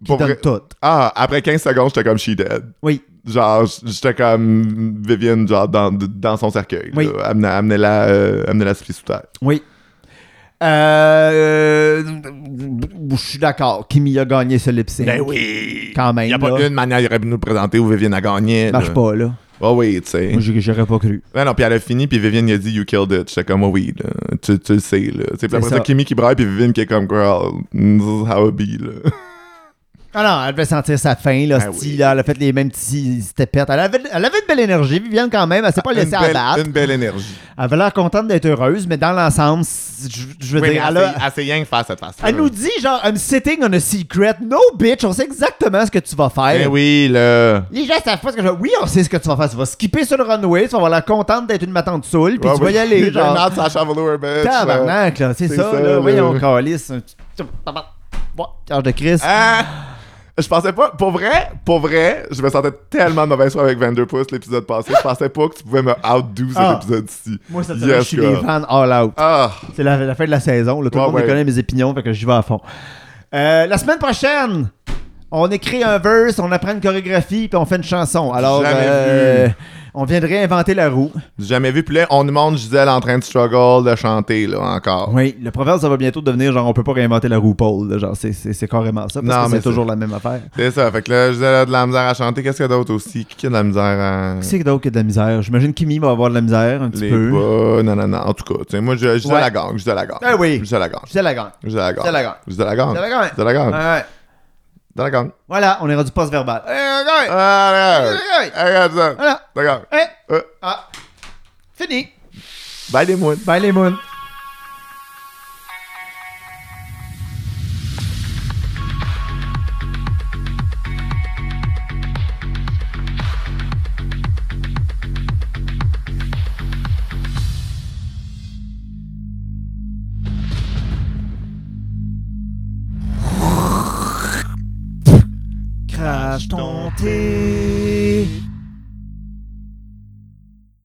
Speaker 1: Qui
Speaker 2: Pour
Speaker 1: donne
Speaker 2: vrai-
Speaker 1: tout.
Speaker 2: Ah, après 15 secondes, j'étais comme, she dead.
Speaker 1: Oui.
Speaker 2: Genre, j'étais comme Vivienne, genre, dans, dans son cercueil.
Speaker 1: Oui.
Speaker 2: là. Amenez- Amenez-la euh, amenez-la sous sous terre.
Speaker 1: Oui. Euh, je suis d'accord. Kimi a gagné ce lip sync.
Speaker 2: Ben oui!
Speaker 1: Quand même,
Speaker 2: Il n'y a pas
Speaker 1: là. Ben,
Speaker 2: une manière, il aurait pu nous le présenter où Vivienne a gagné.
Speaker 1: Marche
Speaker 2: là.
Speaker 1: pas, là.
Speaker 2: Ah oui, tu sais.
Speaker 1: Moi, j'ai- j'aurais pas cru.
Speaker 2: Ouais, non, puis elle a fini, puis Vivienne il a dit You killed it. J'étais comme, oh oui, là, tu, tu le sais, là. Tu sais, Puis après
Speaker 1: ça.
Speaker 2: ça, Kimi qui braille, puis Vivienne qui est comme, girl, this is how it be, là.
Speaker 1: Ah non, elle devait sentir sa faim, là,
Speaker 2: Ah
Speaker 1: style,
Speaker 2: oui.
Speaker 1: là, elle a fait les mêmes petits stepettes. Elle avait, elle avait une belle énergie, Viviane, quand même, elle s'est pas
Speaker 2: Ah, une,
Speaker 1: laissée
Speaker 2: belle,
Speaker 1: abattre.
Speaker 2: une belle énergie.
Speaker 1: Elle avait l'air contente d'être heureuse, mais dans l'ensemble, c- je, je veux
Speaker 2: Oui, mais
Speaker 1: dire, elle
Speaker 2: elle
Speaker 1: a-
Speaker 2: sait- elle sait rien que faire cette façon.
Speaker 1: Elle nous dit genre I'm sitting on a secret. No bitch, on sait exactement ce que tu vas faire.
Speaker 2: Ben oui, là.
Speaker 1: Les gens savent pas ce que je Oui, on sait ce que tu vas faire. Tu vas skipper sur le runway, tu vas avoir la contente d'être une matante saoule, puis
Speaker 2: Ouais,
Speaker 1: tu vas
Speaker 2: oui.
Speaker 1: y aller.
Speaker 2: You're
Speaker 1: genre,
Speaker 2: not Sacha Velour, bitch. là.
Speaker 1: tabarnak, là, c'est
Speaker 2: C'est
Speaker 1: ça,
Speaker 2: ça,
Speaker 1: là.
Speaker 2: là.
Speaker 1: Voyons, calice. un petit- Ouais, Cage de Chris.
Speaker 2: Ah! Je pensais pas, pour vrai, pour vrai, je me sentais tellement de mauvaise foi avec Vanderpuss l'épisode passé. Je pensais pas que tu pouvais me outdo cet
Speaker 1: Ah.
Speaker 2: épisode-ci.
Speaker 1: Moi, ça
Speaker 2: Yes,
Speaker 1: je suis les
Speaker 2: girl.
Speaker 1: fans all out.
Speaker 2: Ah!
Speaker 1: C'est la, la fin de la saison, là. Tout le
Speaker 2: Ouais,
Speaker 1: monde
Speaker 2: ouais.
Speaker 1: connaît mes opinions, fait que j'y vais à fond. Euh, la semaine prochaine, on écrit un verse, on apprend une chorégraphie, puis on fait une chanson. Alors,
Speaker 2: Jamais
Speaker 1: euh,
Speaker 2: vu.
Speaker 1: on vient de réinventer la roue.
Speaker 2: J'ai jamais vu. Puis là, on nous montre Gisèle en train de struggle, de chanter, là, encore.
Speaker 1: Oui, le proverbe, ça va bientôt devenir genre on peut pas réinventer la roue Paul. là, Genre, c'est, c'est, c'est carrément ça. Parce
Speaker 2: Non,
Speaker 1: que
Speaker 2: mais
Speaker 1: c'est
Speaker 2: c'est-
Speaker 1: toujours la même affaire.
Speaker 2: C'est ça. Fait que là, Gisèle a de la misère à chanter. Qu'est-ce qu'il y a d'autre aussi? Qui a de la misère à.
Speaker 1: Qui c'est d'autre qui a de la misère J'imagine Kimi va avoir de la misère un petit
Speaker 2: Les
Speaker 1: peu.
Speaker 2: bas. Non, non, non. En tout cas, tu sais, moi, je- Gisèle
Speaker 1: Ouais.
Speaker 2: la gang. Gisèle la gang.
Speaker 1: Eh oui.
Speaker 2: Gisèle la gang.
Speaker 1: C'est la gagne.
Speaker 2: Gisèle la gang.
Speaker 1: Gisèle la gang.
Speaker 2: Gisèle la gang.
Speaker 1: C'est la gagne.
Speaker 2: Gisèle la gang.
Speaker 1: Ouais.
Speaker 2: Gisèle la gang.
Speaker 1: Voilà, on est rendu post-verbal. Eh, ouais, ouais. Gisèle la
Speaker 2: Ah,
Speaker 1: gang.
Speaker 2: là. Regarde ça.
Speaker 1: Voilà.
Speaker 2: D'accord.
Speaker 1: Eh.
Speaker 2: Euh.
Speaker 1: Ah. Fini.
Speaker 2: Bye, les moines.
Speaker 1: Bye les moons. Crash ton thé.